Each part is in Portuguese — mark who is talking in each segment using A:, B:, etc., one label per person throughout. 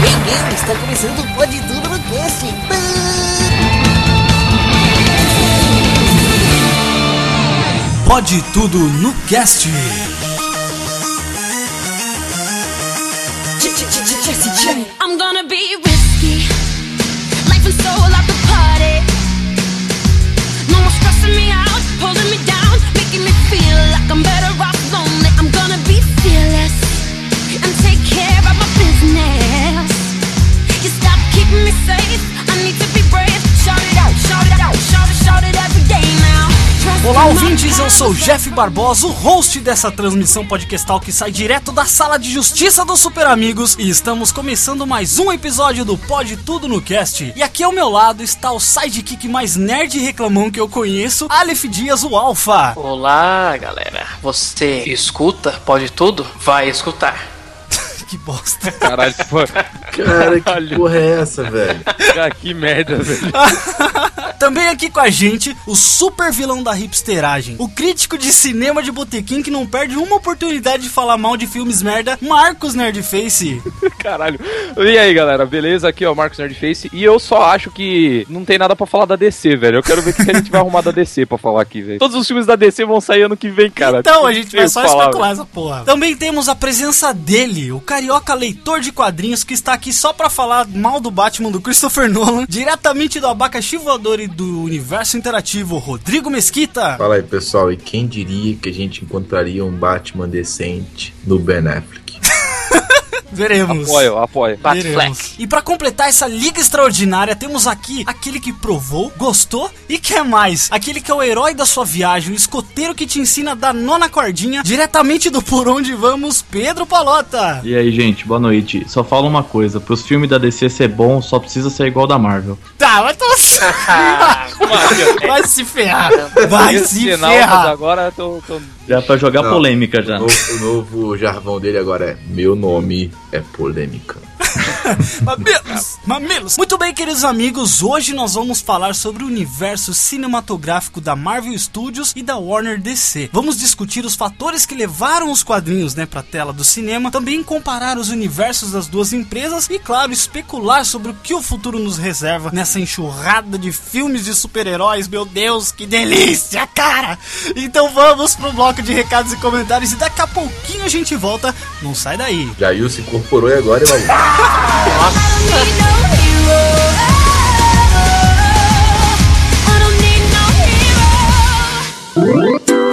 A: Bem-vindo, está começando o Pode Tudo no Cast.
B: Pode tudo no cast.
C: I'm gonna be risky. Life and soul at the party. No more stressing me out, holding me down, making me feel like I'm better off lonely. I'm gonna be fearless and take care of my business. You stop keeping me safe. I need to be brave. Shout it out, shout it out, shout it, shout it every day now. Trust
B: Olá,
C: in my
B: ouvintes, eu sou
C: powers.
B: Jeff Barbosa, o host dessa transmissão podcastal que sai direto da sala de justiça dos Super Amigos e estamos começando mais um episódio do Pode Tudo no Cast. E aqui ao meu lado está o sidekick mais nerd e reclamão que eu conheço, Aleph Dias, o Alfa.
D: Olá, galera. Você escuta? Pode tudo? Vai escutar.
B: Que bosta.
E: Caralho, pô,
F: Cara, que
E: Caralho.
F: porra é essa, velho?
E: cara, que merda, velho.
B: Também aqui com a gente, o super vilão da hipsteragem, o crítico de cinema de botequim que não perde uma oportunidade de falar mal de filmes merda, Marcos Nerdface.
E: Caralho. E aí, galera, beleza? Aqui é o Marcos Nerdface. E eu só acho que não tem nada pra falar da DC, velho. Eu quero ver o que que a gente vai arrumar da DC pra falar aqui, velho. Todos os filmes da DC vão sair ano que vem, cara.
B: então,
E: Não
B: a gente
E: tem
B: vai
E: o que
B: só
E: falar,
B: especular essa porra. Também temos a presença dele, o carioca leitor de quadrinhos que está aqui só pra falar mal do Batman do Christopher Nolan, diretamente do abacaxi voador e do universo interativo, Rodrigo Mesquita.
F: Fala aí, pessoal. E quem diria que a gente encontraria um Batman decente no Ben Affleck?
B: Veremos.
E: velho. Apoio, apoio.
D: Batfleck.
B: Veremos. E pra completar essa liga extraordinária, temos aqui aquele que provou, gostou e quer mais. Aquele que é o herói da sua viagem, o escoteiro que te ensina a dar nó na cordinha, diretamente do Por Onde Vamos, Pedro Palota.
G: E aí, gente, boa noite. Só fala uma coisa: pros filmes da DC ser bom, só precisa ser igual da Marvel.
B: Tá, vai, tomar-
D: Ah,
B: vai se ferrar. Vai
E: Esse
B: se
E: sinal, tá mas
B: ferrar.
E: agora eu tô, tô-
G: Já pra jogar
F: Não.
G: polêmica
F: O
G: já.
F: novo, o novo jargão dele agora é: Meu nome é polêmica.
B: Mamilos, mamilos. Muito bem, queridos amigos, hoje nós vamos falar sobre o universo cinematográfico da Marvel Studios e da Warner DC. Vamos discutir os fatores que levaram os quadrinhos, né, pra tela do cinema, também comparar os universos das duas empresas e, claro, especular sobre o que o futuro nos reserva nessa enxurrada de filmes de super-heróis. Meu Deus, que delícia, cara! Então vamos pro bloco de recados e comentários e daqui a pouquinho a gente volta. Não sai daí.
F: Jair se incorporou e agora é ele
B: Tá
F: vai.
C: I don't need no hero.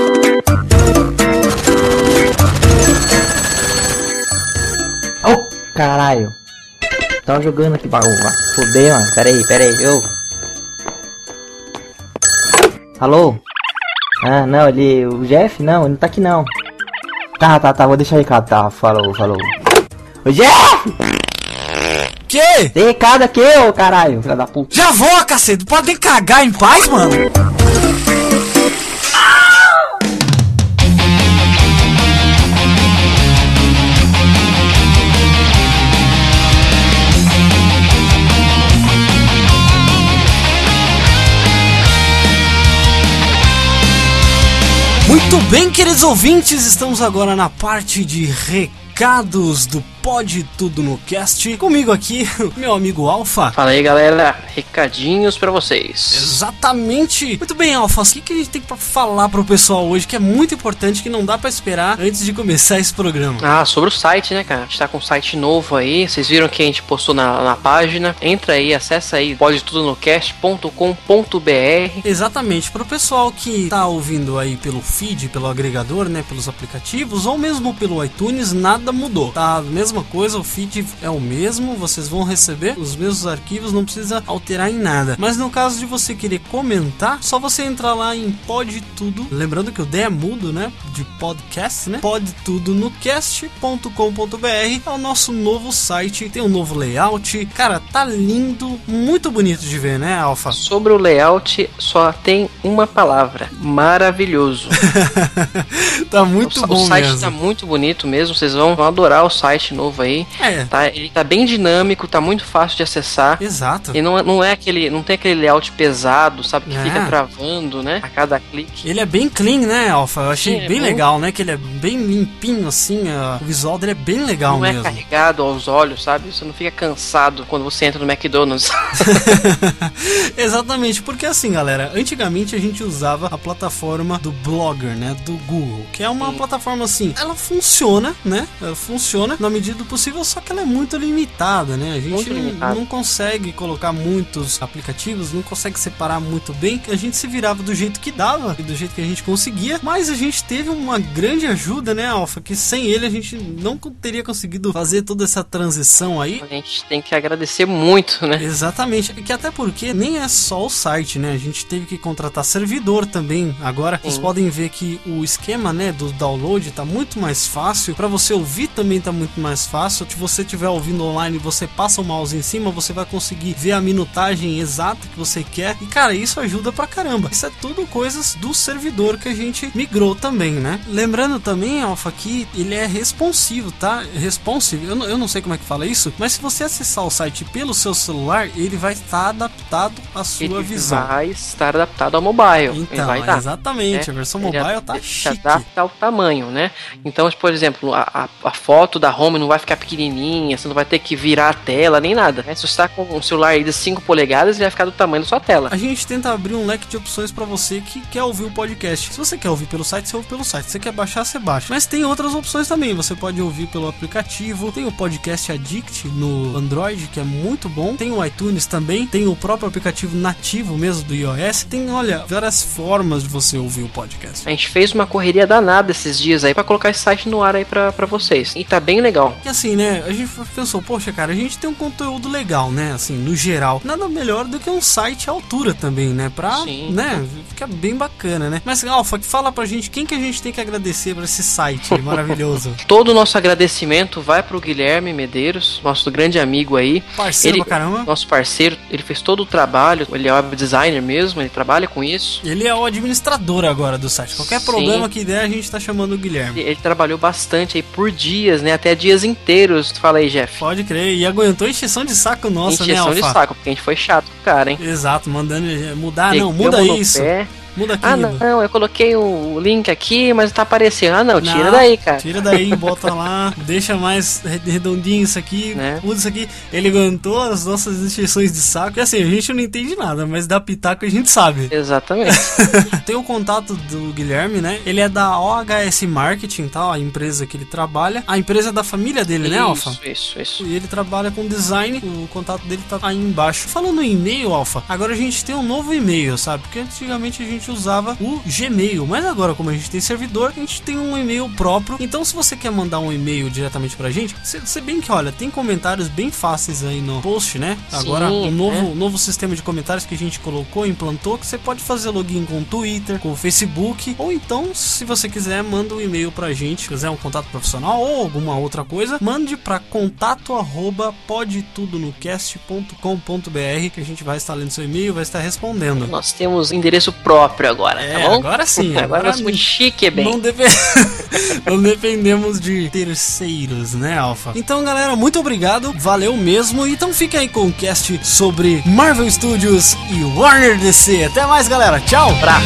H: Oh, caralho. Tava jogando aqui, baú. Fudeu, mano. Pera aí, pera aí. Eu... Alô? Ah, não, ele... O Jeff? Não, ele não tá aqui, não. Tá, tá, tá. Vou deixar recado. Tá, falou, falou. O Jeff!
B: Que?
H: Tem recado aqui, ô caralho. Filha da puta.
B: Já vou, cacete. Podem cagar em paz, mano. Muito bem, queridos ouvintes, estamos agora na parte de recados do Pode Tudo no Cast. Comigo aqui, meu amigo Alfa.
D: Fala aí, galera. Recadinhos pra vocês.
B: Exatamente. Muito bem, Alfa, o que, que a gente tem pra falar pro pessoal hoje que é muito importante, que não dá pra esperar antes de começar esse programa?
D: Ah, sobre o site, né, cara? A gente tá com um site novo aí. Vocês viram que a gente postou na, na página. Entra aí, acessa aí podetudonocast.com.br.
B: Exatamente, pro pessoal que tá ouvindo aí pelo feed, pelo agregador, né, pelos aplicativos ou mesmo pelo iTunes, nada nada mudou. Tá a mesma coisa, o feed é o mesmo, vocês vão receber os mesmos arquivos, não precisa alterar em nada. Mas no caso de você querer comentar, só você entrar lá em Pode Tudo. Lembrando que o D é mudo, né? De podcast, né? Pode Tudo no cast.com.br é o nosso novo site, tem um novo layout. Cara, tá lindo, muito bonito de ver, né, Alfa?
E: Sobre o layout, só tem uma palavra: maravilhoso.
B: tá muito
E: o,
B: bom
E: O site
B: mesmo.
E: tá muito bonito mesmo, vocês vão, vão adorar o site novo aí.
B: É.
E: Tá, ele tá bem dinâmico, tá muito fácil de acessar.
B: Exato.
E: E não, não é aquele. Não tem aquele layout pesado, sabe? Que
B: É.
E: fica travando, né? A cada clique.
B: Ele é bem clean, né, Alpha? Eu achei
E: Sim, é
B: bem
E: bom.
B: legal, né? Que ele é bem limpinho, assim. ah, o visual dele é bem legal
E: Não é
B: mesmo.
E: carregado aos olhos, sabe? Você não fica cansado quando você entra no McDonald's.
B: Exatamente, porque assim, galera, antigamente a gente usava a plataforma do Blogger, né, do Google, que é uma plataforma assim, ela funciona, né? Ela funciona na medida do possível, só que ela é muito limitada, né? A gente
E: Muito
B: não-
E: limitada.
B: não consegue colocar muitos aplicativos, não consegue separar muito bem, que a gente se virava do jeito que dava e do jeito que a gente conseguia, mas a gente teve uma grande ajuda, né, Alfa, que sem ele a gente não teria conseguido fazer toda essa transição aí.
E: A gente tem que agradecer muito, né?
B: Exatamente. Que até porque nem é só o site, né? A gente teve que contratar servidor também. Agora vocês
E: Sim.
B: podem ver que o esquema, né, do download tá muito mais fácil. Pra você ouvir também tá muito mais fácil. Se você estiver ouvindo online, você passa o mouse em cima, você vai conseguir ver a minutagem exata que você quer. E cara, isso ajuda pra caramba. Isso é tudo coisas do servidor que a gente migrou também, né? Lembrando também, Alfa, que ele é responsivo, tá? Responsive, eu não, eu não sei como é que fala isso, mas se você acessar o site pelo seu celular, ele vai estar adaptado à sua
E: Ele
B: visão.
E: vai estar adaptado ao mobile. ele
B: Então,
E: vai dar.
B: exatamente,
E: né?
B: a versão
E: Ele
B: mobile
E: ad-
B: tá
E: ele se
B: chique.
E: adapta ao tamanho, né? Então, por exemplo, a, a- a foto da home não vai ficar pequenininha, você não vai ter que virar a tela, nem nada. né? Se você está com um celular aí de 5 polegadas, ele vai ficar do tamanho da sua tela.
B: A gente tenta abrir um leque de opções pra você que quer ouvir o podcast. Se você quer ouvir pelo site, você ouve pelo site. Se você quer baixar, você baixa. Mas tem outras opções também. Você pode ouvir pelo aplicativo. Tem o Podcast Addict no Android, que é muito bom. Tem o iTunes também. Tem o próprio aplicativo nativo mesmo do iOS. Tem, olha, várias formas de você ouvir o podcast.
E: A gente fez uma correria danada esses dias aí pra colocar esse site no ar aí pra pra vocês. E tá bem legal.
B: E assim, né? A gente pensou, poxa, cara, a gente tem um conteúdo legal, né? Assim, no geral. Nada melhor do que um site à altura também, né? Pra,
E: Sim.
B: né? Fica bem bacana, né? Mas, Alfa, fala pra gente quem que a gente tem que agradecer pra esse site maravilhoso.
E: Todo o nosso agradecimento vai pro Guilherme Medeiros, nosso grande amigo aí.
B: Parceiro pra caramba.
E: Nosso parceiro, ele fez todo o trabalho, ele é web designer mesmo, ele trabalha com isso.
B: Ele é o administrador agora do site. Qualquer
E: Sim.
B: problema que der, a gente tá chamando o Guilherme.
E: Ele, ele trabalhou bastante aí por dias, né? Até dias inteiros. Fala aí, Jeff.
B: Pode crer. E aguentou encheção de saco nossa,
E: Encheção
B: né,
E: de
B: Alfa?
E: saco, porque a gente foi chato com o cara, hein?
B: Exato, mandando ele mudar. Ah, não,
E: Pegamos
B: muda
E: no
B: isso.
E: pé.
B: Muda aquilo.
E: Ah, não, não, eu coloquei o link aqui, mas tá aparecendo. Ah, não, tira
B: Não,
E: daí, cara.
B: Tira daí, bota lá, deixa mais re- redondinho isso aqui,
E: Né?
B: muda isso aqui. Ele aguentou as nossas instruções de saco. E assim, a gente não entende nada, mas dá pitaco a gente sabe.
E: Exatamente.
B: Tem o contato do Guilherme, né? Ele é da OHS Marketing, tá? A empresa que ele trabalha. A empresa é da família dele, né, Alfa?
E: isso, isso, isso.
B: E ele trabalha com design, o contato dele tá aí embaixo. Falando em e-mail, Alfa, agora a gente tem um novo e-mail, sabe? Porque antigamente a gente usava o Gmail, mas agora, como a gente tem servidor, a gente tem um e-mail próprio. Então, se você quer mandar um e-mail diretamente pra gente, se, se bem que, olha, tem comentários bem fáceis aí no post, né? Agora,
E: Sim,
B: o novo, o novo sistema de comentários que a gente colocou, implantou, que você pode fazer login com o Twitter, com o Facebook, ou então, se você quiser, manda um e-mail pra gente, quiser um contato profissional ou alguma outra coisa, mande pra contato arroba podetudonocast.com.br que a gente vai estar lendo seu e-mail, vai estar respondendo.
E: Nós temos endereço próprio agora,
B: É,
E: tá bom?
B: agora sim,
E: Agora
B: agora
E: nós somos chique, é bem.
B: Não, depe- Não dependemos de terceiros, né, Alfa? Então, galera, muito obrigado, valeu mesmo. Então fica aí com o cast sobre Marvel Studios e Warner DC. Até mais, galera. Tchau!
E: Abraço.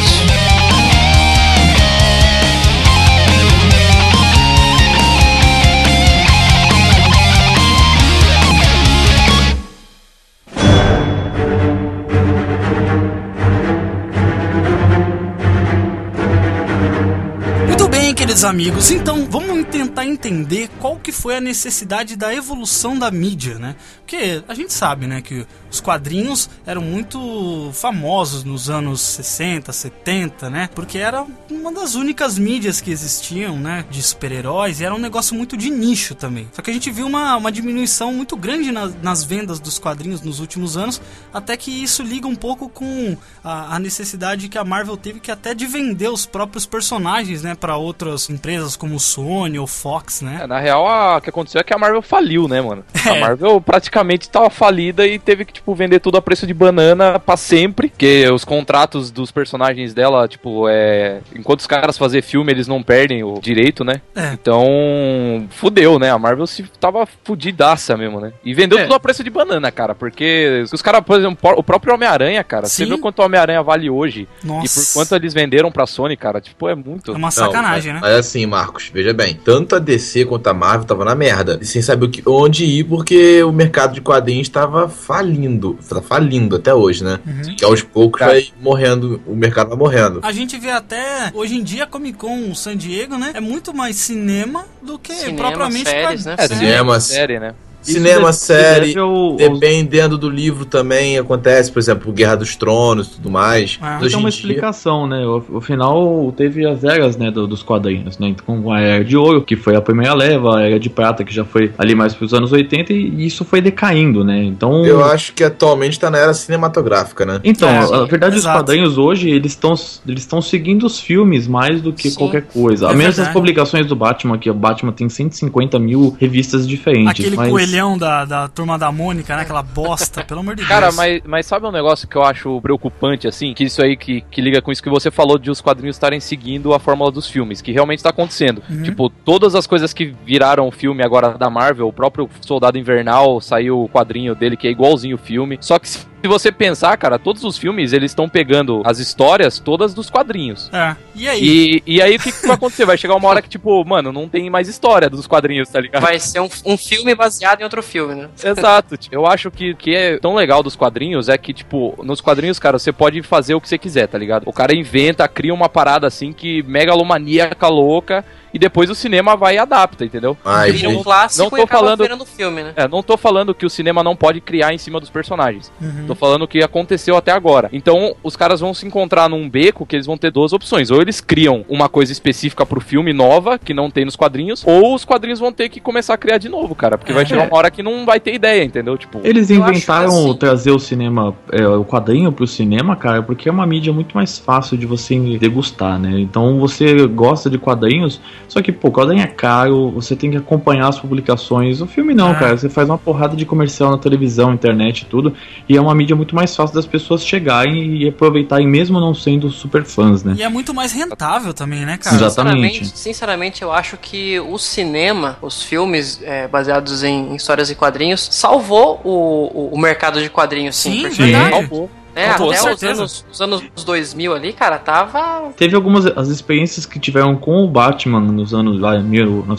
B: Muito bem, queridos Pois amigos, então vamos tentar entender qual que foi a necessidade da evolução da mídia, né? Porque a gente sabe, né, que os quadrinhos eram muito famosos nos anos 60, 70, né? Porque era uma das únicas mídias que existiam, né, de super-heróis, e era um negócio muito de nicho também. Só que a gente viu uma, uma diminuição muito grande na- nas vendas dos quadrinhos nos últimos anos, até que isso liga um pouco com a, a necessidade que a Marvel teve que é até de vender os próprios personagens, né, para outras empresas como Sony ou Fox, né?
I: É, na real, a- o que aconteceu é que a Marvel faliu, né, mano? A Marvel praticamente tava falida e teve que, tipo, vender tudo a preço de banana pra sempre. Porque os contratos dos personagens dela, tipo, é. Enquanto os caras fazer filme, eles não perdem o direito, né? Então. Fudeu, né? A Marvel se tava fudidaça mesmo, né? E vendeu tudo a preço de banana, cara. Porque os caras, por exemplo, o próprio Homem-Aranha, cara. Você
B: Sim.
I: viu quanto o Homem-Aranha vale hoje? E por
B: Nossa.
I: quanto eles venderam pra Sony, cara? Tipo, é muito.
B: É uma sacanagem, né?
F: Mas assim, Marcos, veja bem, tanto a DC quanto a Marvel tava na merda, e sem saber o que- onde ir, porque o mercado de quadrinhos tava falindo, tá falindo até hoje, né?
I: é.
F: Que aos poucos vai morrendo, o mercado vai morrendo.
B: Uhum. A gente vê até hoje em dia a Comic Con San Diego, né? É muito mais cinema do que
F: Cinema,
B: propriamente
F: séries,
B: quad-
F: né? É, cinema,
I: série, né?
F: Cinema,
B: Isso deve-
F: série,
B: deve ao-
F: dependendo do livro também acontece, por exemplo, Guerra dos Tronos e tudo
B: É.
F: mais.
J: Ah,
F: Hoje
J: tem uma
F: em dia-
J: explicação, né? O, o final teve as eras, né, do- dos quadrinhos, né? Com a era de ouro, que foi a primeira leva, a era de prata, que já foi ali mais pros anos 80, e isso foi decaindo, né? Então.
F: Eu acho que atualmente tá na era cinematográfica, né?
J: Então, na verdade, os quadrinhos hoje, eles estão eles estão seguindo os filmes mais do que qualquer coisa.
F: É
J: A menos as
F: verdade.
J: publicações do Batman, que o Batman tem 150 mil revistas diferentes.
B: Aquele
J: mas...
B: coelhão da, da turma da Mônica, né? Aquela bosta, pelo amor de
I: Cara,
B: Deus.
I: mas, mas sabe um negócio que eu acho preocupante, assim? Que isso aí que, que liga com isso que você falou de os quadrinhos estarem seguindo a fórmula dos filmes, que realmente tá acontecendo.
B: Uhum.
I: Tipo, todas as coisas que viraram filme agora da Marvel, o próprio Soldado Invernal saiu o quadrinho dele que é igualzinho o filme. Só que se você pensar, cara, todos os filmes eles estão pegando as histórias todas dos quadrinhos.
B: É. E aí?
I: E, e aí o que, que vai acontecer? Vai chegar uma hora que, tipo, mano, não tem mais história dos quadrinhos, tá ligado?
E: Vai ser um, um filme baseado em outro filme, né?
I: Exato. tipo, Eu acho que o que é tão legal dos quadrinhos é que, tipo, nos quadrinhos, cara, você pode fazer o que você quiser, tá ligado? O cara inventa, cria uma parada assim que megalomaníaca louca e depois o cinema vai e adapta, entendeu?
F: Ai,
I: Então,
F: gente.
E: um Clássico
I: não
E: e
I: tô
E: acaba
I: falando
E: virando filme, né?
I: É, não tô falando que o cinema não pode criar em cima dos personagens.
E: Uhum.
I: Tô falando o que aconteceu até agora. Então, os caras vão se encontrar num beco que eles vão ter duas opções. Ou eles criam uma coisa específica pro filme nova, que não tem nos quadrinhos, ou os quadrinhos vão ter que começar a criar de novo, cara. Porque vai
B: É.
I: chegar uma hora que não vai ter ideia, entendeu? Tipo,
J: Eles inventaram
B: assim.
J: trazer o cinema, é, o quadrinho pro cinema, cara, porque é uma mídia muito mais fácil de você degustar, né? Então você gosta de quadrinhos, só que, pô, quadrinho é caro, você tem que acompanhar as publicações. O filme não,
B: Ah.
J: cara, você faz uma porrada de comercial na televisão, internet e tudo, e é uma mídia muito mais fácil das pessoas chegarem e aproveitarem, mesmo não sendo super fãs, né?
B: E é muito mais rentável também, né, cara?
J: Exatamente.
E: Sinceramente, sinceramente, eu acho que o cinema, os filmes é, baseados em, em histórias e quadrinhos, salvou o, o, o mercado de quadrinhos, sim.
B: Sim,
E: porque-
J: verdade.
E: Salvou. É,
B: Salvou, com
E: até os
B: certeza.
E: anos, os anos 2000 ali, cara, tava...
J: Teve algumas as experiências que tiveram com o Batman nos anos lá,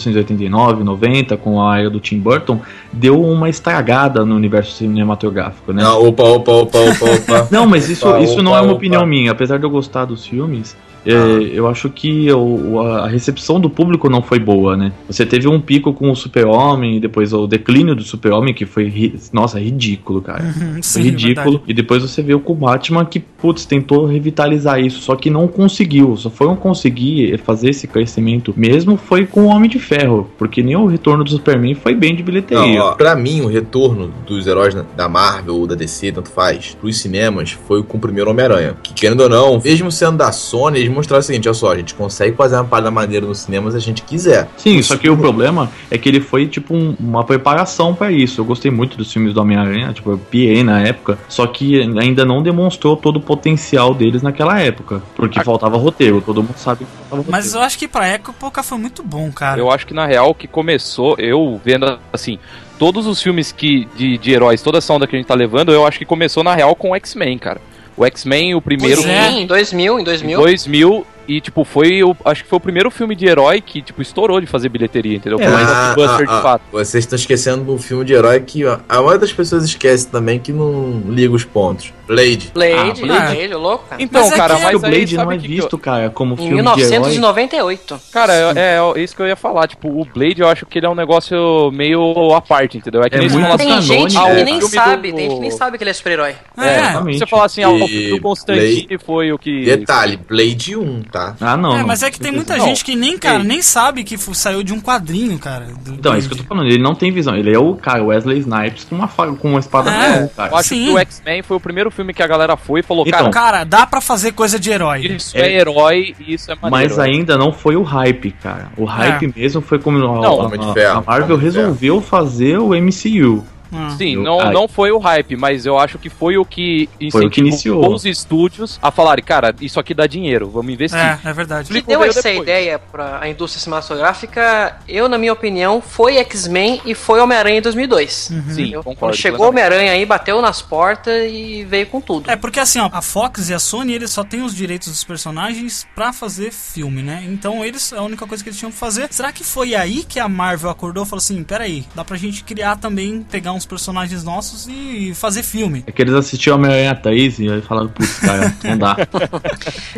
J: 1989, 90, com a era do Tim Burton, deu uma estragada no universo cinematográfico, né?
F: Não, opa, opa, opa, opa, opa.
J: Não, mas isso,
F: Opa,
J: isso não
F: opa,
J: é
F: Ah.
J: uma
F: opa.
J: opinião minha. Apesar de eu gostar dos filmes, é, eu acho que o- o- a recepção do público não foi boa, né? Você teve um pico com o Super-Homem, e depois o declínio do Super-Homem, que foi, ri- nossa, ridículo, cara.
B: Uhum, sim,
I: é
J: foi ridículo.
B: verdade.
J: E depois você vê o com o Batman que, putz, tentou revitalizar isso, só que não conseguiu. Só foram conseguir fazer esse crescimento mesmo foi com o Homem de Ferro, porque nem o retorno do Superman foi bem de bilheteria.
F: Não, ó, pra mim, o retorno dos heróis na- da Marvel ou da DC, tanto faz, pros cinemas, foi com o primeiro Homem-Aranha. Que, querendo ou não, mesmo sendo da Sony, eles mostraram o seguinte, olha só, a gente consegue fazer uma parada maneira nos cinemas se a gente quiser.
J: Sim, só que o problema é que ele foi tipo um- uma preparação pra isso. Eu gostei muito dos filmes do Homem-Aranha, tipo, eu piei na época, só que ainda não demonstrou todo o potencial deles naquela época,
I: Ah.
J: porque faltava roteiro, todo mundo sabe que faltava roteiro.
B: Mas eu acho que pra época foi muito bom, cara.
I: Eu acho que na real que começou, eu vendo assim, todos os filmes que de, de heróis, toda essa onda que a gente tá levando, eu acho que
E: é,
I: começou na real com o X-Men, cara. O X-Men, o primeiro.
E: Sim, em 2000, em
I: Em
E: 2000.
I: 2000, E, tipo, foi. o- acho que foi o primeiro filme de herói que, tipo, estourou de fazer bilheteria, entendeu? Foi um
F: Ah,
I: blockbuster
F: ah, ah,
I: de fato.
F: Vocês estão esquecendo de um filme de herói que ó, a maioria das pessoas esquece também que não liga os pontos. Blade.
E: Blade,
I: Ah, Blade.
E: Blade, ô louco, cara.
I: Então,
B: Mas é
I: cara,
B: que-
I: mas
J: o
I: aí,
J: Blade
I: sabe
J: não é
I: que que
J: visto, cara, como
E: Em
J: filme de herói.
E: 1998.
I: Cara, é, é isso que eu ia falar. Tipo, o Blade eu acho que ele é um negócio meio à parte, entendeu? É que
J: É
I: nem se
J: muito
I: falasse-
E: Tem gente
J: canônico.
E: que
J: É.
E: nem
I: Filme
E: sabe,
I: do-
E: tem gente que nem sabe que ele é super-herói.
B: É.
I: se
J: Exatamente.
I: você falar assim, ah, o
F: E-
I: filme do Constantine foi o que.
F: Detalhe, Blade 1, tá?
J: Ah, não.
B: É,
J: não,
B: mas é
J: com
B: que tem
J: certeza.
B: muita
I: Não,
B: gente que nem, cara,
I: ok.
B: nem sabe que fu- saiu de um quadrinho, cara. do-
J: Então, é isso que eu tô falando, ele não tem visão. Ele é o cara, Wesley Snipes com uma, fa- com uma espada
B: É.
J: na mão, cara.
I: Eu acho
B: Sim.
I: que o X-Men foi o primeiro filme que a galera foi e falou,
J: Então,
I: cara,
B: Cara, dá pra fazer coisa de herói.
I: isso é, herói e isso é maneiro.
J: Mas ainda não foi o hype, cara. O hype
B: É.
J: mesmo foi como a,
I: Não,
J: a-
F: Homem de
J: a-
F: Ferro,
J: a Marvel
F: Homem de Ferro.
J: resolveu fazer o MCU.
B: Ah.
I: Sim,
J: Eu-
I: não,
J: ai.
I: não foi o hype, mas eu acho que foi o que
J: Foi o que iniciou.
I: os estúdios a falarem, cara, isso aqui dá dinheiro, vamos investir.
B: É, é verdade.
E: que
I: Explica
E: deu
I: veio
E: essa
I: depois.
E: ideia pra a indústria cinematográfica, eu, na minha opinião, foi X-Men e foi Homem-Aranha em 2002.
I: Uhum. Sim,
E: Eu-
I: concordo
E: Quando chegou
I: plenamente.
E: Homem-Aranha aí, bateu nas portas e veio com tudo.
B: É porque assim, ó, a Fox e a Sony, eles só têm os direitos dos personagens pra fazer filme, né? Então eles a única coisa que eles tinham que fazer. Será que foi aí que a Marvel acordou e falou assim: "Peraí, dá pra gente criar também, pegar uns personagens nossos e fazer filme?"
J: É que eles assistiram Homem-Aranha 3 e aí falaram, putz, cara, não dá.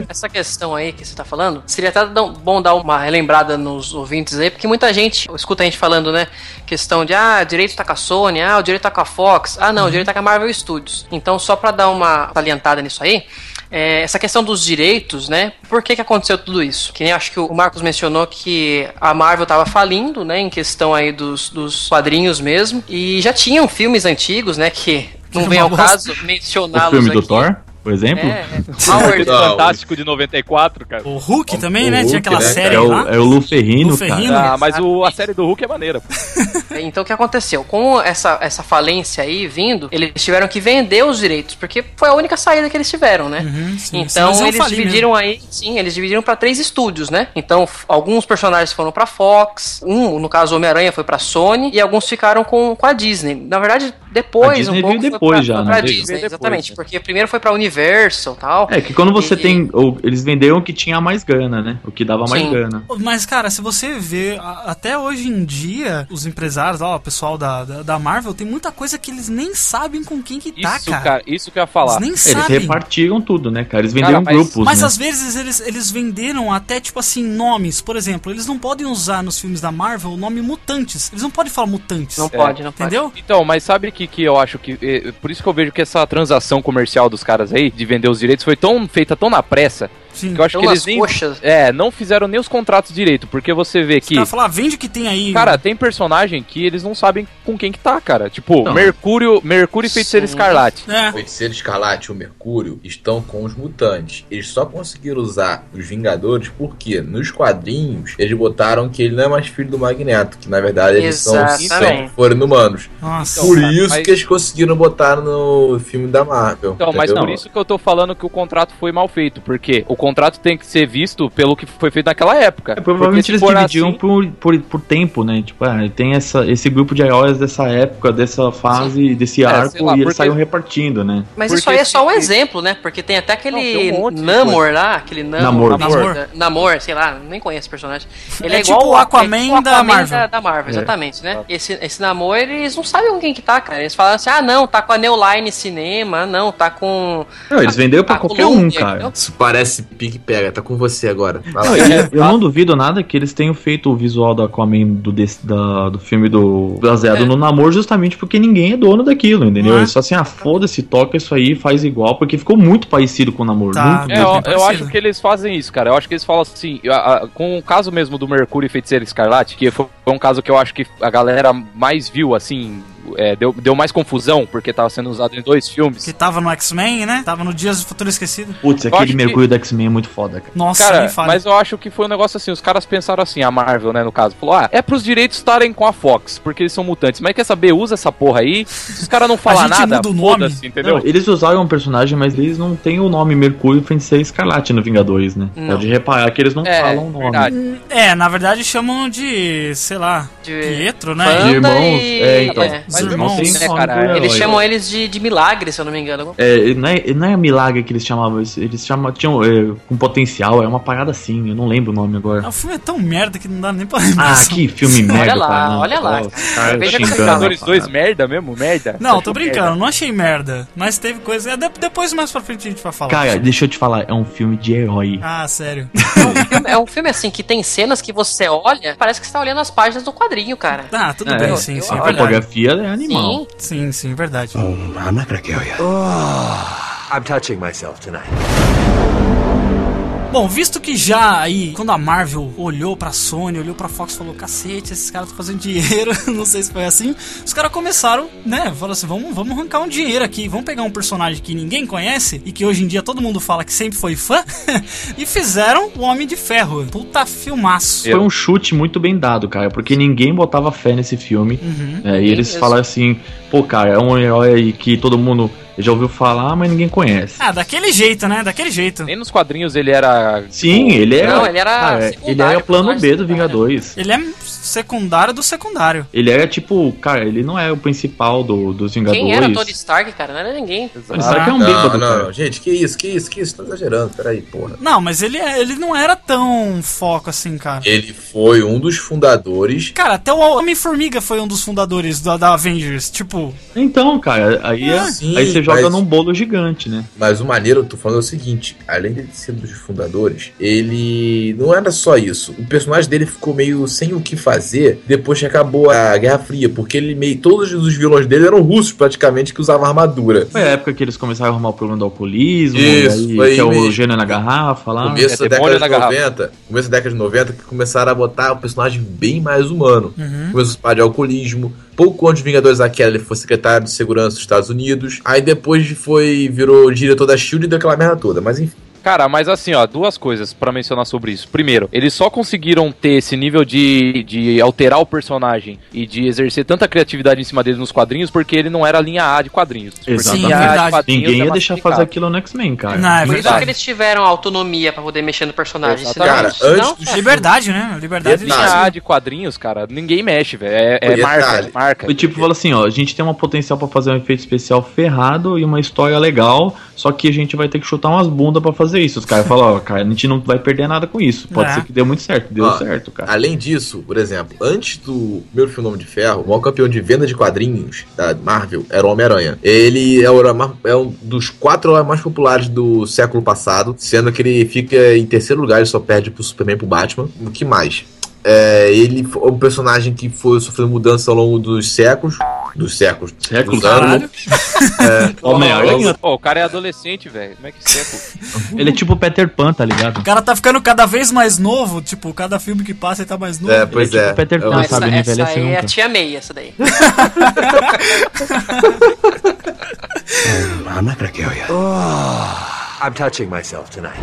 E: Essa questão aí que você tá falando, seria até dar- bom dar uma relembrada nos ouvintes aí, porque muita gente escuta a gente falando, né? Questão de, ah, direito tá com a Sony, ah, o direito tá com a Fox, ah, não, o direito tá com a Marvel Studios. Então, só pra dar uma salientada nisso aí, é, essa questão dos direitos, né? Por que que aconteceu tudo isso? Que nem acho que o Marcos mencionou que a Marvel tava falindo, né? Em questão aí dos, dos quadrinhos mesmo. E já tinham filmes antigos, né? Que não
B: Uma
E: vem ao
B: bosta.
E: caso
J: O
E: mencioná-los
J: filme do
E: aqui.
J: Thor, por exemplo,
E: É,
J: é,
E: é. Howard
F: Não,
I: Fantástico de 94, cara.
B: O Hulk também,
F: o
B: né? Tinha
F: Hulk,
B: aquela
F: né,
B: série
F: cara?
J: o,
B: lá.
J: é o Lu Ferrino,
B: Lu
J: cara.
B: Ferrigno.
I: Ah, mas o- a série do Hulk é maneira. pô.
E: É, Então o que aconteceu? Com essa, essa falência aí vindo, eles tiveram que vender os direitos, porque foi a única saída que eles tiveram, né?
J: Uhum,
B: sim. Senão
E: então
B: eles iam
E: eles
B: falir
E: dividiram aí, sim, eles dividiram pra três estúdios, né? Então f- alguns personagens foram pra Fox, um, no caso Homem-Aranha foi pra Sony e alguns ficaram com, com a Disney. Na verdade,
J: A
E: depois,
J: Disney
E: um pouco
J: veio
E: foi
J: depois
E: pra,
J: já,
E: foi
J: né?
E: pra
J: Veio
E: Disney,
I: depois,
E: exatamente,
I: né?
E: porque primeiro foi pra Universal, e tal.
J: É que quando você
E: E-
J: tem. ou- eles venderam o que tinha mais grana, né? O que dava mais
E: Sim.
J: grana.
B: Mas, cara, se você vê, a- até hoje em dia, os empresários, ó, o pessoal da, da, da Marvel, tem muita coisa que eles nem sabem com quem que tá,
I: Isso,
B: cara.
I: cara, isso que eu ia
B: eles
I: falar.
B: nem
J: Eles
B: sabem.
J: repartiram tudo, né, cara? Eles venderam
I: Cara, mas-
J: grupos.
B: Mas
J: né?
B: às vezes eles, eles venderam até, tipo assim, nomes. Por exemplo, eles não podem usar nos filmes da Marvel o nome Mutantes. Eles não podem falar Mutantes.
J: É.
E: Não pode, não pode.
B: Entendeu?
I: Então, mas sabe o que, que eu acho que. eh, Por isso que eu vejo que essa transação comercial dos caras aí, de vender os direitos, foi tão feita tão na pressa,
B: Sim.
I: que eu acho
E: Tão
I: que eles
E: nas
I: nem.
E: coxas.
I: É, não fizeram nem os contratos direito, porque você vê
B: Os
I: que.
B: caras falam, ah, vende o que tem aí.
I: Cara, tem personagem que eles não sabem com quem que tá, cara. Tipo,
J: Não.
I: Mercúrio, Mercúrio e Feiticeiro
E: Sim.
I: Escarlate.
B: É.
F: O Feiticeiro Escarlate e o Mercúrio estão com os mutantes. Eles só conseguiram usar os Vingadores porque nos quadrinhos eles botaram que ele não é mais filho do Magneto, que na verdade eles são,
E: Exatamente.
F: são foram humanos.
B: Nossa.
F: Por
I: cara,
F: isso
I: Então, mas-
F: que eles conseguiram botar no filme da Marvel.
I: Então, mas
F: entendeu?
I: por isso que eu tô falando que o contrato foi mal feito, porque o contrato tem que ser visto pelo que foi feito naquela época.
J: É,
I: Porque
J: provavelmente
I: se
J: eles
I: for
J: dividiam
I: assim-
J: por, por, por tempo, né? Tipo, ah, tem essa, esse grupo de heróis dessa época, dessa fase, desse
I: É, sei
J: arco,
I: lá,
J: e eles
I: porque-
J: saíam repartindo, né?
E: Mas
I: Porque
E: isso aí é só um
I: se-
E: exemplo, né? Porque tem até aquele
I: Não, tem um monte de
E: Namor lá, aquele Namor. Né,
J: Namor.
B: Namor.
E: Namor, sei lá, nem conheço esse personagem. Ele é,
B: É
E: igual
B: tipo o
E: ao-
B: Aquaman
E: é tipo o
B: da Marvel.
E: Da, da Marvel, exatamente, né? Esse, esse Namor, eles não sabem com quem que tá, cara. Eles falam assim, ah, não, tá com a Neoline Cinema, ah, não, tá com...
J: Não, eles venderam pra
E: a
J: qualquer
E: Columbia,
I: é
J: um, cara.
E: entendeu?
F: Isso parece pique pega, tá com você agora. Vai lá.
J: Não,
I: é
J: e eu não duvido nada que eles tenham feito o visual da Aquaman do, desse- da- do filme do baseado
E: É.
J: no namoro justamente porque ninguém é dono daquilo, entendeu?
B: Não é?
J: Eles só assim, ah, foda-se, toca isso aí, faz igual, porque ficou muito parecido com o namoro.
B: Tá.
J: Muito,
I: É,
J: mesmo.
I: eu, eu
B: parecido.
I: acho que eles fazem isso, cara. Eu acho que eles falam assim, a- a- com o caso mesmo do Mercúrio e Feiticeiro Escarlate, que foi foi um caso que eu acho que a galera mais viu, assim, é, deu, deu mais confusão, porque tava sendo usado em dois filmes.
B: Que tava no X-Men, né? Tava no Dias do Futuro Esquecido.
J: Putz,
I: eu acho
J: aquele
I: que-
J: mergulho do X-Men é muito foda, cara.
B: Nossa,
I: Cara,
B: nem fala.
I: mas eu acho que foi um negócio assim, os caras pensaram assim, a Marvel, né, no caso, falou, ah, é pros direitos estarem com a Fox, porque eles são mutantes, mas quer saber, usa essa porra aí, se os caras não falar
B: gente
I: nada,
B: muda o nome.
I: foda-se, entendeu?
J: Não, eles usaram um personagem, mas eles não têm o nome Mercúrio Feiticeiro Escarlate no Vingadores, né?
E: Não.
J: Pode reparar que eles não
I: É,
J: falam o nome.
I: verdade.
B: É, na verdade chamam de, sei lá,
E: De-
B: Pietro, né?
E: Fã.
J: De
E: Anda
J: irmãos,
E: e-
J: é, então.
E: é.
B: Os irmãos.
I: né,
J: Sonic
I: cara?
J: é
E: Eles
J: herói.
E: chamam eles de, de milagre, se eu não me engano.
J: É, não é, não é milagre que eles chamavam, eles, eles chamam, tinham é, com potencial, é uma parada assim, eu não lembro o nome agora.
B: O filme é tão merda que não dá nem pra lembrar.
J: Ah, que filme merda,
E: lá,
J: cara, não.
E: olha lá.
J: Ó, os caras
E: Veja é que tá.
J: xingando,
I: Vingadores
J: cara.
I: 2, merda mesmo? Merda?
B: Não, tô
J: é
I: Achou
B: brincando, não achei merda. Mas teve coisa. é, de- Depois mais pra frente a gente vai falar.
J: Cara, deixa eu te falar, é um filme de herói.
B: Ah, sério.
E: É um filme assim que tem cenas que você olha, parece que você tá olhando as páginas do quadrinho, cara.
B: Ah, tudo
J: É,
B: bem,
J: eu-
B: sim,
E: eu-
B: sim,
J: A
B: é
E: olha.
B: verdade.
J: fotografia é animal.
E: Sim.
B: Sim, sim, é verdade.
K: I'm not gonna kill you.
L: I'm touching myself tonight.
B: Bom, visto que já aí, quando a Marvel olhou pra Sony, olhou pra Fox, falou: cacete, esses caras estão fazendo dinheiro, não sei se foi assim. Os caras começaram, né? Falaram assim: vamos, vamos arrancar um dinheiro aqui, vamos pegar um personagem que ninguém conhece e que hoje em dia todo mundo fala que sempre foi fã, e fizeram o Homem de Ferro. Puta filmaço.
J: Foi um chute muito bem dado, cara, porque ninguém botava fé nesse filme.
B: Uhum.
J: né, e
E: Sim,
J: eles
E: mesmo.
J: falaram assim, pô, cara, é um herói aí que todo mundo já ouviu falar, mas ninguém conhece.
B: Ah, daquele jeito, né? Daquele jeito.
I: Nem nos quadrinhos ele era.
J: Sim, ele é.
E: Não, ele era
J: cara, ele
E: secundário,
J: era plano B do
E: personagem
J: Vingadores.
B: Ele é secundário do secundário.
J: Ele era tipo, cara, ele não é o principal do, dos Vingadores.
E: Quem era Tony Stark, cara? Não era ninguém.
J: Tony Stark é um
F: Não,
J: bêbado,
F: Ah, não,
J: cara.
F: gente, que isso, que isso, que isso, tá exagerando, peraí, porra.
B: Não, mas ele, é- ele não era tão foco assim, cara.
F: Ele foi um dos fundadores.
B: Cara, até o Homem-Formiga foi um dos fundadores da, da Avengers. Tipo,
J: Então, cara, aí,
E: Ah,
J: é-
F: sim,
J: aí você joga
F: mas-
J: num bolo gigante, né?
F: Mas o maneiro, eu tô falando é o seguinte: além de ser um dos fundadores, ele não era só isso. O personagem dele ficou meio sem o que fazer depois que acabou a Guerra Fria, porque ele meio. Todos os vilões dele eram russos, praticamente, que usavam armadura.
J: Foi a época que eles começaram a arrumar o problema do alcoolismo,
F: Isso,
J: e
F: foi
J: aí, que é o
F: aí mesmo.
J: gênio na garrafa lá.
F: começo da
I: é
F: década
I: demônio
F: de
I: na garrafa.
F: 90, começo da década de 90, que começaram a botar o personagem bem mais humano. Começou a se falar de alcoolismo. Pouco antes de Vingadores da Queda, ele foi secretário de segurança dos Estados Unidos. Aí depois foi, virou diretor da SHIELD e deu aquela merda toda. Mas enfim,
I: Cara, mas assim, ó, duas coisas pra mencionar sobre isso. Primeiro, eles só conseguiram ter esse nível de, de alterar o personagem e de exercer tanta criatividade em cima dele nos quadrinhos porque ele não era a linha A de quadrinhos. Porque
J: Exatamente.
I: linha A de
B: Verdade.
I: quadrinhos
J: Ninguém
I: é
J: ia deixar
I: massificado.
J: fazer aquilo no X-Men, cara.
B: Não, é
E: Por isso
B: verdade.
E: que eles tiveram autonomia pra poder mexer no personagem. senão-
F: cara,
E: senão-
F: antes do filme,
B: liberdade, né? Liberdade.
F: Verdade.
B: de-
I: Linha A de quadrinhos, cara, ninguém mexe, velho. É, é
F: Detalhe.
I: marca, é marca.
J: Foi tipo, fala assim, ó, a gente tem uma potencial pra fazer um efeito especial ferrado e uma história legal, só que a gente vai ter que chutar umas bundas pra fazer isso. Os caras falam, ó, cara, a gente não vai perder nada com isso. Pode
B: É.
J: ser que dê muito certo. Deu
F: Ó,
J: certo, cara.
F: Além disso, por exemplo, antes do meu filme Homem de Ferro, o maior campeão de venda de quadrinhos da Marvel era o Homem-Aranha. Ele é, o herói mais- é um dos quatro heróis mais populares do século passado, sendo que ele fica em terceiro lugar, ele só perde pro Superman e pro Batman. O que mais? É, ele foi um personagem que foi sofrendo mudança ao longo dos séculos. Dos séculos.
J: Séculos?
F: Dos anos.
B: Caralho.
J: Homem-Aranha.
I: Pô, o cara é adolescente, velho. Como é que isso é? pô?
J: Ele é tipo o Peter Pan, tá ligado?
B: O cara tá ficando cada vez mais novo, tipo, cada filme que passa ele tá mais novo.
F: É, pois
J: Ele é
F: é.
J: tipo Peter
F: É o-
J: Pan.
E: essa,
J: sabe, não
E: essa
J: envelhece
E: aí é a
J: nunca.
E: tia May, essa daí.
K: I'm not gonna kill you.
L: I'm touching myself tonight.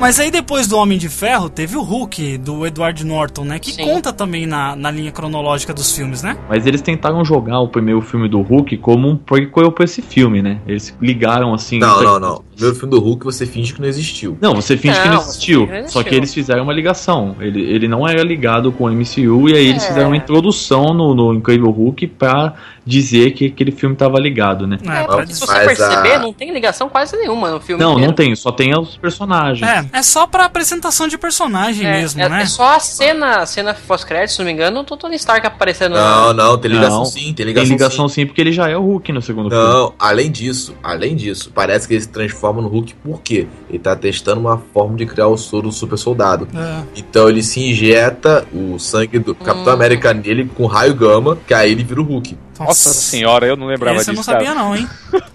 B: Mas aí depois do Homem de Ferro, teve o Hulk, do Edward Norton, né? Que
E: Sim.
B: conta também na, na linha cronológica dos filmes, né?
J: Mas eles tentaram jogar o primeiro filme do Hulk como um prequel pra esse filme, né? Eles ligaram assim.
F: Não, não, não. Meu filme do Hulk você finge que não existiu.
J: Não, você finge que não
E: Não, você
J: existiu.
E: finge que não
J: Só que
E: existiu.
J: eles fizeram uma ligação. Ele, ele não era ligado com o MCU e aí eles
E: É.
J: fizeram uma introdução no, no Incrível Hulk pra dizer que aquele filme tava ligado, né?
B: É, pra
E: É, porque
B: des-
E: se você
F: mas
E: perceber,
F: a-
E: não tem ligação quase nenhuma no filme.
J: Não, não
E: inteiro.
J: tem, só tem os personagens.
B: é, é só pra apresentação de personagem
E: É,
B: mesmo,
E: é-
B: né?
E: é só a cena, a cena pós-crédito, se não me engano, do Tony Stark aparecendo na-
F: Não, não, tem ligação
J: Não.
F: sim, tem
J: Tem
F: ligação,
J: ligação sim, porque ele já é o Hulk no segundo filme.
F: Não, além disso, além disso, parece que ele se transforma no Hulk porque ele tá testando uma forma de criar o soro do super soldado.
B: É.
F: Então ele se injeta o sangue do Capitão América nele com raio gama, que aí ele vira o Hulk.
I: Nossa senhora, eu não lembrava
B: Esse eu não
I: disso,
B: sabia
I: cara.
B: não, hein?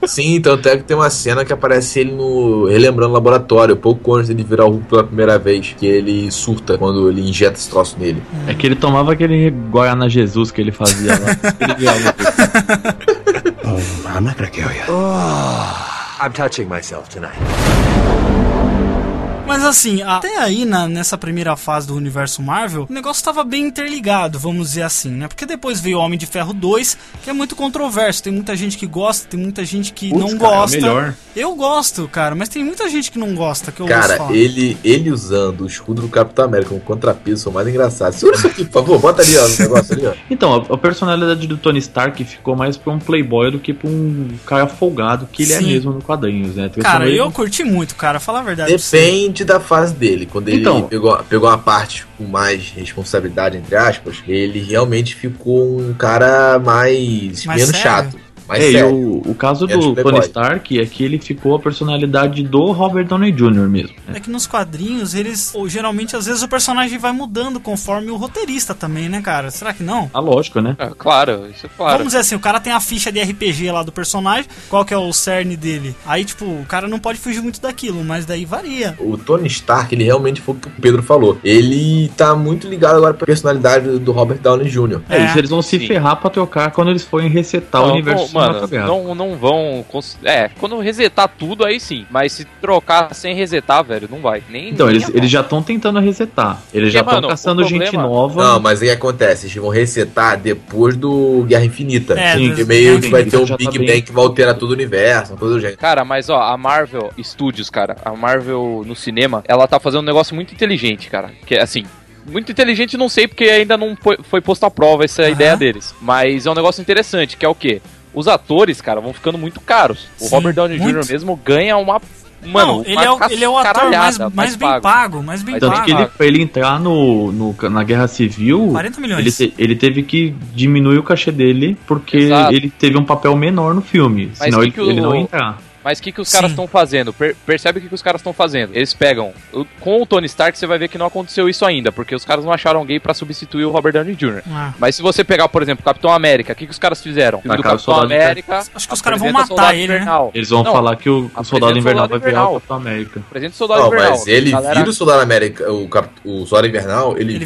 F: Sim, tanto é que tem uma cena que aparece ele no. relembrando o laboratório, pouco antes dele virar o Hulk pela primeira vez, que ele surta quando ele injeta esse troço nele.
J: É que ele tomava aquele Guaraná Jesus que ele fazia lá. Ele virava Hulk.
K: I'm not gonna kill you.
L: I'm touching myself tonight.
B: Mas assim, até aí na- nessa primeira fase do universo Marvel, o negócio tava bem interligado, vamos dizer assim, né? Porque depois veio o Homem de Ferro 2, que é muito controverso. Tem muita gente que gosta, tem muita gente que
J: Putz,
B: não
J: cara, é o
B: gosta.
J: melhor.
B: Eu gosto, cara, mas tem muita gente que não gosta, que eu ouço
F: Cara,
B: falar.
F: ele, ele usando o escudo do Capitão América como contrapeso são mais engraçados. Segura isso aqui, por favor, bota ali, ó, o negócio ali, ó.
J: Então, a, a personalidade do Tony Stark ficou mais pra um playboy do que pra um cara folgado que ele é
B: Sim.
J: mesmo no quadrinhos, né? Então,
B: Cara,
J: ele-
B: eu curti muito, cara, fala a verdade. pra você.
F: Depende da fase dele. Quando ele
J: Então.
F: pegou, pegou a parte com mais responsabilidade, entre aspas, ele realmente ficou um cara mais.
J: Mais
F: menos
J: sério?
F: chato. Mais
J: é, e
F: sério.
J: o, o caso
F: Menos
J: do
F: playboy.
J: Tony Stark é que ele ficou a personalidade do Robert Downey Jr. mesmo.
B: É que nos quadrinhos, eles. ou, geralmente, às vezes, o personagem vai mudando conforme o roteirista também, né, cara? Será que não?
J: A lógica, né?
E: claro, isso é claro.
B: Vamos dizer assim, o cara tem a ficha de RPG lá do personagem, qual que é o cerne dele? Aí, tipo, o cara não pode fugir muito daquilo, mas daí varia.
F: O Tony Stark, ele realmente foi o que o Pedro falou. Ele tá muito ligado agora pra personalidade do Robert Downey Jr.
J: É, isso, eles vão se ferrar pra trocar quando eles forem resetar Tá o
E: Não,
J: universo
E: não, mano,
J: cinematográfico.
E: não, não vão. cons- É, quando resetar tudo, aí sim. Mas se trocar sem resetar, velho, não vai. Nem.
J: Então,
E: nem
J: eles,
E: a
J: eles já estão tentando resetar. Eles
E: Porque,
J: já estão
E: É, mano, o
J: caçando gente
E: problema-
J: nova.
F: Não, mas aí acontece, eles vão resetar depois do Guerra Infinita.
E: É,
F: Sim, que
E: do-
F: meio que
E: Guerra
F: vai ter
E: Infinita
F: um
E: já tá
F: Big
E: bem-
F: Bang que vai alterar todo o universo, todo o jeito.
E: Cara, mas ó, a Marvel Studios, cara, a Marvel no cinema, ela tá fazendo um negócio muito inteligente, cara. Que é assim. Muito inteligente, não sei, porque ainda não foi, foi posta à prova essa ideia deles. Mas é um negócio interessante, que é o quê? Os atores, cara, vão ficando muito caros. O
B: Sim,
E: Robert Downey
B: muito.
E: Jr. mesmo ganha uma. Mano,
B: não, ele
E: uma tá
B: é, o, ele é o ator
E: caralhada,
B: mais, mais, bem pago. mais bem
J: Tanto
B: pago.
J: que ele, pra ele entrar no, no- na Guerra Civil,
B: 40 milhões.
J: Ele, te- ele teve que diminuir o cachê dele porque
E: Exato.
J: ele teve um papel menor no filme.
E: Mas
J: senão
E: que
J: ele,
E: que o-
J: ele não ia entrar.
E: Mas o que, que os caras estão fazendo? Per- percebe o que, que os caras estão fazendo? Eles pegam. o- Com o Tony Stark, você vai ver que não aconteceu isso ainda, porque os caras não acharam alguém pra substituir o Robert Downey Jr.
B: Ah.
E: Mas se você pegar, por exemplo, Capitão América, o que, que os caras fizeram? O filme do
J: Tacaram o
E: Capitão
J: Soldado
E: América.
B: Acho que os caras vão
E: apresenta
B: matar
E: Soldado
B: ele, né?
E: Invernal.
J: Eles vão
E: Não,
J: falar que o, o Soldado
E: o
J: Invernal
E: Soldado
J: vai virar
E: Invernal.
J: o Capitão América.
E: Apresenta o Soldado
F: Não,
E: Invernal.
F: mas ele
E: Galera-
F: vira o Soldado América, o, Cap... o Soldado Invernal, ele,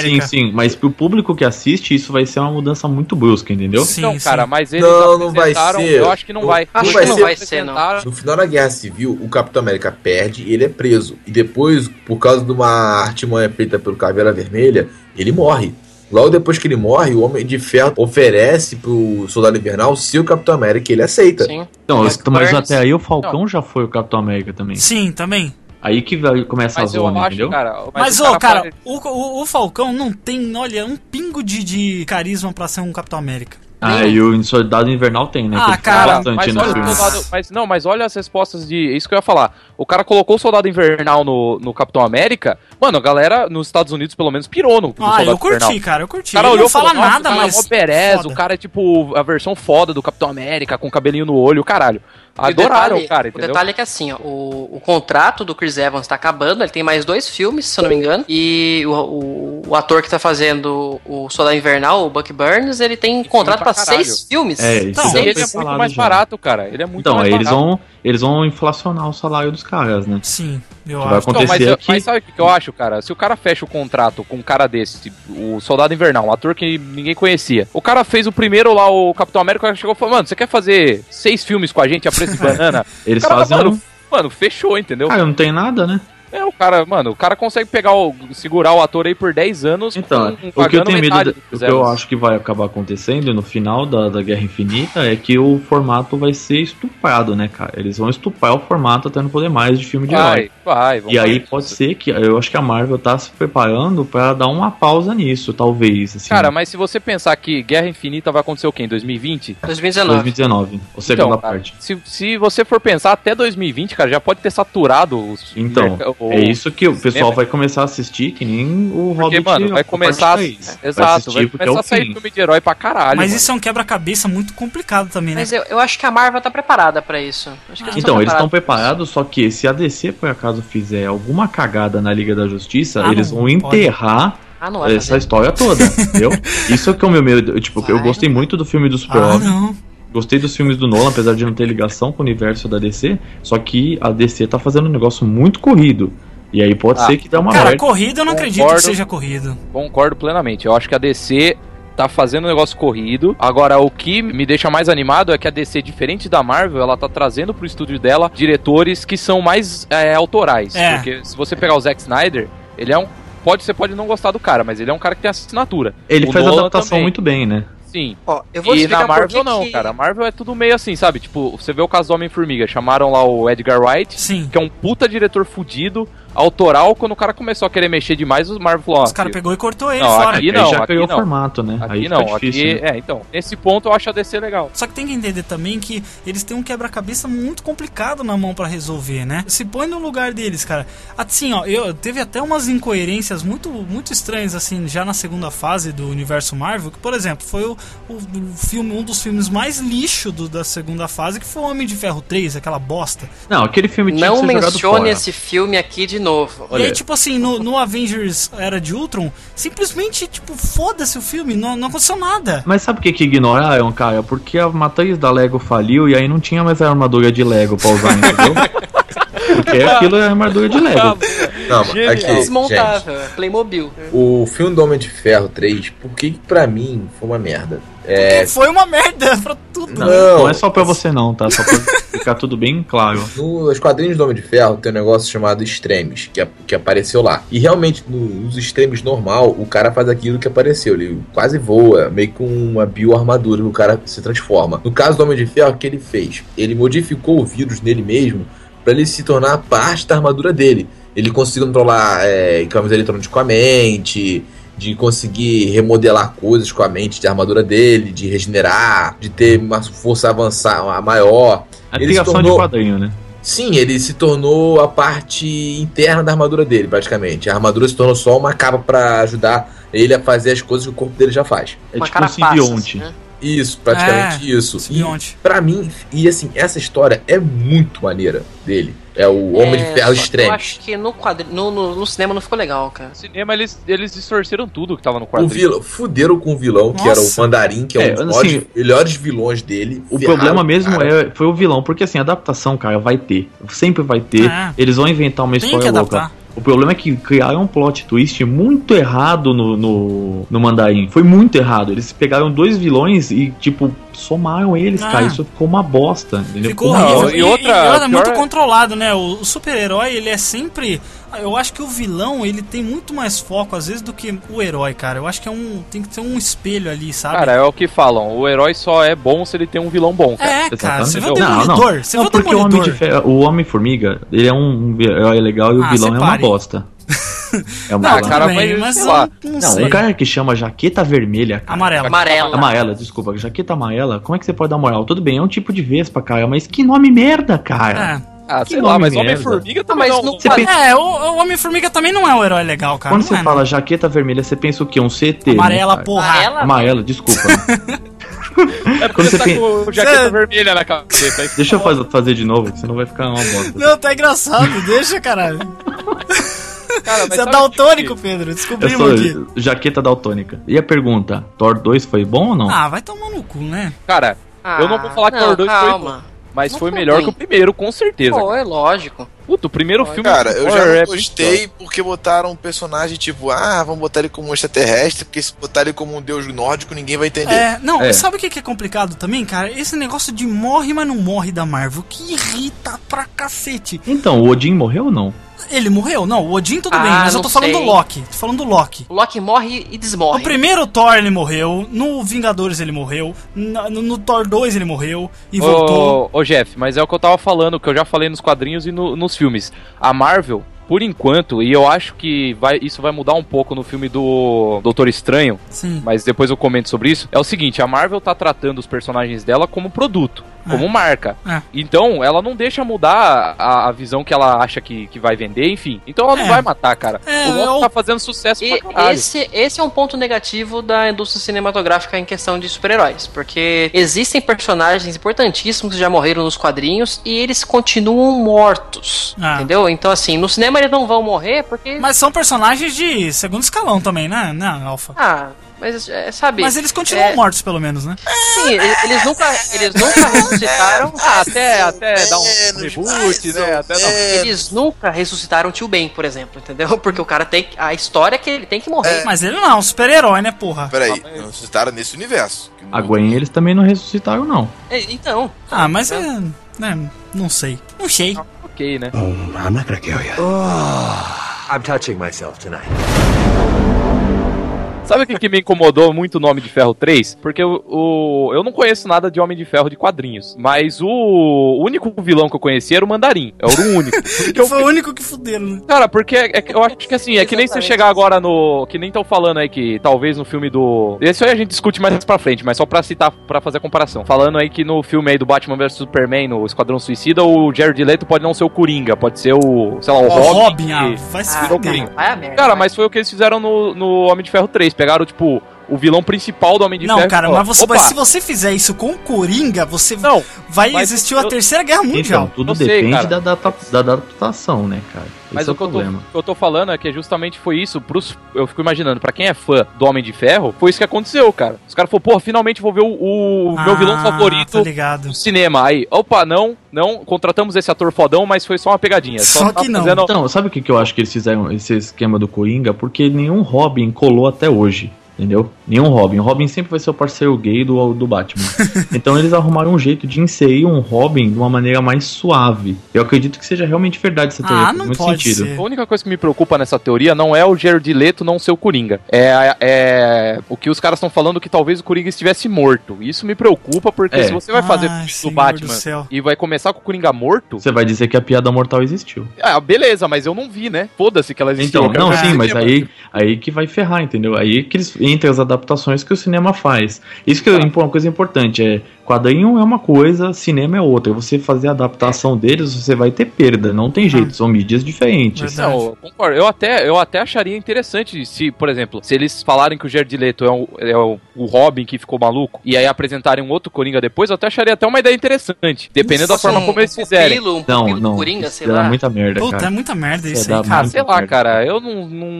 J: Sim, sim, mas pro público que assiste, isso vai ser uma mudança muito brusca, entendeu?
E: Então, cara, mas eles
F: Não, não vai
E: apresentaram.
F: ser.
E: Eu acho que não
F: Não-
E: vai.
F: não
E: Acho
F: vai
E: que não
F: ser.
E: vai ser, tá? não.
F: No final da Guerra Civil, o Capitão América perde e ele é preso. E depois, por causa de uma artimanha feita pelo Caveira Vermelha, ele morre. Logo depois que ele morre, o Homem de Ferro oferece pro Soldado Invernal seu Capitão América e ele aceita.
E: Sim.
J: Então, os- mas até aí o Falcão já foi o Capitão América também.
B: Sim, também.
J: Aí que vai, começa
E: Mas
J: a
E: eu
J: zona,
E: acho,
J: entendeu?
E: cara.
B: Mas,
E: o
B: ô,
E: cara
B: cara, o, o, o Falcão não tem, olha, um pingo de, de carisma pra ser um Capitão América.
J: Ah, e o Soldado Invernal tem, né?
B: Ah,
J: que ele fala
B: cara,
J: bastante
E: um- Mas
J: no
E: olha,
J: filme.
E: o soldado, mas não, mas olha as respostas de. Isso que eu ia falar. O cara colocou o soldado invernal no, no Capitão América. Mano, a galera nos Estados Unidos, pelo menos, pirou no, no
B: Ah,
E: soldado
B: eu curti,
E: invernal.
B: cara, eu curti.
E: O cara
B: Ele
E: olhou
B: não
E: e falou,
B: fala
E: "Nossa,
B: nada,
E: o cara
B: mas
E: É mó Perez,
B: foda."
E: o cara é tipo a versão foda do Capitão América, com cabelinho no olho, caralho. Adoraram,
M: o detalhe,
E: cara,
M: O
E: entendeu?
M: detalhe é que assim, ó, o, o contrato do Chris Evans tá acabando, ele tem mais dois filmes, se eu não me engano, e o, o- o ator que tá fazendo o Soldado Invernal, o Buck Burns, ele tem um contrato pra,
E: pra caralho.
M: seis filmes. Então,
J: É, isso já foi
M: seis
J: falado
M: filmes.
E: mais
J: já.
E: barato, cara. Ele é muito
J: Então,
E: mais
J: aí eles
E: barato.
J: vão, eles vão inflacionar o salário dos caras,
E: é
J: né?
B: Sim, eu
J: que vai
E: Então, mas,
J: acontecer
E: eu-
J: aqui.
E: mas sabe o que que eu acho, cara? Se o cara fecha o contrato com um cara desse, tipo, o Soldado Invernal, um ator que ninguém conhecia. O cara fez o primeiro lá, o Capitão América, o cara chegou e falou, mano, você quer fazer seis filmes com a gente a preço de banana?
J: Eles
E: O cara, tá
J: fazem
E: Mano,
J: um-
E: mano, fechou, entendeu?
J: Cara, não tem nada, né?
E: É, o cara, mano, o cara consegue pegar o. segurar o ator aí por 10 anos.
J: Então, o
E: com-
J: que eu
E: um pagando
J: tenho medo,
E: metade
J: da-
E: do
J: o que
E: fizeram.
J: eu acho que vai acabar acontecendo no final da, da Guerra Infinita é que o formato vai ser estuprado, né, cara? Eles vão estuprar o formato até não poder mais de filme de
E: Vai,
J: herói.
E: vai, vamos
J: é E aí
E: fazer
J: pode ser que eu acho que a Marvel tá se preparando pra dar uma pausa nisso, talvez. Assim,
E: Cara, mas se você pensar que Guerra Infinita vai acontecer o quê? Em 2020?
M: 2019.
J: 2019, ou segunda
E: Então, cara,
J: parte.
E: Se, se você for pensar até 2020, cara, já pode ter saturado os.
J: Então,
E: merca- o-
J: é isso que o pessoal
E: cinema.
J: vai começar a assistir, que nem o
E: Porque,
J: Hobbit.
E: mano, vai
J: a parte
E: começar.
J: três.
E: a- Exato,
J: assistir
E: vai
J: porque é o
E: começar a sair
J: fim.
E: filme de herói pra caralho.
B: Mas
E: mano.
B: isso é um quebra-cabeça muito complicado também, né?
M: Mas eu, eu acho que a Marvel tá preparada pra isso. Acho que
J: Então, eles estão
M: preparados.
J: preparados, só que se a DC por acaso fizer alguma cagada na Liga da Justiça,
M: Ah,
J: eles
M: não,
J: vão
M: pode.
J: enterrar
M: Ah, não vai
J: essa
M: fazer.
J: história toda, entendeu? Isso é que é o meu medo. eu, Tipo, eu gostei muito do
M: Ah,
J: filme do
B: Ah,
J: Super-Homem. Gostei dos filmes do Nolan, apesar de não ter ligação com o universo da DC, só que a DC tá fazendo um negócio muito corrido. E aí pode
E: Ah,
J: ser que dê uma
B: Cara,
J: merda.
B: corrida eu não acredito que
E: Concordo.
B: seja corrida.
E: Concordo plenamente. Eu acho que a DC tá fazendo um negócio corrido. Agora, o que me deixa mais animado é que a DC, diferente da Marvel, ela tá trazendo pro estúdio dela diretores que são mais é, autorais.
B: É.
E: Porque se você pegar o Zack Snyder, ele é um. Pode, você pode não gostar do cara, mas ele é um cara que tem assinatura.
J: Ele
E: O
J: faz a
E: Nolan
J: adaptação
E: também.
J: muito bem, né?
I: Sim.
E: Ó, eu vou
I: e
E: explicar
I: na
E: por
I: Marvel
E: que
I: não,
E: que-
I: cara. A Marvel é tudo meio assim, sabe? Tipo, você vê o caso do Homem-Formiga, chamaram lá o Edgar Wright, que é um puta diretor fudido, autoral, quando o cara começou a querer mexer demais, os Marvel falou, ó,
B: Os caras pegou e cortou ele
I: Não,
B: fora.
I: aqui não,
J: já
I: aqui
J: ganhou
I: não.
J: o formato, né?
I: Aqui
J: Aí fica
I: não,
J: difícil,
I: aqui-
J: né?
I: é, então, nesse ponto eu acho a DC legal.
B: Só que tem que entender também que eles têm um quebra-cabeça muito complicado na mão pra resolver, né? Se põe no lugar deles, cara. Assim, ó, eu teve até umas incoerências muito muito estranhas assim já na segunda fase do universo Marvel, que por exemplo, foi o, o- o filme um dos filmes mais lixo do- da segunda fase, que foi o Homem de Ferro 3, aquela bosta.
J: Não, aquele filme tinha
E: Não
J: que ser jogado
E: mencione
J: fora.
E: esse filme aqui de novo.
B: E aí, tipo assim, no, no Avengers Era de Ultron, simplesmente, tipo, foda-se o filme, não, não aconteceu nada.
J: Mas sabe o que, que ignoraram, cara? Porque a matriz da Lego faliu e aí não tinha mais a armadura de Lego pra usar, entendeu? Porque aquilo é armadura de Lego.
F: Não, mas
E: Genial.
F: aqui,
E: Desmontável, é Playmobil.
F: O filme do Homem de Ferro 3, por que que pra mim foi uma merda? É,
B: Porque Foi uma merda pra tudo.
J: Não,
F: Não.
J: não é só pra você não, tá? Só pra ficar tudo bem claro.
F: Nos quadrinhos do Homem de Ferro tem um negócio chamado extremes, que, a- que apareceu lá. E realmente, no- nos extremes normal, o cara faz aquilo que apareceu. Ele quase voa, meio com uma bioarmadura, o cara se transforma. No caso do Homem de Ferro, o que ele fez? Ele modificou o vírus nele mesmo pra ele se tornar parte da armadura dele. Ele conseguiu controlar é, câmbios eletrônicos com a mente, de conseguir remodelar coisas com a mente de armadura dele, de regenerar, de ter uma força avançada maior.
J: É
F: Ele se
J: criação
F: tornou-
J: de quadrinho, né?
F: Sim, ele se tornou a parte interna da armadura dele, praticamente. A armadura se tornou só uma capa pra ajudar ele a fazer as coisas que o corpo dele já faz.
J: É Uma tipo um carapaça, simbionte. assim, né?
F: Isso, praticamente
J: É,
F: isso.
J: simbionte.
F: E, pra mim, e assim, essa história é muito maneira dele. É o Homem
E: É,
F: de Ferro
E: só que Eu
F: Extremo.
E: acho que no, quadri... no, no- no cinema não ficou legal, cara.
I: Cinema eles, eles distorceram tudo que tava no
F: O
I: quadrinho.
F: vilão, fuderam com o vilão, que era o
I: Nossa.
F: Mandarim, que é,
I: É,
F: um dos
J: assim,
F: maiores- melhores vilões dele.
J: O
F: Ferraram
J: problema
F: o
J: mesmo
F: Ah, cara.
J: é, foi o vilão, porque assim, a adaptação, cara, vai ter. Sempre vai ter.
F: Ah.
J: Eles vão inventar uma
F: Tem
J: história
F: que
J: louca.
F: adaptar.
J: O problema é que criaram um plot twist muito errado no, no, no Mandarim. Foi muito errado. Eles pegaram dois vilões e, tipo, somaram eles,
B: Ah.
J: cara. Isso ficou uma bosta. entendeu?
B: Ficou
J: uma
B: horrível.
J: bosta.
B: é muito controlado, né? O, o super-herói, ele é sempre. Eu acho que o vilão, ele tem muito mais foco, às vezes, do que o herói, cara. Eu acho que é um. Tem que ter um espelho ali, sabe?
I: Cara, é o que falam, o herói só é bom se ele tem um vilão bom, cara.
B: É, cara, você
I: viu
B: vê o Demolidor, você um vê o
J: porque o Homem de
B: Demolidor.
J: Ferro, o Homem Formiga, ele é um herói legal e o
B: Ah,
J: vilão é uma
B: separe.
J: bosta. É
B: Não,
J: bosta.
B: tudo Cara, bem, mas mas sei eu lá. não- não
J: Não,
B: sei.
J: um cara que chama jaqueta vermelha, cara.
E: Tá
B: Amarela.
E: Amarela.
J: Amarela, desculpa, jaqueta amarela. Como é que você pode dar moral? Tudo bem, é um tipo de vespa, cara, mas que nome merda, cara.
I: Ah,
J: sei lá, mas Homem-Formiga
I: também
E: mas
I: não.
E: no
J: Você pensa-
B: É, o, o Homem-Formiga também não é um herói legal,
I: Tá
B: cara.
J: Quando
B: não
J: você
B: é,
I: né?
J: fala jaqueta vermelha, você pensa o quê? Um CT.
B: Amarela,
J: né, cara?
B: porra.
E: Ah,
B: Amarela?
J: Amarela, desculpa. né?
I: É porque
J: Quando
I: você
J: você
I: tá
J: tem-
I: com jaqueta vermelha na cabeça. aí
J: Deixa eu faz- fazer de novo, que senão vai ficar uma bosta.
B: Não, tá engraçado, deixa, caralho. você é daltônico, Pedro,
J: Eu
B: descobrimos
J: sou
B: aqui.
J: jaqueta daltônica. E a pergunta, Thor 2 foi bom ou não?
B: Ah, vai tomar no cu, né?
I: Cara, eu não vou falar que
E: Ah, não,
I: Thor 2 foi
E: calma.
I: bom, mas
E: Não
I: foi
E: foi
I: melhor
E: ruim.
I: que o primeiro, com certeza.
E: Pô, é lógico.
I: Puta, o primeiro filme
N: Cara,
I: do
N: eu
I: Thor
N: já
I: é
N: não
I: bem
N: gostei porque botaram um personagem tipo, ah, vamos botar ele como um extraterrestre, porque se botar ele como um deus nórdico, ninguém vai entender.
B: É, não, sabe o que que é complicado também, cara? Esse negócio de morre, mas não morre da Marvel, que irrita pra cacete.
J: Então, o Odin morreu ou não?
B: Ele morreu? Não, o Odin tudo
E: Ah,
B: bem, mas eu
E: não
B: tô falando
E: sei.
B: do Loki. Tô falando do Loki.
E: O Loki morre e desmorre.
B: No primeiro Thor ele morreu, no Vingadores ele morreu, na- no, no Thor 2 ele morreu e voltou.
I: Ô, ô, Jeff, mas é o que eu tava falando, que eu já falei nos quadrinhos e no- nos filmes. A Marvel, por enquanto, e eu acho que vai- isso vai mudar um pouco no filme do Doutor Estranho,
B: Sim.
I: mas depois eu comento sobre isso, é o seguinte, a Marvel tá tratando os personagens dela como produto, como marca.
B: É.
I: Então, ela não deixa mudar a, a visão que ela acha que, que vai vender, enfim. Então ela não
E: É.
I: vai matar, cara.
E: É,
I: o Loki tá fazendo sucesso
E: E
I: pra caralho.
E: esse, esse é um ponto negativo da indústria cinematográfica em questão de super-heróis, porque existem personagens importantíssimos que já morreram nos quadrinhos e eles continuam mortos, entendeu? Então, assim, no cinema eles não vão morrer porque...
B: Ah. Mas são personagens de segundo escalão também, né, né Alpha?
E: Ah, mas, é, sabe...
B: Mas eles continuam
E: é,
B: mortos, pelo menos, né?
E: Sim, e- eles nunca, eles nunca ressuscitaram... Ah, até, até dar um
I: reboot, né? Até dar um-
E: Eles nunca ressuscitaram o Tio Ben, por exemplo, entendeu? Porque o cara tem... que- A história é que ele tem que morrer.
B: Mas ele não é um super-herói, né, porra?
N: Peraí, não ressuscitaram nesse universo.
J: A Gwen eles também não ressuscitaram, não.
E: É, Então.
B: Ah, mas é. né, não sei. Não sei.
I: Ok, né?
O: I'm not gonna kill you. I'm touching myself tonight.
F: Sabe o que, que me incomodou muito no Homem de Ferro 3? Porque o, o- eu não conheço nada de Homem de Ferro de quadrinhos. Mas o único vilão que eu conhecia era o Mandarim. Era o único. Porque eu-
B: Foi o único que fuderam, né?
F: Cara, porque é- é que eu acho que assim, é que nem se eu chegar agora no. Que nem estão falando aí que talvez no filme do. Esse aí a gente discute mais pra frente, mas só pra citar, pra fazer a comparação. Falando aí que no filme aí do Batman vs Superman, no Esquadrão Suicida, o Jared Leto pode não ser o Coringa, pode ser o. sei lá, o,
B: Ó,
F: Robin.
B: Robin, ah,
F: que-
B: vai se
F: que virou
B: fuder.
F: Coringa. Cara, mas foi o que eles fizeram no, no Homem de Ferro 3. Pegaram, tipo, o vilão principal do Homem de Ferro.
B: Não,
F: e
B: cara,
F: falaram,
B: mas, você,
F: é "Opa,
B: mas se você fizer isso com o Coringa, você vai
F: mas
B: existir a
F: eu-
B: Terceira Guerra Mundial.
J: Então, tudo
F: Eu sei,
J: depende
F: cara.
J: da, data- da, adaptação, né, cara?
F: Mas
B: um
J: Esse é
F: o
J: o
F: que, eu tô,
J: problema.
F: o que eu tô falando é que justamente foi isso. Pros, eu fico imaginando, pra quem é fã do Homem de Ferro, foi isso que aconteceu, cara. Os caras falaram, pô, finalmente vou ver o, o meu
B: Ah,
F: vilão
B: tá
F: favorito
B: ligado.
F: no cinema. Aí, opa, não, não, contratamos esse ator fodão, mas foi só uma pegadinha. tá fazendo-
J: Então, sabe o que, que eu acho que eles fizeram esse esquema do Coringa? Porque nenhum Robin colou até hoje. Entendeu? Nenhum Robin. O Robin sempre vai ser o parceiro gay do, do Batman. então eles arrumaram um jeito de inserir um Robin de uma maneira mais suave. Eu acredito que seja realmente verdade essa teoria. faz muito sentido.
F: A única coisa que me preocupa nessa teoria não é o Jared Leto não ser o Coringa. É, a- é o que os caras estão falando que talvez o Coringa estivesse morto. Isso me preocupa, porque
J: É.
F: se você vai fazer
J: Ai,
F: filme do
J: Senhor
F: Batman
J: do céu.
F: e vai começar com o Coringa morto,
J: Você vai dizer que a piada mortal existiu.
F: Ah, beleza, mas eu não vi, né? Foda-se que ela existiu.
J: Então,
F: eu quero
J: não,
F: ver
J: sim,
F: no
J: mas
F: cinema.
J: aí, aí que vai ferrar, entendeu? Aí que eles, entre as adaptações que o cinema faz. Isso que
F: Tá.
J: é uma coisa importante, é quadrinho é uma coisa, cinema é outra. Você fazer a adaptação deles, você vai ter perda, não tem
B: Ah.
J: jeito, são mídias diferentes.
F: Não, eu concordo. Eu até, eu até acharia interessante se, por exemplo, se eles falarem que o Jared Leto é, o, é o, o Robin que ficou maluco e aí apresentarem um outro Coringa depois, eu até acharia até uma ideia interessante, dependendo da
E: Nossa,
F: forma
E: um-
F: como eles
E: um
F: fizerem.
E: pupilo, um
J: Não, pupilo do não, Coringa, isso sei dá lá. muita merda,
B: Puta,
J: cara.
B: é muita merda
J: Isso
B: isso
J: dá
B: aí,
F: Ah,
B: cara.
F: sei lá, cara, eu não, não,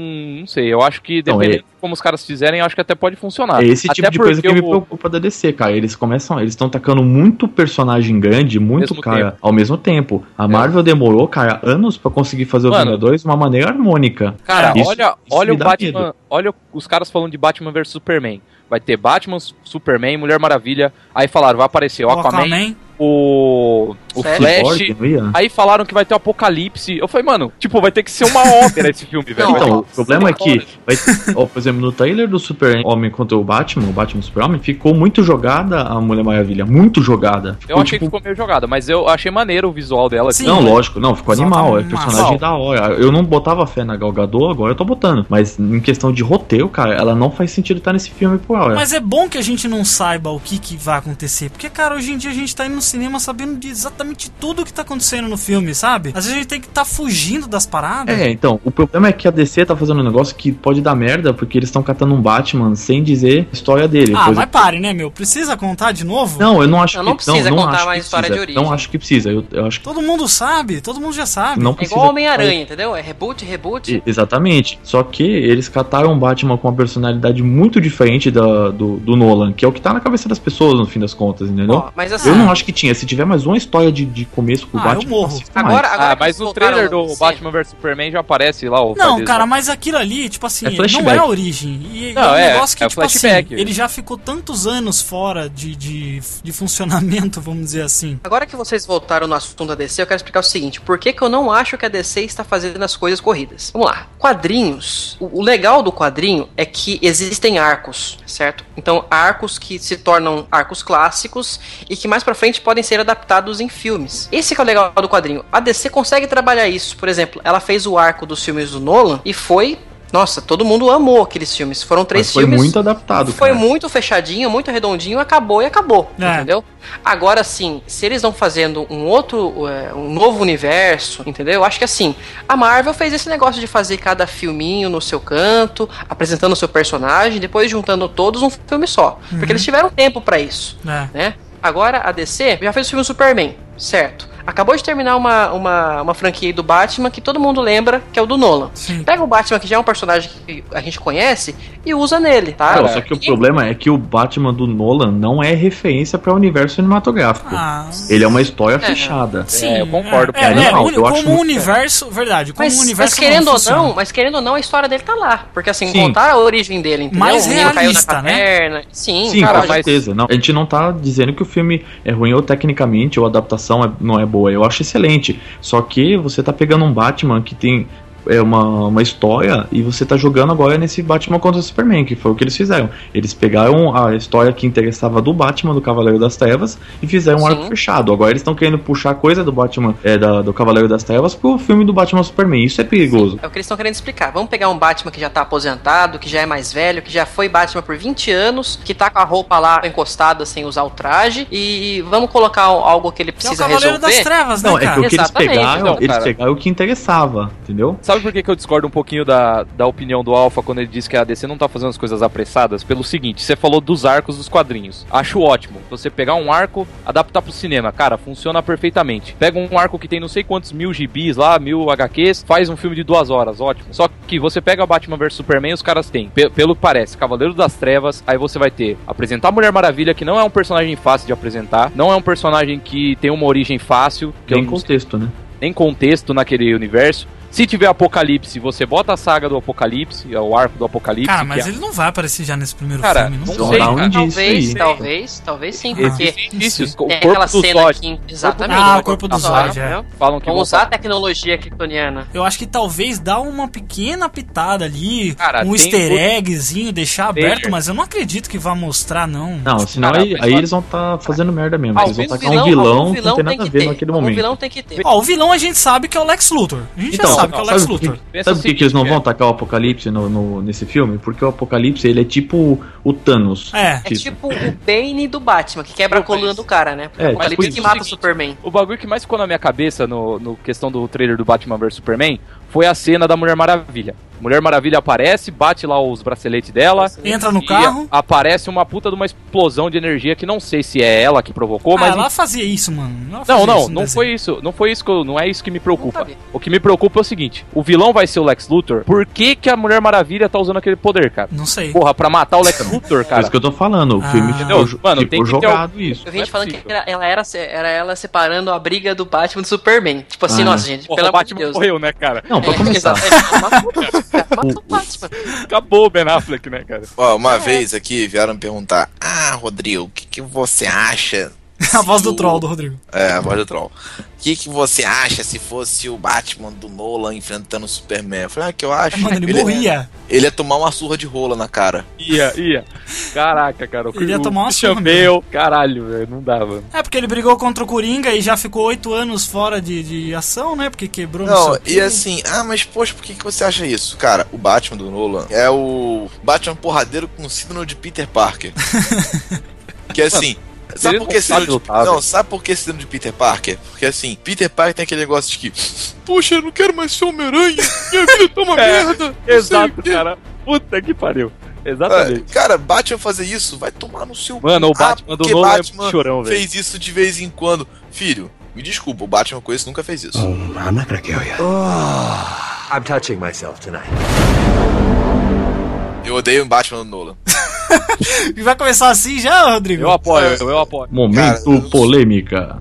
F: não sei. Eu acho que
J: Então, é-
F: dependendo de como os caras fizerem, eu acho que até pode funcionar.
J: É esse tipo
F: Ah, Até
J: de coisa que
F: porque
J: me
F: o-
J: preocupa da DC, cara. Eles começam, eles estão tacando muito personagem grande, muito
F: Mesmo
J: cara,
F: tempo. É.
J: ao mesmo tempo. A Marvel demorou, cara, anos pra conseguir fazer o
F: Mano.
J: Vingadores de uma maneira harmônica.
F: Cara,
J: Isso-
F: olha,
J: isso
F: olha
J: me
F: o
J: dá
F: Batman.
J: medo.
F: Olha os caras falando de Batman versus Superman. Vai ter Batman, Superman, Mulher Maravilha. Aí falaram, vai aparecer o
B: O
F: Aquaman,
B: Aquaman.
F: o. O
B: Flash.
F: Flash.
J: Cyborg, não ia?
F: Aí falaram que vai ter o Apocalipse. Eu falei, mano, tipo, vai ter que ser uma ópera esse filme, velho.
J: então, o problema é que, vai- ó, por exemplo, no trailer do Super-Homem contra o Batman, o Batman Super-Homem, ficou muito jogada a Mulher Maravilha, muito jogada. tipo,
F: Eu achei que ficou meio jogada, mas eu achei maneiro o visual dela. assim.
J: não, lógico, não, ficou animal, é personagem
F: Animal.
J: da hora. Eu não botava fé na Gal Gadot, agora eu tô botando. Mas em questão de roteiro, cara, ela não faz sentido estar nesse filme por hora.
B: Mas é bom que a gente não saiba o que, que vai acontecer. Porque, cara, hoje em dia a gente tá indo no cinema sabendo de exatamente tudo o que tá acontecendo no filme, sabe? Às vezes a gente tem que tá fugindo das paradas.
J: É, então, o problema é que a DC tá fazendo um negócio que pode dar merda, porque eles estão catando um Batman sem dizer a história dele.
B: ah,
J: coisa
B: mas pare, né, meu? Precisa contar de novo?
J: Não, eu não acho que
B: não
J: não, não acho
B: mais
J: que precisa. Não acho que precisa. Eu, eu acho que
B: Todo mundo sabe, todo mundo já sabe.
J: Não É precisa- igual Homem-Aranha,
B: entendeu? É reboot, reboot.
J: E- Exatamente. Só que eles cataram o Batman com uma personalidade muito diferente da, do, do Nolan, que é o que tá na cabeça das pessoas, no fim das contas, entendeu?
F: mas assim-
J: eu não acho que tinha. Se tiver mais uma história de, de começo com o Batman, assisto mais.
F: ah, mas no trailer do Batman vs Superman já aparece lá o.
B: Não,
F: Fazer-
B: cara, mas aquilo ali, tipo assim,
F: É
B: não é
F: flashback.
B: a origem. E
F: Não,
B: é um
F: é,
B: negócio que,
F: é
B: tipo assim,
F: flashback.
B: ele já ficou tantos anos fora de, de, de funcionamento, vamos dizer assim.
E: Agora que vocês voltaram no assunto da DC, eu quero explicar o seguinte: por que, que eu não acho que a DC está fazendo as coisas corridas? Vamos lá. Quadrinhos. O o legal do quadrinho é que existem arcos, certo? Então, arcos que se tornam arcos clássicos e que mais pra frente podem ser adaptados em filmes. Esse que é o legal do quadrinho. A DC consegue trabalhar isso. Por exemplo, ela fez o arco dos filmes do Nolan e foi. Nossa, todo mundo amou aqueles filmes. Foram três
J: Mas foi
E: filmes.
J: muito adaptado,
E: Foi
J: cara.
E: muito fechadinho, muito redondinho, acabou e acabou,
J: É.
E: entendeu? Agora sim, se eles estão fazendo um outro, é, um novo universo, entendeu? Eu acho que assim, a Marvel fez esse negócio de fazer cada filminho no seu canto, apresentando o seu personagem, depois juntando todos um filme só, porque eles tiveram tempo pra isso,
B: É.
E: né? Agora a DC já fez o filme Superman, certo? Acabou de terminar uma, uma, uma franquia aí do Batman que todo mundo lembra, que é o do Nolan. Pega o Batman, que já é um personagem que a gente conhece, e usa nele, tá?
J: Cara, só que o problema é que o Batman do Nolan não é referência para o universo cinematográfico.
B: Ah.
J: Ele é uma história fechada.
B: Sim,
J: É,
B: É, é,
J: animal,
B: uni-
J: eu acho
B: como o
J: muito-
B: universo, verdade, como
E: Mas,
B: o
E: mas
B: um universo
E: querendo ou
B: funciona.
E: não, mas querendo ou não, a história dele tá lá. Porque assim,
J: Sim.
E: contar a origem dele, entendeu?
B: Mais
E: o menino caiu na
B: realista, né?
E: caverna. Sim,
J: Sim,
E: cara,
J: com
E: mas-
J: certeza. Não, a gente não tá dizendo que o filme é ruim ou tecnicamente ou a adaptação é- não é boa. Eu acho excelente. Só que você tá pegando um Batman que tem é uma, uma história e você tá jogando agora nesse Batman contra o Superman, que foi o que eles fizeram. Eles pegaram a história que interessava do Batman, do Cavaleiro das Trevas, e fizeram um arco fechado. Agora eles estão querendo puxar coisa do Batman, é, da- do Cavaleiro das Trevas, pro filme do Batman Superman. Isso é perigoso.
E: É o que eles estão querendo explicar. Vamos pegar um Batman que já tá aposentado, que já é mais velho, que já foi Batman por 20 anos, que tá com a roupa lá encostada sem usar o traje, e vamos colocar algo que ele precisa
B: Cavaleiro
E: resolver.
B: das Trevas,
J: Não, é que o que eles
E: Exatamente, então,
J: pegaram,
E: não,
J: eles
F: cara.
J: pegaram o que interessava, entendeu?
F: Sabe por que, que eu discordo um pouquinho da, da opinião do Alpha quando ele diz que a DC não tá fazendo as coisas apressadas? Pelo seguinte, você falou dos arcos dos quadrinhos. Acho ótimo. Você pegar um arco, adaptar pro cinema, cara, funciona perfeitamente. Pega um arco que tem não sei quantos mil gibis lá, mil HQs, faz um filme de duas horas, ótimo. Só que você pega Batman vs Superman, os caras têm, pe- pelo que parece, Cavaleiro das Trevas, aí você vai ter apresentar a Mulher Maravilha, que não é um personagem fácil de apresentar, não é um personagem que tem uma origem fácil. Que
J: Tem
F: eu não sei-
J: contexto, né?
F: nem contexto naquele universo. Se tiver apocalipse, você bota a saga do apocalipse, é o arco do apocalipse.
B: Cara,
F: que
B: mas
F: é-
B: ele não vai aparecer já nesse primeiro
F: Cara,
B: filme.
F: não sei, Dá um cara. indício
E: Talvez,
F: aí.
E: talvez, talvez sim,
F: Existem
E: porque
F: indícios, o
E: tem
F: corpo
E: Ah. aquela
F: do
E: cena
F: Zod.
E: aqui,
F: Corpo do
E: exatamente.
F: Zod. Ah, o corpo do Zod, é.
E: entendeu?
F: Falam que
E: Vamos
F: vão
E: usar a tecnologia kryptoniana.
B: Eu acho que talvez dá uma pequena pitada ali,
F: Ah,
E: Cara,
B: um
E: tem
B: easter
E: o-
B: eggzinho, deixar
F: Trailer.
B: aberto, mas eu não acredito que vá mostrar, não.
J: Não, senão
B: Cara,
J: aí,
B: mas
J: aí
B: só-
J: eles vão estar fazendo merda mesmo.
B: Ah,
J: Eles vão
B: algum
J: tacar um
B: vilão-
J: vilão
B: algum
J: que não
B: vilão
J: tem
B: tem
J: nada a
B: que
J: ver
B: ter.
J: naquele
B: Algum
J: momento. Então,
B: vilão
E: Um tem que ter.
B: Ó, o vilão a gente sabe que é o Lex Luthor. A gente já sabe que é o Lex
J: sabe
B: Luthor.
J: por que, sabe por que que eles não vão tacar o é. Apocalipse no, no- nesse filme? Porque o Apocalipse ele é tipo o Thanos.
E: É,
J: Isso.
E: tipo o Bane do Batman, que quebra a coluna do cara, né?
J: É,
E: o Apocalipse
F: tipo
E: que
F: isso.
E: mata o Superman.
F: O bagulho que mais ficou na minha cabeça no, no questão do trailer do Batman vs Superman foi a cena da Mulher Maravilha. Mulher Maravilha aparece, bate lá os braceletes dela.
B: Entra no
F: e
B: carro.
F: a- aparece uma puta de uma explosão de energia que não sei se é ela que provocou,
B: ah,
F: mas.
B: ela fazia isso, mano. Ela fazia
F: Não,
B: isso
F: não,
B: no
F: não
B: desenho.
F: foi isso. Não foi isso que eu- não é isso que me preocupa. O que me preocupa é o seguinte: o vilão vai ser o Lex Luthor. Por que, que a Mulher Maravilha tá usando aquele poder, cara?
B: Não sei.
F: Porra, pra matar o Lex
J: Por
F: Luthor,
J: É
F: cara.
J: isso que eu tô falando. O filme ficou, jo-
F: Mano,
J: ficou
F: tem que ter
J: jogado
F: algum-
J: isso.
E: Eu vi gente falando que era- ela era, se- era ela separando a briga do Batman do Superman. Tipo assim,
J: Ah.
E: nossa, gente,
F: Porra,
E: pelo
F: o
E: amor de
F: Batman
E: Deus. É,
F: morreu, né, cara?
J: Não, pra começar.
F: Acabou o Ben Affleck, né, cara?
L: Ó, uma vez aqui vieram me perguntar: Ah, Rodrigo, o que, que você acha?
B: A voz do troll do Rodrigo.
L: É, a voz do troll. O que, que você acha se fosse o Batman do Nolan enfrentando o Superman? Eu falei, ah, que eu acho.
B: Mano,
F: É.
B: ele morria.
L: Ele ia tomar uma surra de rola na cara.
F: Ia, ia. Caraca, cara. O
B: Ele ia
F: o
B: tomar uma
F: Christian
B: surra
F: Bale, Caralho, velho. Não dava.
B: É, porque ele brigou contra o Coringa e já ficou oito anos fora de, de ação, né? Porque quebrou
L: Não,
B: sei o quê.
L: e assim, ah, mas poxa, por que, que você acha isso? Cara, o Batman do Nolan é o Batman porradeiro com o síndrome de Peter Parker. que assim. Sabe
F: ele
L: por que
F: não sabe
L: síndrome de...
F: lutar,
L: Não,
F: velho.
L: sabe por que síndrome de Peter Parker? Porque assim, Peter Parker tem aquele negócio de que. Poxa, eu não quero mais ser Homem-Aranha! Minha vida tá uma
F: É,
L: merda!
F: Exato, cara. Puta que pariu. Exatamente.
L: Ah, Cara, Batman fazer isso vai tomar no seu
F: Mano, o
L: cu. Ah,
F: Batman do
L: porque
F: Nolan é
L: Batman
F: chorão, velho.
L: fez isso de vez em quando. Filho, me desculpa, o Batman com isso nunca fez isso.
P: Mama Cracóia.
Q: I'm touching myself tonight.
L: Eu odeio o Batman do Nolan.
B: E vai começar assim já, Rodrigo?
F: Eu apoio, eu, apoio.
J: Momento polêmica.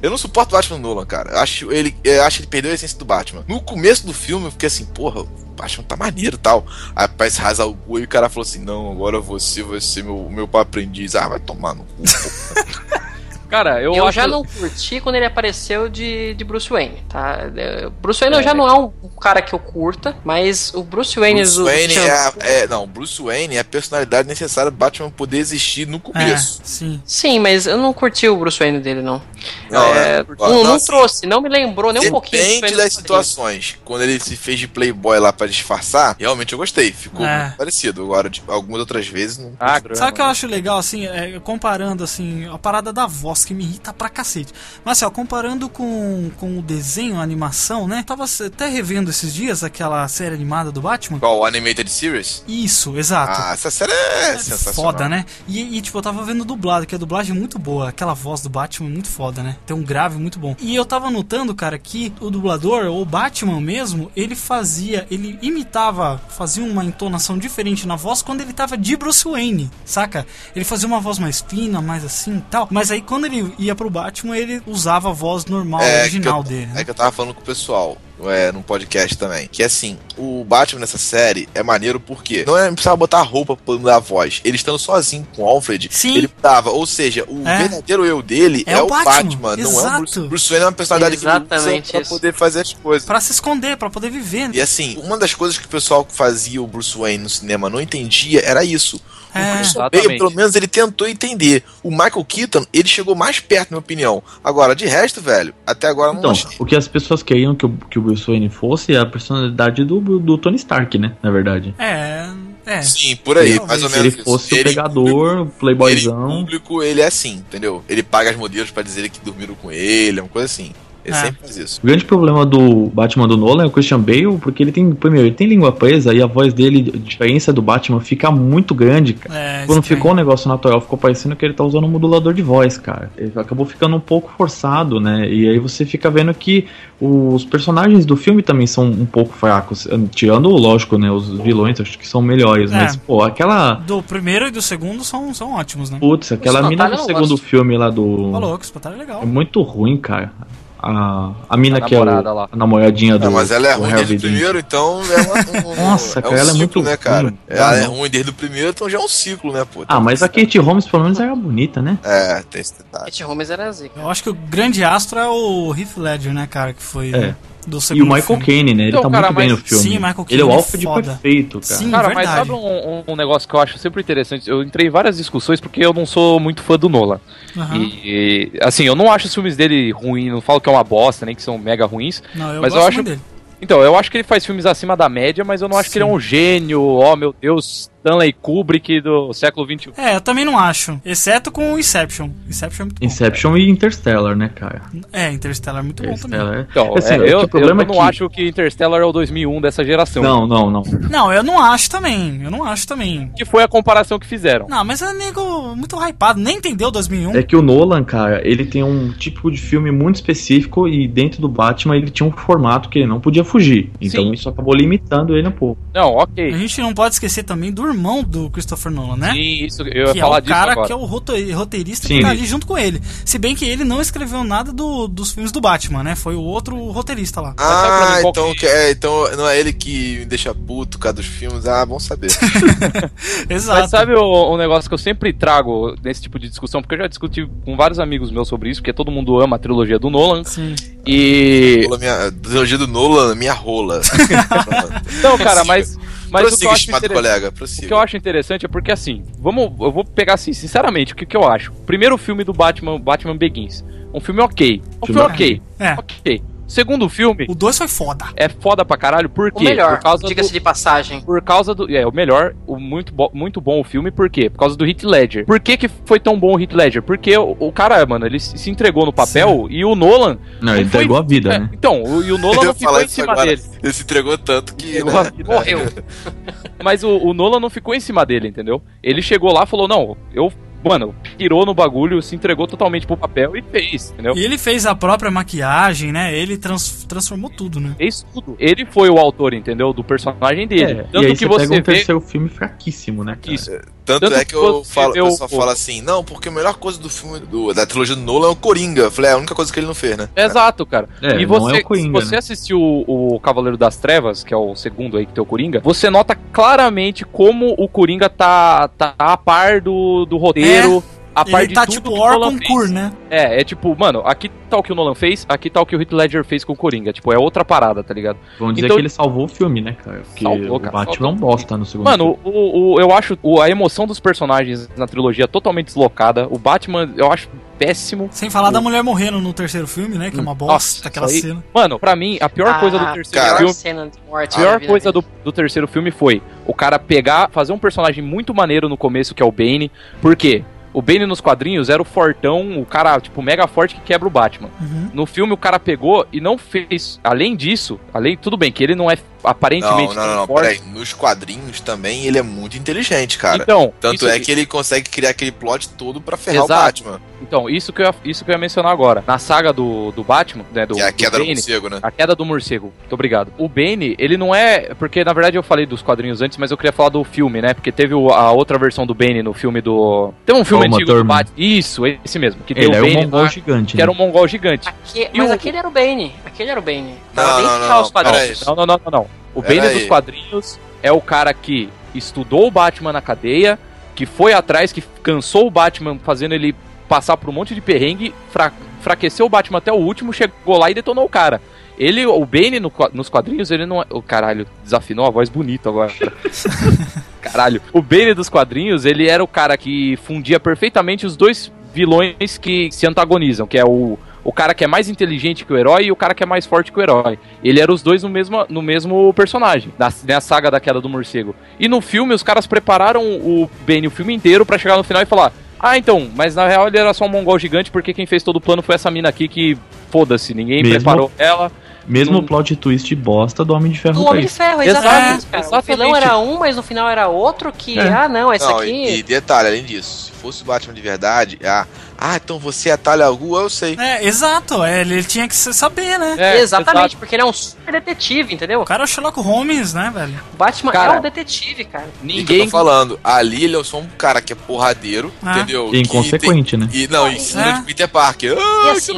L: Eu não suporto o Batman Nolan, cara. Eu acho ele, eu acho que ele perdeu a essência do Batman. No começo do filme, eu fiquei assim, porra, o Batman tá maneiro e tal. Aí parece rasar o cu e o cara falou assim: não, agora você vai ser meu, meu aprendiz. Ah, vai tomar no cu.
F: Cara, eu,
E: Eu,
F: acho-
E: já não curti quando ele apareceu de, de Bruce Wayne, tá? É, Bruce Wayne eu já não é um um cara que eu curta, mas o Bruce Wayne
L: Bruce
E: do
L: Wayne
E: Chan-
L: é, a, é. Não, Bruce Wayne é a personalidade necessária pro Batman poder existir no começo.
B: É, sim.
E: É. Sim, mas eu não curti o Bruce Wayne dele, não.
L: Não,
E: É,
L: é,
E: não, não trouxe, não me lembrou nem um pouquinho. do Bruce
L: Depende
E: Wayne
L: das
E: do
L: situações. Quando ele se fez de playboy lá pra disfarçar, realmente eu gostei. Ficou
B: É.
L: muito parecido. Agora, de- algumas outras vezes, não.
F: Ah,
B: Sabe o que eu acho legal, assim, é, comparando, assim, a parada da voz, que me irrita pra cacete. Mas, assim, ó, comparando com, com o desenho, a animação, né? Tava até revendo esses dias aquela série animada do Batman.
L: Qual? o Animated Series?
B: Isso, exato.
L: Ah, essa série é, sensacional.
B: Foda, né? E, e, tipo, eu tava vendo dublado, que a dublagem é muito boa. Aquela voz do Batman é muito foda, né? Tem um grave muito bom. E eu tava notando, cara, que o dublador, ou o Batman mesmo, ele fazia, ele imitava, fazia uma entonação diferente na voz quando ele tava de Bruce Wayne, saca? Ele fazia uma voz mais fina, mais assim e tal. Mas aí quando ele ia pro Batman, ele usava a voz normal,
L: É,
B: original
L: que eu,
B: dele. né?
L: É que eu tava falando com o pessoal. é, num podcast também. Que assim, o Batman nessa série é maneiro porque não é não precisava botar roupa pra mudar a voz. Ele estando sozinho com o Alfred,
B: Sim.
L: ele mudava. Ou seja, o
B: É.
L: verdadeiro eu dele é, o Batman, não é o Bruce.
B: Exato.
L: Bruce Wayne é uma personalidade que ele usa
B: Exatamente
L: pra
B: isso.
L: poder fazer as coisas.
B: Pra se esconder, pra poder viver. né?
L: E assim, uma das coisas que o pessoal que fazia o Bruce Wayne no cinema não entendia era isso. O
B: É.
L: Christian
B: Exatamente.
L: Bale, pelo menos, ele tentou entender. O Michael Keaton, ele chegou mais perto, na minha opinião. Agora, de resto, velho, até agora eu não
J: Então,
L: achei.
J: o que as pessoas queriam que o, que o Bruce Wayne fosse é a personalidade do, do Tony Stark, né? Na verdade.
B: É, é.
L: Sim, por aí, mais ou
J: Se ele
L: menos. isso.
J: fosse um o
L: Ele-
J: pegador, o playboyzão.
L: O público, ele é assim, entendeu? Ele paga as modelos pra dizer que dormiram com ele, é uma coisa assim. Ele
J: É.
L: sempre faz isso.
J: O grande problema do Batman do Nolan é o Christian Bale, porque ele tem, primeiro, ele tem língua presa e a voz dele, a diferença do Batman, fica muito grande, cara.
B: É,
J: Quando ficou um negócio natural, ficou parecendo que ele tá usando um modulador de voz, cara. Ele acabou ficando um pouco forçado, né? E aí você fica vendo que os personagens do filme também são um pouco fracos. Tirando, lógico, né? Os vilões acho que são melhores,
B: É.
J: mas, pô, aquela.
B: Do primeiro e do segundo são, são ótimos, né?
J: Putz, aquela
B: Os
J: mina do
B: Espantalho eu
J: segundo
B: gosto.
J: filme lá do.
B: Ô, louco, Espantalho é legal.
J: É muito ruim, cara. A, a mina
B: A
J: que é o-
B: namorada lá.
J: a namoradinha do.
L: Não, mas ela é
J: do
L: ruim
J: Harvey
L: desde o primeiro, então é uma- um,
J: Nossa,
L: é um
J: cara, ela é muito
L: ciclo, né, cara?
J: ruim.
L: Ela
J: Ah,
L: é
J: não.
L: ruim desde o primeiro, então já é um ciclo, né, pô?
J: Ah, mas a Kate Holmes pelo menos era bonita, né?
L: É, tem esse detalhe.
E: Kate Holmes era zica.
B: Eu acho que o grande astro é o Heath Ledger, né, cara? Que foi
J: É.
B: do segundo
J: E o Michael
B: filme.
J: Caine, né? Ele
F: Então,
J: tá
F: cara,
J: muito bem no
F: mas-
J: filme.
B: Sim, Michael
J: Ele é o
B: Caine é
J: Alfred
B: foda.
J: perfeito, cara.
B: Sim,
F: Cara, mas
B: verdade.
F: sabe um, um- um negócio que eu acho sempre interessante? Eu entrei em várias discussões porque eu não sou muito fã do Nolan.
B: Aham.
F: E, e, assim, eu não acho os filmes dele ruim, não falo que é uma bosta, nem que são mega ruins.
B: Não, eu
F: mas
B: gosto
F: eu acho.
B: muito dele.
F: Então, eu acho que ele faz filmes acima da média, mas eu não acho que ele é um gênio, ó meu Deus, Stanley Kubrick do século um. XXI.
B: É, eu também não acho. Exceto com o Inception. Inception é muito
J: Inception e Interstellar, né, cara?
B: É, Interstellar é muito bom também.
J: Interstellar.
F: Então,
J: Assim,
F: é, eu,
J: o problema
F: eu não
J: é que...
F: acho que Interstellar é o 2001 dessa geração.
J: Não, não, não.
B: Não, eu não acho também. Eu não acho também.
F: Que foi a comparação que fizeram.
B: Não, mas é nego muito hypado. Nem entendeu 2001.
J: É que o Nolan, cara, ele tem um tipo de filme muito específico e dentro do Batman ele tinha um formato que ele não podia fugir. Então isso acabou limitando ele um pouco.
F: Não, ok.
B: A gente não pode esquecer também do irmão do Christopher Nolan, Uhum, né?
F: Sim, isso, eu ia
B: que
F: falar
B: é o
F: disso
B: cara
F: agora.
B: que é o rote- roteirista que
F: Sim.
B: tá ali junto com ele. Se bem que ele não escreveu nada do- dos filmes do Batman, né? Foi o outro roteirista lá.
L: Ah, então, que- é, então não é ele que me deixa puto por causa dos filmes. Ah, bom saber.
B: Exato.
L: tá.
F: Mas sabe o, o negócio que eu sempre trago nesse tipo de discussão? Porque eu já discuti com vários amigos meus sobre isso, porque todo mundo ama a trilogia do Nolan.
B: Sim.
F: E.
L: Nolan, minha, trilogia do Nolan, minha rola.
F: Não, Então, cara, mas. Mas o que,
L: Prossiga,
F: eu acho
L: estimado
F: interessa-
L: colega,
F: o
L: prossiga.
F: que eu acho interessante é porque assim, vamos, eu vou pegar assim, sinceramente, o que, que eu acho? Primeiro filme do Batman, Batman Begins. Um filme ok. Um filme ok.
B: É.
F: Ok. Segundo filme.
B: O 2 foi foda.
F: É foda pra caralho, por quê?
E: O melhor,
F: por causa
E: diga-se
F: do-
E: de passagem.
F: Por causa do. É, o melhor, o muito, bo- muito bom o filme, por quê? Por causa do Heath Ledger. Por que, que foi tão bom o Heath Ledger? Porque o, o cara, mano, ele se se entregou no papel e o Nolan.
J: Não, ele entregou a vida, né?
F: Então, o, e o
L: Eu
F: Nolan
L: ia
F: não ficou
L: falar
F: em
L: isso
F: cima
L: agora.
F: dele.
L: Ele se entregou tanto que.
F: Entregou a vida, morreu. Mas o, o Nolan não ficou em cima dele, entendeu? Ele chegou lá e falou: não, eu. Mano, pirou no bagulho, se entregou totalmente pro papel e fez, entendeu?
B: E ele fez a própria maquiagem, né? Ele trans- transformou tudo, né?
F: Fez tudo. Ele foi o autor, entendeu? Do personagem dele.
J: É,
F: Tanto
J: e aí
F: que
J: você,
F: você
J: pega um
F: vê.
J: terceiro filme fraquíssimo, né? cara?
L: Tanto,
J: Tanto
L: é que eu
J: você
L: falo,
J: vê
L: o
J: o-
L: pessoal fala assim, não, porque a melhor coisa do filme do- da trilogia do Nolan é o Coringa. Eu falei, é a única coisa que ele não fez, né?
F: Exato, cara.
L: É,
F: e
L: não
F: você,
L: é o Coringa,
F: se você
L: né?
F: assistiu o, o Cavaleiro das Trevas, que é o segundo aí que tem o Coringa, você nota claramente como o Coringa tá, tá a par do, do roteiro. A par
B: Ele
F: de
B: tá
F: tudo
B: tipo
F: que o
B: Or
F: Nolan
B: Concur,
F: fez.
B: né?
F: É, é tipo, mano, aqui tá o que o Nolan fez, aqui tá o que o Heath Ledger fez com o Coringa. Tipo, é outra parada, tá ligado?
J: Vamos dizer
F: Então-
J: que ele salvou o filme, né, cara? Porque
F: Salvou,
J: o
F: cara,
J: Batman
F: salvou.
J: é um bosta no segundo
F: Mano, o, o- eu acho o- a emoção dos personagens na trilogia totalmente deslocada. O Batman, eu acho péssimo.
B: Sem falar
F: o... Hum,
B: da mulher morrendo no terceiro filme, né? Que é uma bosta, aquela
F: Isso aí-
B: cena.
F: Mano, pra mim, a pior coisa do
E: Ah,
F: terceiro
E: cara.
F: filme.
E: cena de morte
F: A pior
E: vida
F: coisa do, do terceiro filme foi o cara pegar, fazer um personagem muito maneiro no começo, que é o Bane. Por quê? O Bane nos quadrinhos era o fortão, o cara, tipo, mega forte que quebra o Batman.
B: Uhum.
F: No filme, o cara pegou e não fez. Além disso, além, tudo bem que ele não é
L: Não, não,
F: aparentemente
L: não, não,
F: tão forte.
L: peraí. Nos quadrinhos também ele é muito inteligente, cara.
F: Então,
L: Tanto
F: isso-
L: é que ele consegue criar aquele plot todo pra ferrar
F: Exato.
L: o Batman.
F: Então, isso que eu ia, isso que eu ia mencionar agora. Na saga do, do Batman, né? Do,
L: Que é a
F: do
L: queda do
F: Bane,
L: morcego, né?
F: A queda do morcego. Muito obrigado. O Bane, ele não é. Porque, na verdade, eu falei dos quadrinhos antes, mas eu queria falar do filme, né? Porque teve o- a outra versão do Bane no filme do. Tem um filme
J: Uma
F: antigo do
J: Thurman.
F: Batman. Isso, esse mesmo. Que tem
J: Ele
F: o
J: era um
F: Bane
J: mongol
F: lá,
J: gigante.
F: que era um mongol gigante.
E: Que- mas aquele era o Bane. Aquele era o Bane.
F: Não,
E: bem
F: não,
E: fiel aos quadrinhos.
F: Não, não, não, não, não. O
E: Pera
F: Bane
E: aí.
F: dos quadrinhos é o cara que estudou o Batman na cadeia, que foi atrás, que cansou o Batman, fazendo ele passar por um monte de perrengue, fra fraqueceu o Batman até o último, chegou lá e detonou o cara. Ele, o Bane no qua- nos quadrinhos, ele não é. O caralho, desafinou a voz bonita agora. Caralho. O Bane dos quadrinhos, ele era o cara que fundia perfeitamente os dois vilões que se antagonizam, que é o, o cara que é mais inteligente que o herói e o cara que é mais forte que o herói. Ele era os dois no mesmo, no mesmo personagem, na, na saga da queda do morcego. E no filme, os caras prepararam o Bane o filme inteiro pra chegar no final e falar ah, então, mas na real ele era só um mongol gigante porque quem fez todo o plano foi essa mina aqui que, foda-se, ninguém
J: Mesmo-
F: preparou ela.
J: Mesmo
F: Não-
J: plot twist bosta do Homem de Ferro
E: Do
J: três.
E: Homem de Ferro,
F: Exato,
E: exatamente. cara. O vilão era um, mas no final era outro que,
L: É.
E: ah, não, esse
L: Não,
E: aqui.
L: E, e detalhe, além disso, se fosse o Batman de verdade, ah, ah então você é Talha Alguma, eu sei.
B: É, exato, é, ele tinha que se saber, né?
L: É,
E: Exatamente,
L: exato.
E: porque ele é um super detetive, entendeu? O
B: cara é o Sherlock Holmes, né, velho?
E: Batman
L: Cara,
E: é um detetive, cara.
L: E que eu tô falando, ali ele é só um cara que é porradeiro,
E: Ah.
L: entendeu?
J: E é inconsequente, né?
L: E não, e se
B: Ah.
E: É.
L: de Peter Parker.
E: E
L: Ah,
E: assim,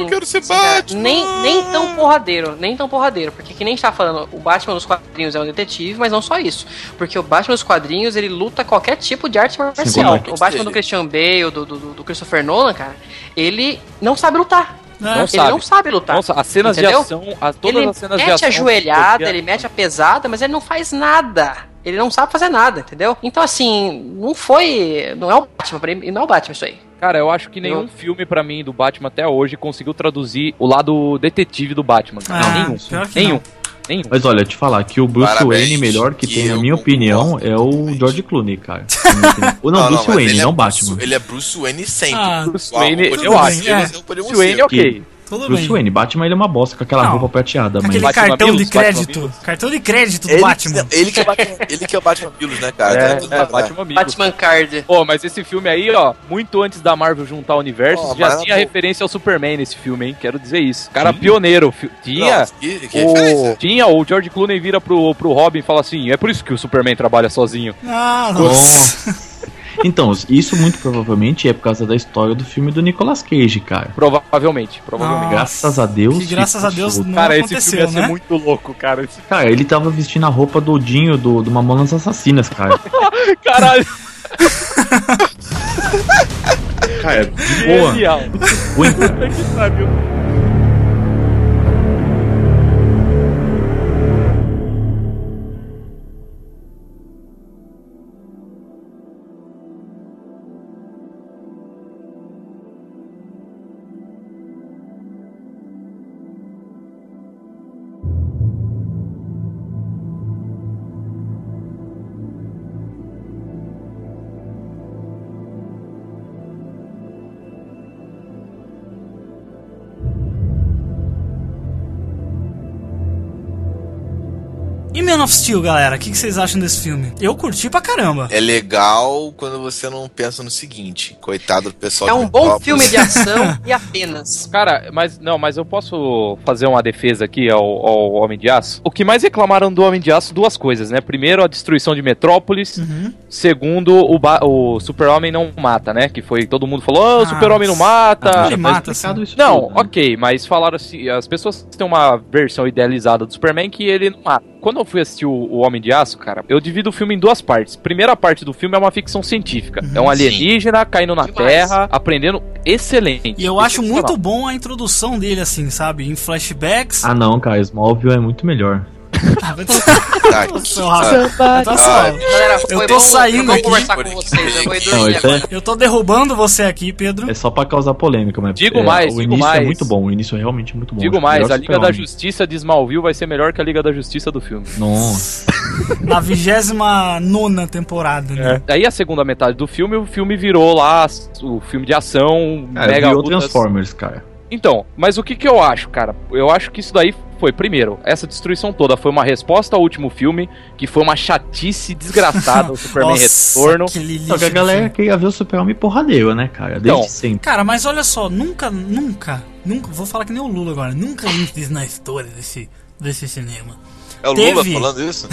E: cara, nem, nem tão porradeiro, nem tão porradeiro, porque que nem está falando, o Batman nos quadrinhos é um detetive, mas não só isso, porque o Batman nos quadrinhos ele luta qualquer tipo de arte marcial.
F: contar que
E: O Batman do
F: dele.
E: Christian Bale, do, do, do Christopher Nolan, cara, ele não sabe lutar.
F: Não
E: ele
F: sabe.
E: não sabe lutar.
F: Nossa, as cenas
E: Tá. entendeu?
F: de ação, as, todas
E: ele
F: as cenas de
E: mete
F: ação.
E: a joelhada,
F: Eu-
E: ele mete a pesada, mas ele não faz nada. Ele não sabe fazer nada, entendeu? Então, assim, não foi. Não é o Batman, pra mim, não é o Batman isso aí.
F: Cara, eu acho que nenhum
E: Eu-
F: filme pra mim do Batman até hoje conseguiu traduzir o lado detetive do Batman.
B: É,
F: cara.
J: Ah,
F: nenhum.
J: pior que
F: nenhum.
J: não.
F: Nenhum.
J: Mas olha, te falar que o Bruce
F: Parabéns,
J: Wayne melhor que,
F: que
J: tem, na
L: um
F: eu
J: minha opinião, é o George Clooney, cara. Ou não,
L: Não, não,
J: Bruce
L: mas
J: Wayne,
L: ele é
J: não
L: Bruce-
J: Batman.
L: Ele é Bruce Wayne sempre.
B: Ah,
F: Bruce
L: Uau,
F: Wayne,
L: podemos
F: eu acho.
L: ser, mas não podemos
F: Bruce Wayne,
L: ser.
F: ok.
B: Tudo
J: Bruce
B: bem.
J: Wayne, Batman ele é uma bosta com aquela
B: Não.
J: roupa
L: é
J: prateada, mas...
B: Aquele cartão de crédito. Cartão de crédito do
L: Ele-
B: Batman.
L: Ele que é o Batman, ele que é o Batman Pilos, né, cara?
F: É,
L: Tá-
F: é, Batman Amigos.
E: Batman Card.
F: Pô, mas esse filme aí, ó, muito antes da Marvel juntar universos,
L: Ó,
F: já
L: mas-
F: tinha referência ao Superman nesse filme, hein? Quero dizer isso. Cara pioneiro. fi- Tinha.
L: Não, que- que
F: o... Tinha, o George Clooney vira pro, pro Robin e fala assim: é por isso que o Superman trabalha sozinho.
B: Ah,
J: Então, isso muito provavelmente é por causa da história do filme do Nicolas Cage, cara.
F: Provavelmente, provavelmente.
J: Graças a Deus.
B: Que graças
J: ficou
B: a Deus
J: solto.
B: não
F: Cara, esse
B: aconteceu,
F: filme ia ser
B: né?
F: muito louco, cara. Esse-
J: Cara, ele tava vestindo a roupa do Odinho do, do Mamonas Assassinas, cara.
F: Caralho.
J: cara, de boa.
F: é Genial. Puta que pariu.
B: E Man of Steel, galera, o que, que vocês acham desse filme? Eu curti pra caramba.
L: É legal quando você não pensa no seguinte. Coitado do pessoal. de
E: É um bom
L: Metrópolis.
E: filme de ação e apenas.
F: Cara, mas não, mas eu posso fazer uma defesa aqui ao, ao Homem de Aço. O que mais reclamaram do Homem de Aço, duas coisas, né? Primeiro, a destruição de Metrópolis.
B: Uhum.
F: Segundo, o, ba- o Super-Homem não mata, né? Que foi todo mundo falou: "Ah, o
J: Ah,
F: Super-Homem não
J: sim.
F: mata". assim.
J: Ah, ele Tá mata, explicado sim. isso
F: Não,
J: tudo, né?
F: ok, mas falaram assim: as pessoas têm uma versão idealizada do Superman que ele não mata. Quando eu fui assistir o, o Homem de Aço, cara, eu divido o filme em duas partes. Primeira parte do filme é uma ficção científica. É um alienígena caindo na Terra, aprendendo excelente.
B: E eu acho
F: Excepcional.
B: muito bom a introdução dele, assim, sabe? Em flashbacks.
J: Ah não, cara, Smallville é muito melhor.
B: Nossa, Rafa, eu tô assim,
L: Ah,
B: ó, eu tô saindo
E: Eu vou conversar
B: aqui.
E: Tá com vocês, eu vou ir
J: Não,
E: dormir
J: isso é,
E: agora.
B: Eu tô derrubando você aqui, Pedro.
J: é só pra causar polêmica, mas
F: Digo
J: é,
F: mais,
J: o
F: digo
J: início é
F: mais.
J: muito bom, o início é realmente muito bom.
F: Digo
J: Acho
F: mais,
J: melhor
F: a
J: que é um-
F: Liga da
J: Super-Homem.
F: Justiça de Smallville vai ser melhor que a Liga da Justiça do filme.
J: Nossa.
B: Na 29 temporada,
J: É.
B: né?
F: Aí a segunda metade do filme, o filme virou lá o filme de ação,
J: Cara,
F: mega
J: É, virou
F: lutas.
J: Transformers, cara.
F: Então, mas o que que eu acho, cara? Eu acho que isso daí foi, primeiro, essa destruição toda foi uma resposta ao último filme, que foi uma chatice desgraçada o Superman
B: Nossa,
F: Retorno.
B: que lixo
J: Só que a galera queria ver o Super-Homem porradeiro, né, cara? Desde
F: Então,
J: sempre.
B: Cara, mas olha só, nunca, nunca, nunca, vou falar que nem o Lula agora, nunca antes na história desse, desse cinema.
L: É o Lula falando isso?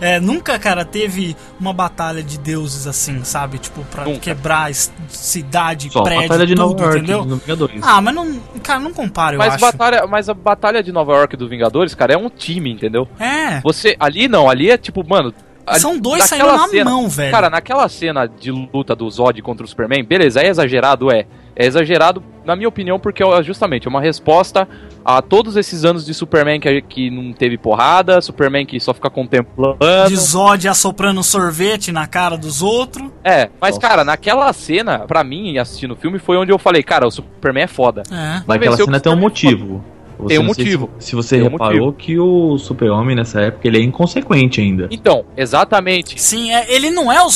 B: é, nunca, cara, teve uma batalha de deuses assim, sabe? Tipo, pra
J: Nunca.
B: quebrar es- cidade,
J: Só,
B: prédio,
J: Batalha de
B: tudo,
J: Nova York,
B: entendeu?
J: no Vingadores.
B: Ah, mas não, cara, não compara, eu
F: Mas,
B: acho.
F: batalha, mas a batalha de Nova York do Vingadores, cara, é um time, entendeu?
B: É.
F: Você, ali não, ali é tipo, mano. ali-
B: São dois
F: naquela
B: saindo na mão, velho.
F: Cara, naquela cena de luta do Zod contra o Superman, beleza, é exagerado, é. É exagerado, na minha opinião, porque é justamente uma resposta a todos esses anos de Superman que, que não teve porrada, Superman que só fica contemplando.
B: De Zod assoprando sorvete na cara dos outros.
F: É, mas cara, naquela cena, pra mim, assistindo o filme, foi onde eu falei, cara, o Superman é foda.
B: É.
J: Mas aquela cena tem um motivo.
F: Tem um
J: não sei se-
F: motivo.
J: Se, você
F: Tem um
J: reparou que o Super-Homem nessa época ele é inconsequente ainda.
F: Então, exatamente.
B: Sim, é, ele não é o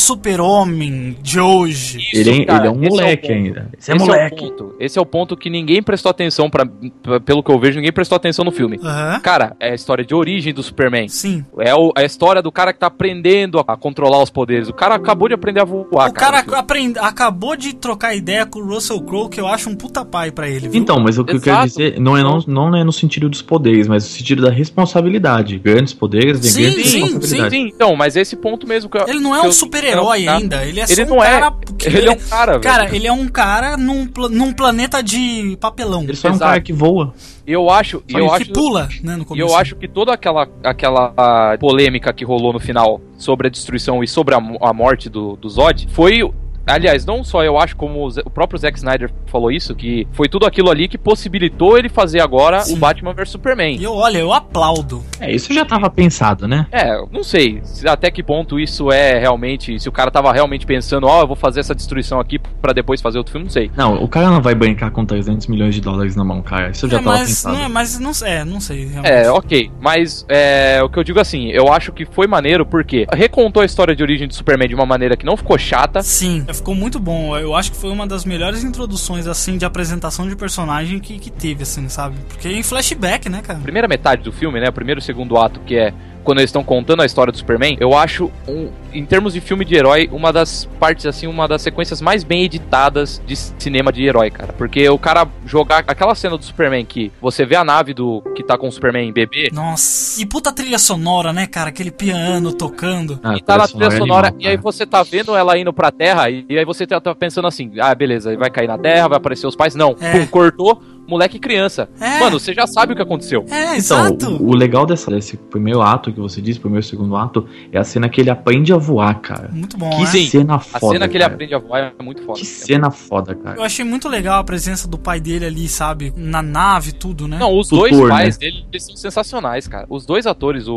B: super-homem de hoje.
J: ele, é, ele é um
F: esse é o
J: moleque
F: ponto.
J: ainda. Esse é
F: Esse é o
J: moleque.
F: ponto. Esse é o ponto que ninguém prestou atenção, pra, pra- pelo que eu vejo, ninguém prestou atenção no filme.
B: Aham.
F: Cara, é a história de origem do Superman.
B: Sim.
F: É o- a história do cara que tá aprendendo a, a controlar os poderes. O cara acabou de aprender a voar,
B: O cara aprend- acabou de trocar ideia com o Russell Crowe, que eu acho um puta pai pra ele. Viu?
J: Então, mas o que eu quero dizer não é, não, não é no sentido dos poderes, mas no sentido da responsabilidade. Grandes poderes, de
B: Sim,
J: grandes
B: sim, sim,
J: responsabilidades.
B: sim.
F: Então, mas esse ponto mesmo que eu,
B: Ele não é
F: que
B: um
F: eu-
B: super-herói
F: não, tá?
B: ainda. Ele é só
F: Ele
B: um
F: não é.
B: cara. que-
F: Ele é um cara, velho.
B: Cara, ele é um cara num, pla- num planeta de papelão. Ele
J: Só é um cara que voa.
F: Eu acho,
B: Só
F: eu
B: que
F: acho
B: pula, né, no
F: E
B: começo.
F: eu acho que toda aquela, aquela ah, polêmica que rolou no final sobre a destruição e sobre a, mo- a morte do, do Zod foi. Aliás, não só eu acho como o Ze- o próprio Zack Snyder falou isso, que foi tudo aquilo ali que possibilitou ele fazer agora o Batman vs Superman.
B: E eu, olha, eu aplaudo.
J: É, isso já tava pensado, né?
F: É, eu não sei se- até que ponto isso é realmente. Se o cara tava realmente pensando, ó, eu vou fazer essa destruição aqui pra depois fazer outro filme, não sei.
J: Não, o cara não vai bancar com 300 milhões de dólares na mão, cara. Isso eu já
B: É,
J: tava
B: mas,
J: pensado.
B: não é, mas não, é, não sei. Realmente.
F: É, ok. Mas é, o que eu digo assim, eu acho que foi maneiro porque recontou a história de origem do Superman de uma maneira que não ficou chata.
B: Sim. é, Ficou muito bom. Eu acho que foi uma das melhores introduções, assim, de apresentação de personagem que, que teve, assim, sabe? Porque em flashback, né, cara?
F: primeira metade do filme, né? O primeiro e o segundo ato, que é quando eles estão contando a história do Superman, eu acho, um, em termos de filme de herói, uma das partes, assim, uma das sequências mais bem editadas de cinema de herói, cara. Porque o cara jogar aquela cena do Superman que você vê a nave do que tá com o Superman em bebê.
B: Nossa. E puta trilha sonora, né, cara? Aquele piano tocando.
J: Ah,
F: E tá na
J: um
F: trilha
J: é
F: sonora, e aí
J: né?
F: você tá vendo ela indo pra terra, e, e aí você tá, tá pensando assim: ah, beleza, vai cair na terra, vai aparecer os pais. Não, Pum, cortou, moleque e criança. Mano, você já sabe o que aconteceu.
B: É,
J: Então, o, o legal dessa, desse primeiro ato que você disse, primeiro e segundo ato, é a cena que ele aprende a voar, cara.
B: Muito bom,
J: que
B: né?
J: cena foda.
F: é? a cena que ele
J: cara.
F: aprende a voar é muito foda.
J: Que cena foda, cara.
B: Eu achei muito legal a presença do pai dele ali, sabe? Na nave, tudo, né?
F: Não, os
J: Tutor,
F: dois pais
J: né?
F: dele eles são sensacionais, cara. Os dois atores, o,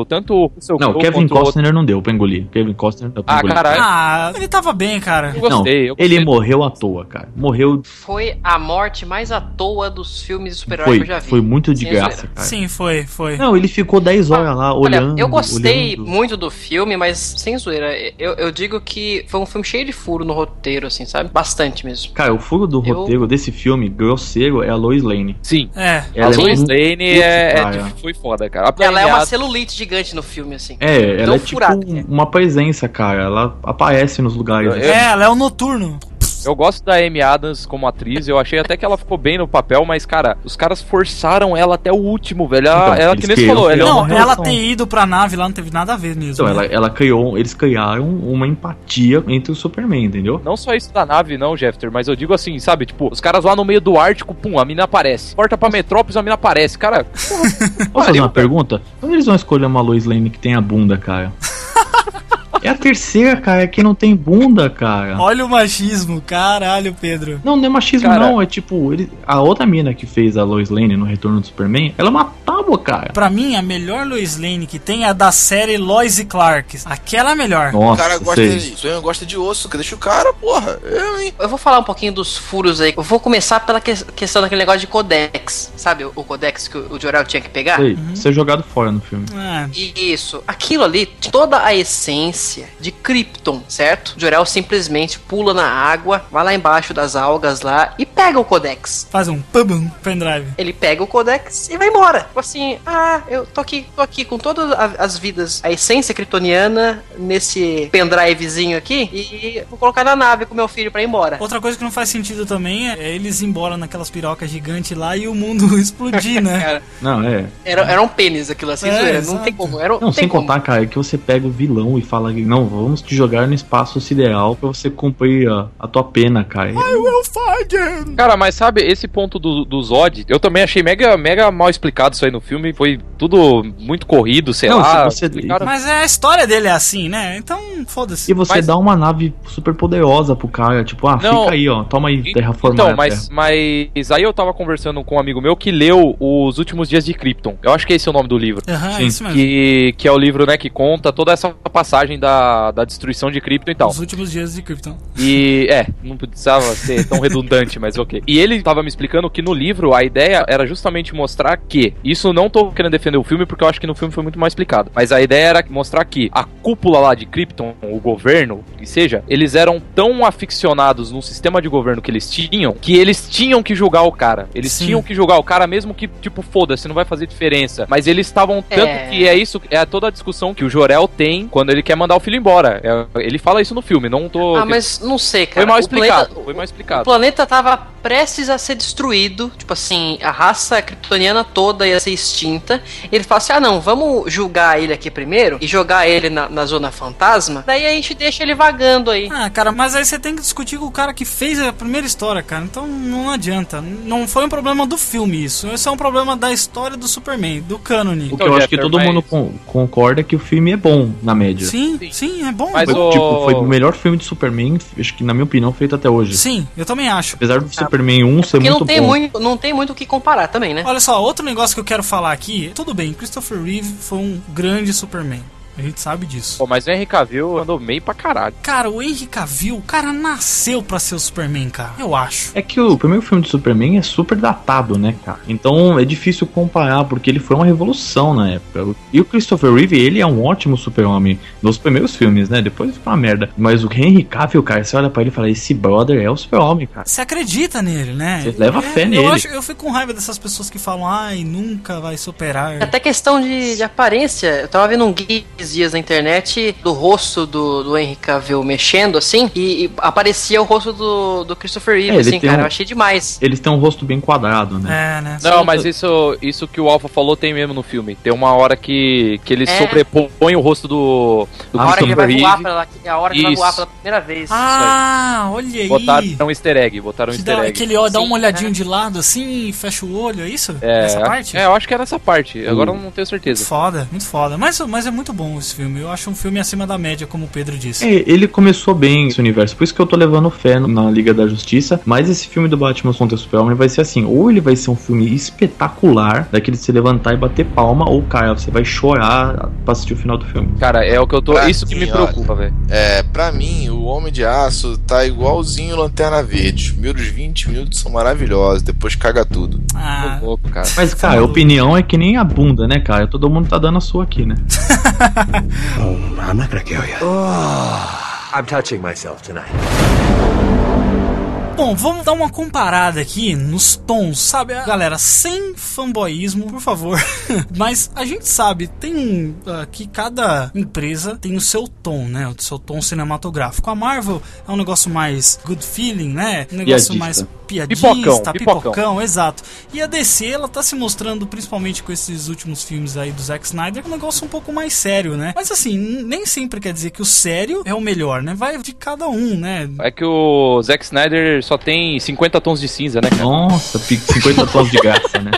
F: o tanto o seu
J: Não,
F: Crowe
J: Kevin
F: quanto o outro-
J: Costner não deu pra engolir. Kevin Costner não deu pra
F: Ah,
J: engolir.
F: caralho.
B: Ah, ele tava bem, cara.
F: Eu
J: não,
F: gostei, eu
J: ele é morreu à toa, cara. Morreu.
E: Foi a morte mais à toa dos filmes de super-herói
J: Foi,
E: que eu já vi.
J: foi muito de
E: Sem
J: graça,
E: zoeira.
J: cara.
B: Sim, foi, foi.
J: É. Não, ele ficou 10 horas lá
E: Ah, Olha,
J: olhando.
E: eu gostei
J: olhando.
E: muito do filme, mas sem zoeira, eu, eu digo que foi um filme cheio de furo no roteiro, assim, sabe? Bastante mesmo.
J: Cara, o furo do
E: Eu-
J: roteiro desse filme, grosseiro, é a Lois Lane.
F: Sim.
B: É.
J: Ela
F: A Lois
J: muito-
F: Lane é,
J: Putz,
F: é- foi foda, cara. A
E: Ela é
F: premiada-
E: uma celulite gigante no filme, assim.
J: É, ela
E: Tão
J: é tipo
E: furada. né?
J: uma presença, cara. Ela aparece nos lugares.
F: É,
B: ela é o noturno.
F: Eu gosto da Amy Adams como atriz, eu achei até que ela ficou bem no papel, mas, cara, os caras forçaram ela até o último, velho. Ela,
J: Então,
F: ela
J: eles
F: que nem você
J: queriam
F: falou, ela é
B: não,
F: uma
B: ela
F: relação.
B: ter ido pra nave lá não teve nada a ver mesmo.
J: Então,
B: né?
J: ela, ela criou, eles criaram uma empatia entre o Superman, entendeu?
F: Não só isso da nave, não, Jeffter, mas eu digo assim, sabe? Tipo, os caras lá no meio do Ártico, pum, a mina aparece. Corta pra Metrópolis, a mina aparece. Cara,
J: Posso fazer uma pergunta? Quando eles vão escolher uma Lois Lane que tem a bunda, cara? é a terceira, cara, que não tem bunda, cara.
B: Olha o machismo, caralho, Pedro.
J: Não, não é machismo
B: Cara-
J: não, é tipo, ele, a outra mina que fez a Lois Lane no Retorno do Superman, ela é uma tábua, cara.
B: Pra mim, a melhor Lois Lane que tem é a da série Lois e Clark. Aquela é a melhor.
L: o cara gosta de, Superman gosta de osso, que deixa o cara, porra. Eu, hein?
E: Eu vou falar um pouquinho dos furos aí. Eu vou começar pela que- questão daquele negócio de codex. Sabe o, o codex que o, o Jorel
J: é
E: tinha que pegar?
B: É,
J: Sei, Ser jogado fora no filme.
E: Isso. Aquilo ali, toda a essência galáxia de Krypton, certo? O Jorel simplesmente pula na água, vai lá embaixo das algas lá e pega o Codex.
B: Faz um pum pendrive.
E: Ele pega o Codex e vai embora. Tipo assim, ah, eu tô aqui, tô aqui com todas a- as vidas, a essência kryptoniana nesse pendrivezinho aqui e vou colocar na nave com meu filho pra ir embora.
B: Outra coisa que não faz sentido também é eles ir embora naquelas pirocas gigantes lá e o mundo explodir, né?
J: Não, é.
E: Era, era um pênis aquilo assim,
B: É,
E: zoeira, não
B: exato.
E: tem como. Era, um-
J: Não,
E: tem
J: sem
E: como.
J: contar, cara, é que você pega o vilão e fala, não, vamos te jogar no espaço sideral pra você cumprir a, a tua pena, cara.
F: will find him. Cara, mas sabe, esse ponto do, do Zod, eu também achei mega, mega mal explicado isso aí no filme. Foi tudo muito corrido, sei
J: Não,
F: lá.
J: se você-
F: explicaram-
B: Mas é, a história dele é assim, né? Então, foda-se.
J: E você dá uma nave super poderosa pro cara, tipo, ah,
F: Não.
J: fica aí, ó, toma aí, terraformar
F: Então,
J: a Terra.
F: mas,
J: é.
F: mas aí eu tava conversando com um amigo meu que leu Os Últimos Dias de Krypton. Eu acho que esse é o nome do livro.
B: Aham, é Sim. isso mesmo.
F: Que, que é o livro, né, que conta toda essa passagem da, da destruição de Krypton e tal.
B: Os últimos dias de Krypton.
F: E é, não precisava ser tão redundante, mas ok. E ele tava me explicando que no livro a ideia era justamente mostrar que. Isso não tô querendo defender o filme, porque eu acho que no filme foi muito mais explicado. Mas a ideia era mostrar que a cúpula lá de Krypton, o governo, que seja, eles eram tão aficionados no sistema de governo que eles tinham que eles tinham que julgar o cara. Eles
C: Sim.
F: tinham que julgar o cara, mesmo que, tipo, foda-se, não vai fazer diferença. Mas eles estavam tanto
C: É.
F: que é isso, é toda a discussão que o Jorel tem quando ele quer mandar o filho embora. É, ele fala isso no filme, não tô.
E: Ah, mas não sei, cara.
F: Foi mal
E: O
F: explicado.
E: planeta-
F: foi mal
E: O
F: explicado.
E: planeta tava prestes a ser destruído, tipo assim, a raça kryptoniana toda ia ser extinta. Ele fala assim: ah, não, vamos julgar ele aqui primeiro e jogar ele na, na zona fantasma. Daí a gente deixa ele vagando aí.
B: Ah, cara, mas aí você tem que discutir com o cara que fez a primeira história, cara. Então não adianta. Não foi um problema do filme isso. Isso é um problema da história do Superman, do cânone.
E: Então,
J: O que eu acho que todo mundo con- concorda que o filme é bom, na média.
B: Sim, sim, é bom.
J: foi, tipo, foi o melhor filme de Superman, acho que na minha opinião, feito até hoje.
B: Sim, eu também acho.
J: Apesar do Superman 1 ser
E: Ah, é Porque
J: muito
E: não tem,
J: bom.
E: muito, não tem muito o que comparar também, né?
B: Olha só, outro negócio que eu quero falar aqui. Tudo bem, Christopher Reeve foi um grande Superman. A gente sabe disso.
F: Pô, mas o Henry Cavill andou meio pra caralho.
B: Cara, o Henry Cavill, o cara nasceu pra ser o Superman, cara. Eu acho.
J: É que o primeiro filme de Superman é super datado, né, cara? Então é difícil comparar, porque ele foi uma revolução na época. E o Christopher Reeve, ele é um ótimo super-homem nos primeiros filmes, né? Depois fica uma merda. Mas o Henry Cavill, cara, você olha pra ele e fala, esse brother é o super-homem, cara.
B: Você acredita nele, né?
J: Você leva
B: É,
J: fé
B: eu
J: nele.
B: acho- eu fico com raiva dessas pessoas que falam, ai, nunca vai
F: É,
B: superar.
E: Até questão de, de aparência, eu tava vendo um gif esses dias na internet do rosto do, do Henry Cavill mexendo assim, e, e aparecia o rosto do, do Christopher Reeve,
J: É, ele
E: assim,
J: tem
E: cara,
J: um-
E: eu achei demais.
J: Eles têm um rosto bem quadrado, né?
B: né?
F: Não, mas isso, isso que o Alpha falou tem mesmo no filme. Tem uma hora que, que ele sobrepõe o rosto do, do
E: A hora que ele vai voar
F: Reeve.
E: pra lá, que é a hora que ele vai
F: Isso.
E: voar pela primeira vez.
B: Ah, olha aí.
F: Botaram um easter egg, botaram um
B: Que
F: easter
B: dá,
F: egg.
B: aquele ó, dá uma olhadinha de lado assim e fecha o olho, é isso?
F: É,
B: Nessa
F: acho-
B: parte?
F: é, eu acho que é nessa parte. Agora eu não tenho certeza.
B: Foda, muito foda. Mas, mas é muito bom esse filme. Eu acho um filme acima da média, como o Pedro disse.
J: É, ele começou bem esse universo, por isso que eu tô levando fé no- na Liga da Justiça, mas esse filme do Batman contra o Superman vai ser assim, ou ele vai ser um filme espetacular, daquele de se levantar e bater palma, ou cara, você vai chorar pra assistir o final do filme.
F: Cara, é o que eu tô.
L: Pra
F: isso que
L: mim,
F: me
L: olha,
F: preocupa, velho.
L: É, pra mim, o Homem de Aço tá igualzinho Lanterna Verde. Os primeiros 20 minutos são maravilhosos, depois caga tudo.
B: Ah.
F: louco, cara.
J: Mas, cara, a opinião é que nem a bunda, né, cara? Todo mundo tá dando a sua aqui, né?
Q: I'm touching myself tonight.
B: Bom, vamos dar uma comparada aqui nos tons, sabe? Ah, Galera, sem fanboyismo, por favor. Mas a gente sabe, tem um, ah, que cada empresa tem o seu tom, né? O seu tom cinematográfico. A Marvel é um negócio mais good feeling, né? Um negócio
F: Piadista.
B: mais piadista,
F: Pipocão,
B: pipocão,
F: pipocão,
B: exato. E a DC, ela tá se mostrando, principalmente com esses últimos filmes aí do Zack Snyder, um negócio um pouco mais sério, né? Mas assim, n- nem sempre quer dizer que o sério é o melhor, né? Vai de cada um, né?
F: É que o Zack Snyder só tem 50 tons de cinza, né, cara?
J: Nossa, 50 tons de graça, né?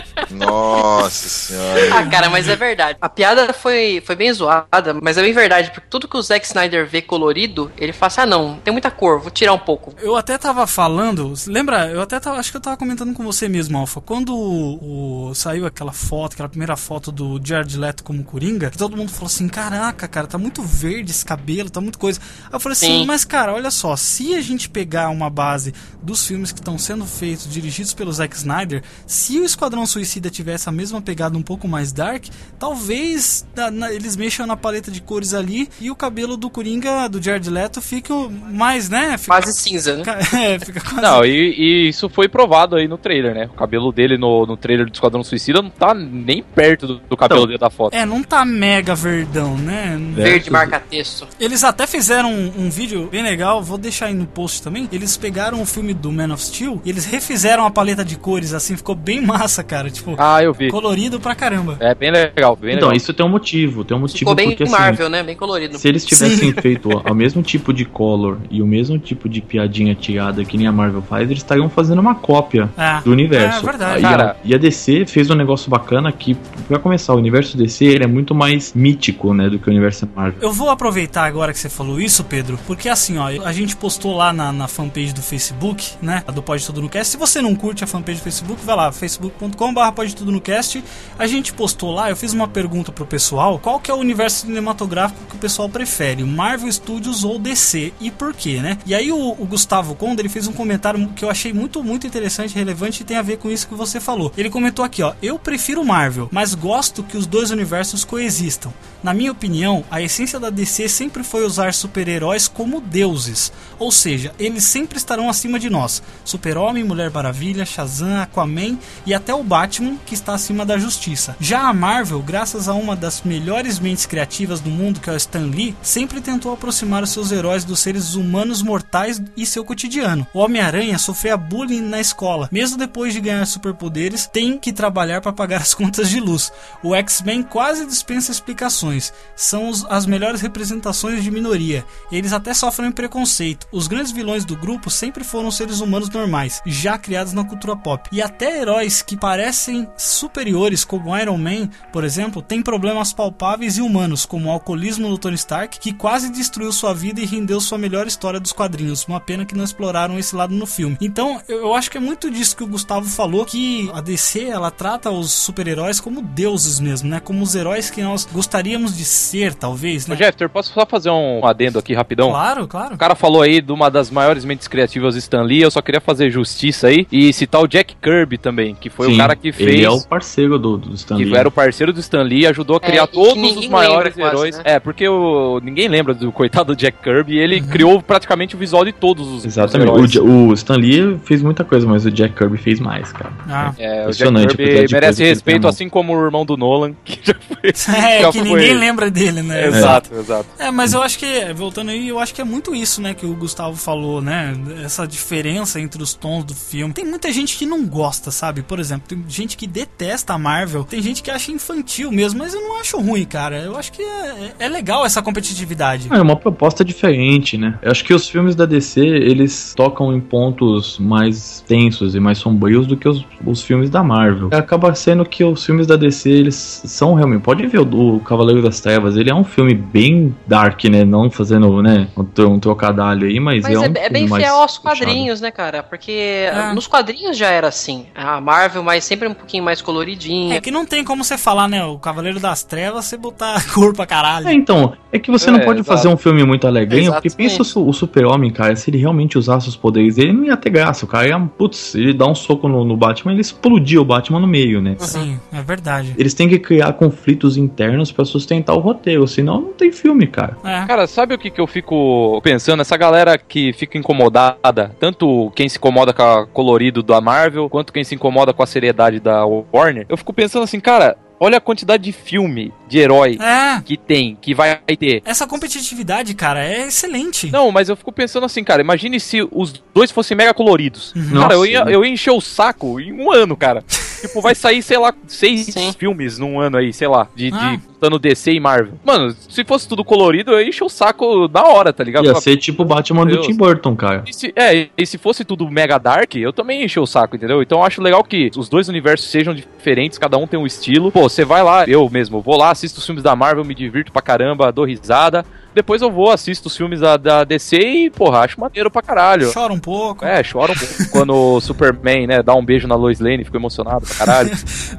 L: Nossa senhora.
E: Ah, cara, mas é verdade. A piada foi, foi bem zoada, mas é bem verdade, porque tudo que o Zack Snyder vê colorido, ele fala assim, ah não, tem muita cor, vou tirar um pouco.
B: Eu até tava falando, lembra? Eu até tava, acho que eu tava comentando com você mesmo, Alfa. Quando o- o- saiu aquela foto, aquela primeira foto do Jared Leto como Coringa, que todo mundo falou assim: "Caraca, cara, tá muito verde esse cabelo, tá muito coisa". Aí eu falei assim:
C: Sim.
B: "Mas cara, olha só, se a gente pegar uma base dos filmes que estão sendo feitos, dirigidos pelo Zack Snyder, se o Esquadrão Suicida tivesse a mesma pegada um pouco mais dark, talvez na- na- eles mexam na paleta de cores ali e o cabelo do Coringa, do Jared Leto, fica o- mais, né? Fica-
E: Quase cinza, né?
B: É, fica quase...
F: Não, e, e isso foi provado aí no trailer, né? O cabelo dele no, no trailer do Esquadrão Suicida não tá nem perto do, do
J: Então,
F: cabelo dele da foto.
B: É, não tá mega verdão, né?
F: Verde
E: marca-texto.
B: Eles até fizeram um, um vídeo bem legal, vou deixar aí no post também. Eles pegaram o filme do Man of Steel e eles refizeram a paleta de cores, assim, ficou bem massa, cara. Tipo,
F: ah, eu vi.
B: colorido pra caramba.
F: É bem legal, bem
J: Então,
F: legal.
J: isso tem um motivo, tem um motivo
E: Ficou bem
J: porque assim,
E: Marvel, né? Bem colorido.
J: se eles tivessem feito o mesmo tipo de color e o mesmo tipo de piadinha tirada que nem a Marvel faz, eles estariam fazendo uma cópia
B: É.
J: do universo.
B: É, verdade.
J: E, a,
B: Cara.
J: e a DC fez um negócio bacana que, pra começar, o universo DC ele é muito mais mítico, né, do que o universo Marvel.
B: Eu vou aproveitar agora que você falou isso, Pedro, porque assim, ó, a gente postou lá na, na fanpage do Facebook, né, a do Pode Tudo no Cast. Se você não curte a fanpage do Facebook, vai lá, facebook.com.br Pode Tudo no Cast. A gente postou lá, eu fiz uma pergunta pro pessoal, qual que é o universo cinematográfico que o pessoal prefere, Marvel Studios ou DC, e por quê, né? E aí o, o Gustavo Conde, ele fez um comentário que eu achei muito, muito interessante, relevante e tem a ver com isso que você falou. Ele comentou aqui, ó, eu prefiro Marvel, mas gosto que os dois universos coexistam. Na minha opinião, a essência da DC sempre foi usar super-heróis como deuses, ou seja, eles sempre estarão acima de nós. Super-Homem, Mulher Maravilha, Shazam, Aquaman e até o Batman, que está acima da justiça. Já a Marvel, graças a uma das melhores mentes criativas do mundo, que é o Stan Lee, sempre tentou aproximar os seus heróis dos seres humanos mortais e seu cotidiano. O Homem-Aranha sofria bullying na escola, mesmo depois de ganhar superpoderes, tem que trabalhar para pagar as contas de luz. O X-Men quase dispensa explicações. São os- as melhores representações de minoria. Eles até sofrem preconceito. Os grandes vilões do grupo sempre foram seres humanos normais, já criados na cultura pop. E até heróis que parecem superiores, como Iron Man, por exemplo, têm problemas palpáveis e humanos, como o alcoolismo do Tony Stark, que quase destruiu sua vida e rendeu sua melhor história dos quadrinhos. Uma pena que não exploraram esse lado no filme. Então, eu eu acho que é muito disso que o Gustavo falou, que a DC, ela trata os super-heróis como deuses mesmo, né? Como os heróis que nós gostaríamos de ser, talvez,
F: Ô,
B: né?
F: Jeffter, posso só fazer um adendo aqui rapidão?
B: Claro, claro.
F: O cara falou aí de uma das maiores mentes criativas Stan Lee, eu só queria fazer justiça aí e citar o Jack Kirby também, que foi
J: Sim,
F: o cara que fez
J: Ele é o parceiro do, do Stan Lee.
F: que era o parceiro do Stan Lee, ajudou a
J: É,
F: criar
J: e que
F: todos os
J: ninguém
F: maiores
J: lembra quase,
F: heróis.
J: né?
F: É, porque o, ninguém lembra do coitado do Jack Kirby, e ele criou praticamente o visual de todos os, os
J: Uhum. Exatamente. O,
F: heróis.
J: Ja- o Stan Lee fez muita coisa, mas o Jack Kirby fez mais, cara.
B: Ah.
F: É, o Jack
J: Impressionante, apesar
F: Kirby
J: de coisa
F: merece
J: que ele
F: respeito,
J: tem a mão.
F: assim como o irmão do Nolan, que já foi.
B: É,
F: já
B: que
F: foi-
B: ninguém lembra dele, né?
F: Exato, exato.
B: É, mas eu acho que, voltando aí, eu acho que é muito isso, né, que o Gustavo falou, né? Essa diferença entre os tons do filme. Tem muita gente que não gosta, sabe? Por exemplo, tem gente que detesta a Marvel, tem gente que acha infantil mesmo, mas eu não acho ruim, cara. Eu acho que é, é legal essa competitividade.
J: É uma proposta diferente, né? Eu acho que os filmes da DC, eles tocam em pontos mais tensos e mais sombrios do que os, os filmes da Marvel. Acaba sendo que os filmes da DC, eles são realmente... Pode ver o, o Cavaleiro das Trevas, ele é um filme bem dark, né? Não fazendo, né, um, tro- um trocadalho aí, mas,
E: Mas
J: um
E: é, é
J: filme
E: bem
J: mais
E: fiel aos
J: puxado.
E: quadrinhos, né, cara? Porque
F: Ah.
E: nos quadrinhos já era assim. A Marvel, mas sempre um pouquinho mais coloridinha.
B: É que não tem como você falar, né? O Cavaleiro das Trevas, você botar cor pra caralho.
J: É, então, é que você não pode fazer um filme muito alegrinho, porque
B: Exatamente.
J: pensa o su- o super-homem, cara, se ele realmente usasse os poderes dele, não ia ter graça. O cara ia, putz, ele dá um soco no, no Batman, ele explodia o Batman no meio, né?
B: Sim, é verdade.
J: Eles têm que criar conflitos internos pra sustentar o roteiro, senão não tem filme, cara.
B: É.
F: Cara, sabe o que, que eu fico pensando? Essa galera que fica incomodada, tanto quem se incomoda com o colorido da Marvel, quanto quem se incomoda com a seriedade da Warner, eu fico pensando assim, cara, olha a quantidade de filme de herói
B: É.
F: que tem, que vai ter.
B: Essa competitividade, cara, é excelente.
F: Não, mas eu fico pensando assim, cara, imagine se os dois fossem mega coloridos.
B: Nossa.
F: Cara, eu ia, eu ia encher o saco em um ano, cara. tipo, vai sair, sei lá, seis filmes num ano aí, sei lá, de,
B: Ah.
F: de dando DC e Marvel. Mano, se fosse tudo colorido, eu ia encher o saco na hora, tá ligado?
J: Ia
F: Fala,
J: ser tipo o Batman do
F: Deus.
J: Tim Burton, cara.
F: e se, é, e se fosse tudo mega dark, eu também ia encher o saco, entendeu? Então eu acho legal que os dois universos sejam diferentes, cada um tem um estilo. Pô, você vai lá, eu mesmo, vou lá, assisto os filmes da Marvel, me divirto pra caramba, dou risada. Depois eu vou, assisto os filmes da, da DC e, porra, acho maneiro pra caralho.
B: Chora um pouco.
F: É, chora um pouco. Quando o Superman, né, dá um beijo na Lois Lane, fico emocionado pra caralho.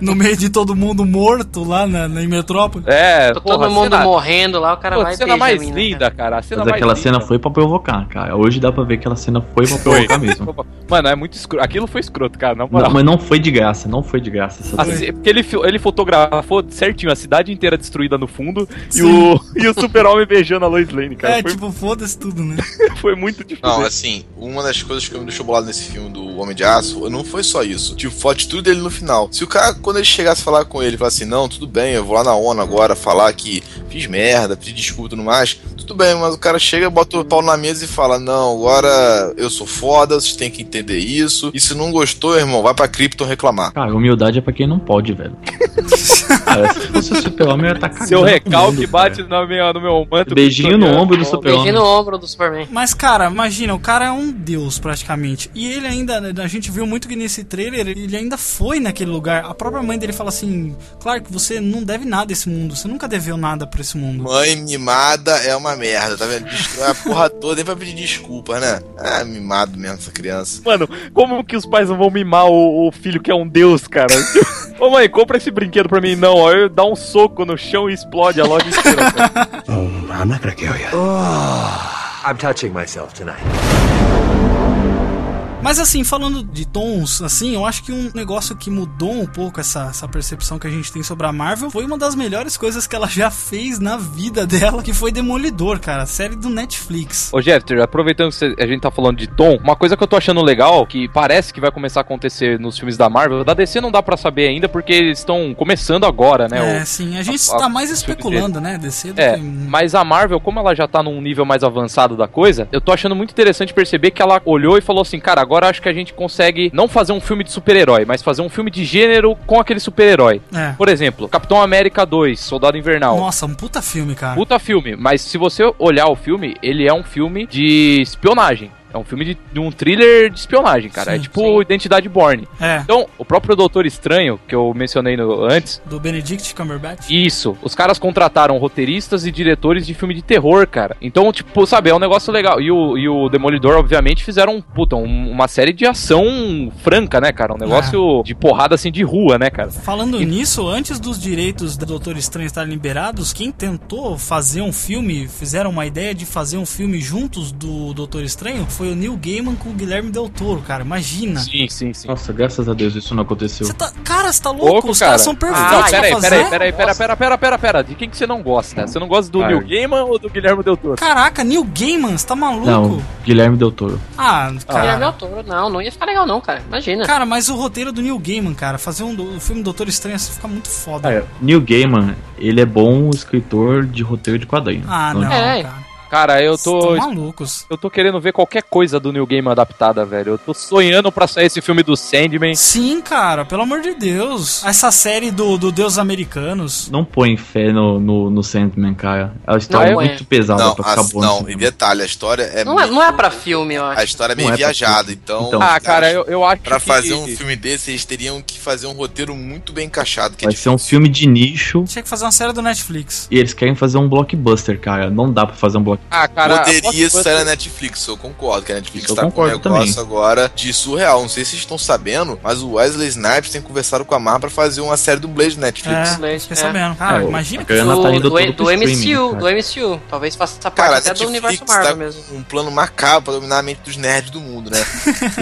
B: No meio de todo mundo morto lá na, na- em Metrópole.
F: É,
E: Tá Todo mundo morrendo lá, o cara
F: Pô,
E: vai
F: cena
E: beijar
F: mais
E: a mina,
F: linda, cara. a cena
J: Mas
F: mais
J: aquela
F: linda.
J: cena foi pra provocar, cara. Hoje dá pra ver que aquela cena foi pra
F: Foi.
J: provocar mesmo.
F: Mano, é muito escroto. Aquilo foi escroto, cara. Não,
J: Não, mas não foi de graça, não foi de graça essa cena.
F: Assim, porque ele, fi- ele fotografou certinho a cidade inteira destruída no fundo e
B: Sim.
F: o, e o super-homem beijando a Lois Lane, cara.
B: é,
F: Foi-
B: tipo, foda-se tudo, né?
F: foi muito difícil.
L: Não, assim, uma das coisas que me deixou bolado nesse filme do Homem de Aço não foi só isso. Tipo, foi a atitude dele no final. Se o cara, quando ele chegasse a falar com ele, falar assim: não, tudo bem, eu vou lá na ONU agora falar que fiz merda, pedi desculpa e tudo mais, tudo bem, mas o cara chega, bota o pau na mesa e fala: não, agora eu sou foda, vocês têm que entender isso. E se não gostou, irmão, vai pra Krypton reclamar.
J: Cara, humildade é pra quem não pode, velho. cara, se fosse o super-homem, eu ia tá cagando.
F: Seu
J: com
F: recalque
J: tudo,
F: bate no meu, no meu manto.
J: Beijinho no ombro do
E: Beijinho
J: super-homem.
E: no ombro do Superman.
B: Mas, cara, imagina, o cara é um deus praticamente. E ele ainda, né, a gente viu muito que nesse trailer, ele ainda foi naquele lugar. A própria mãe dele fala assim: Claro que você não deve nada a esse mundo, você nunca deveu nada pra esse mundo.
L: Mãe mimada é uma merda, tá vendo? Destrói a porra toda, nem pra pedir desculpa, né? Ah, mimado mesmo essa criança.
F: Mano, como que os pais não vão mimar o, o filho que é um deus, cara? Ô mãe, compra esse brinquedo pra mim. Não, ó, eu dá um soco no chão e explode a loja inteira. cara.
P: I'm not gonna kill you.
Q: Ah, I'm touching myself tonight.
B: Mas assim, falando de tons, assim, eu acho que um negócio que mudou um pouco essa, essa percepção que a gente tem sobre a Marvel foi uma das melhores coisas que ela já fez na vida dela, que foi Demolidor, cara, a série do Netflix.
F: Ô, Jeffter, aproveitando que cê- a gente tá falando de tom, uma coisa que eu tô achando legal, que parece que vai começar a acontecer nos filmes da Marvel, da DC não dá pra saber ainda, porque eles estão começando agora, né?
B: É,
F: o-
B: sim, a gente
F: a-
B: está mais
F: os filmes
B: especulando, né, DC do
F: É,
B: que
F: mas a Marvel, como ela já tá num nível mais avançado da coisa, eu tô achando muito interessante perceber que ela olhou e falou assim: cara, agora acho que a gente consegue não fazer um filme de super-herói, mas fazer um filme de gênero com aquele super-herói.
B: É.
F: Por exemplo, Capitão América 2, Soldado Invernal.
B: Nossa, um puta filme, cara.
F: Puta filme, mas se você olhar o filme, ele é um filme de espionagem. É um filme de, de um thriller de espionagem, cara. é tipo Identidade Borne.
B: É.
F: Então, o próprio Doutor Estranho, que eu mencionei no- antes,
B: Do Benedict Cumberbatch.
F: isso. Os caras contrataram roteiristas e diretores de filme de terror, cara. Então, tipo, sabe, é um negócio legal. E o, e o Demolidor, obviamente, fizeram, puta, um- uma série de ação franca, né, cara? Um
B: Ah.
F: negócio de porrada, assim, de rua, né, cara?
B: Falando nisso, antes dos direitos do Doutor Estranho estarem liberados, quem tentou fazer um filme, fizeram uma ideia de fazer um filme juntos do Doutor Estranho, foi o Neil Gaiman com o Guilherme Del Toro, cara. Imagina.
F: Sim, sim, sim.
J: Nossa, graças a Deus isso não aconteceu.
B: Tá- cara, você tá louco? Os caras são perfeitos Tá um
F: Ah, peraí,
B: pra fazer.
F: peraí, peraí, pera, pera, pera, pera, pera. De quem que você não
B: Hum.
F: gosta? Você não gosta do
J: Ah,
F: Neil
J: eu-
F: Gaiman ou do Guilherme Del Toro?
B: Caraca, Neil Gaiman, você tá maluco?
J: Não, Guilherme Del Toro.
B: Ah,
E: Guilherme
B: cara.
E: Del Toro, é não, não ia ficar legal não, cara. Imagina.
B: Cara, mas o roteiro do Neil Gaiman, cara, fazer um, do- um filme do Doutor Estranho assim fica muito foda.
J: Cara, Neil Gaiman, ele é bom escritor de roteiro de quadrinho.
B: Ah, não, cara.
F: Cara, eu tô.
B: Vocês tão malucos.
F: Eu tô querendo ver qualquer coisa do New Gaiman adaptada, velho. Eu tô sonhando pra sair esse filme do Sandman.
B: Sim, cara, pelo amor de Deus. Essa série do, do Deus Americanos.
J: Não põe fé no, no, no Sandman, cara. A história
B: Não,
J: é
B: é.
J: muito pesada
L: Não,
J: pra ficar
L: as-
J: boa. no
L: não,
J: cinema.
L: e detalhe, a história é
E: Não é, não é pra filme, eu acho.
L: A história é meio
J: Não é pra
L: viajada,
J: filme.
L: então.
J: Então. Ah,
F: cara, eu- eu acho
L: Pra
F: que-
L: fazer um filme desse, eles teriam que fazer um roteiro muito bem encaixado. Que é
J: Vai ser um filme de nicho
B: Tinha que fazer uma série do Netflix.
J: e eles querem fazer um blockbuster, cara. Não dá pra fazer um blockbuster.
F: Ah, cara,
L: Poderia
F: blockbuster-
L: sair
B: né?
L: na Netflix, eu concordo que a Netflix
J: Eu
L: tá com um
J: concordo
L: negócio agora de surreal. Não sei se vocês estão sabendo, mas o Wesley Snipes tem conversado com a Marvel pra fazer uma série do Blade na
E: né?
L: Netflix.
B: É, fiquei sabendo. Cara,
J: É,
B: imagina
J: a grana tá indo
E: do,
J: toda
E: do
J: pro streaming,
E: MCU,
J: cara.
E: do MCU. Talvez faça essa parte
L: Cara, a
E: até
L: Netflix
E: do universo Marvel
L: tá
E: mesmo.
L: com um plano macabro pra dominar a mente dos nerds do mundo, né?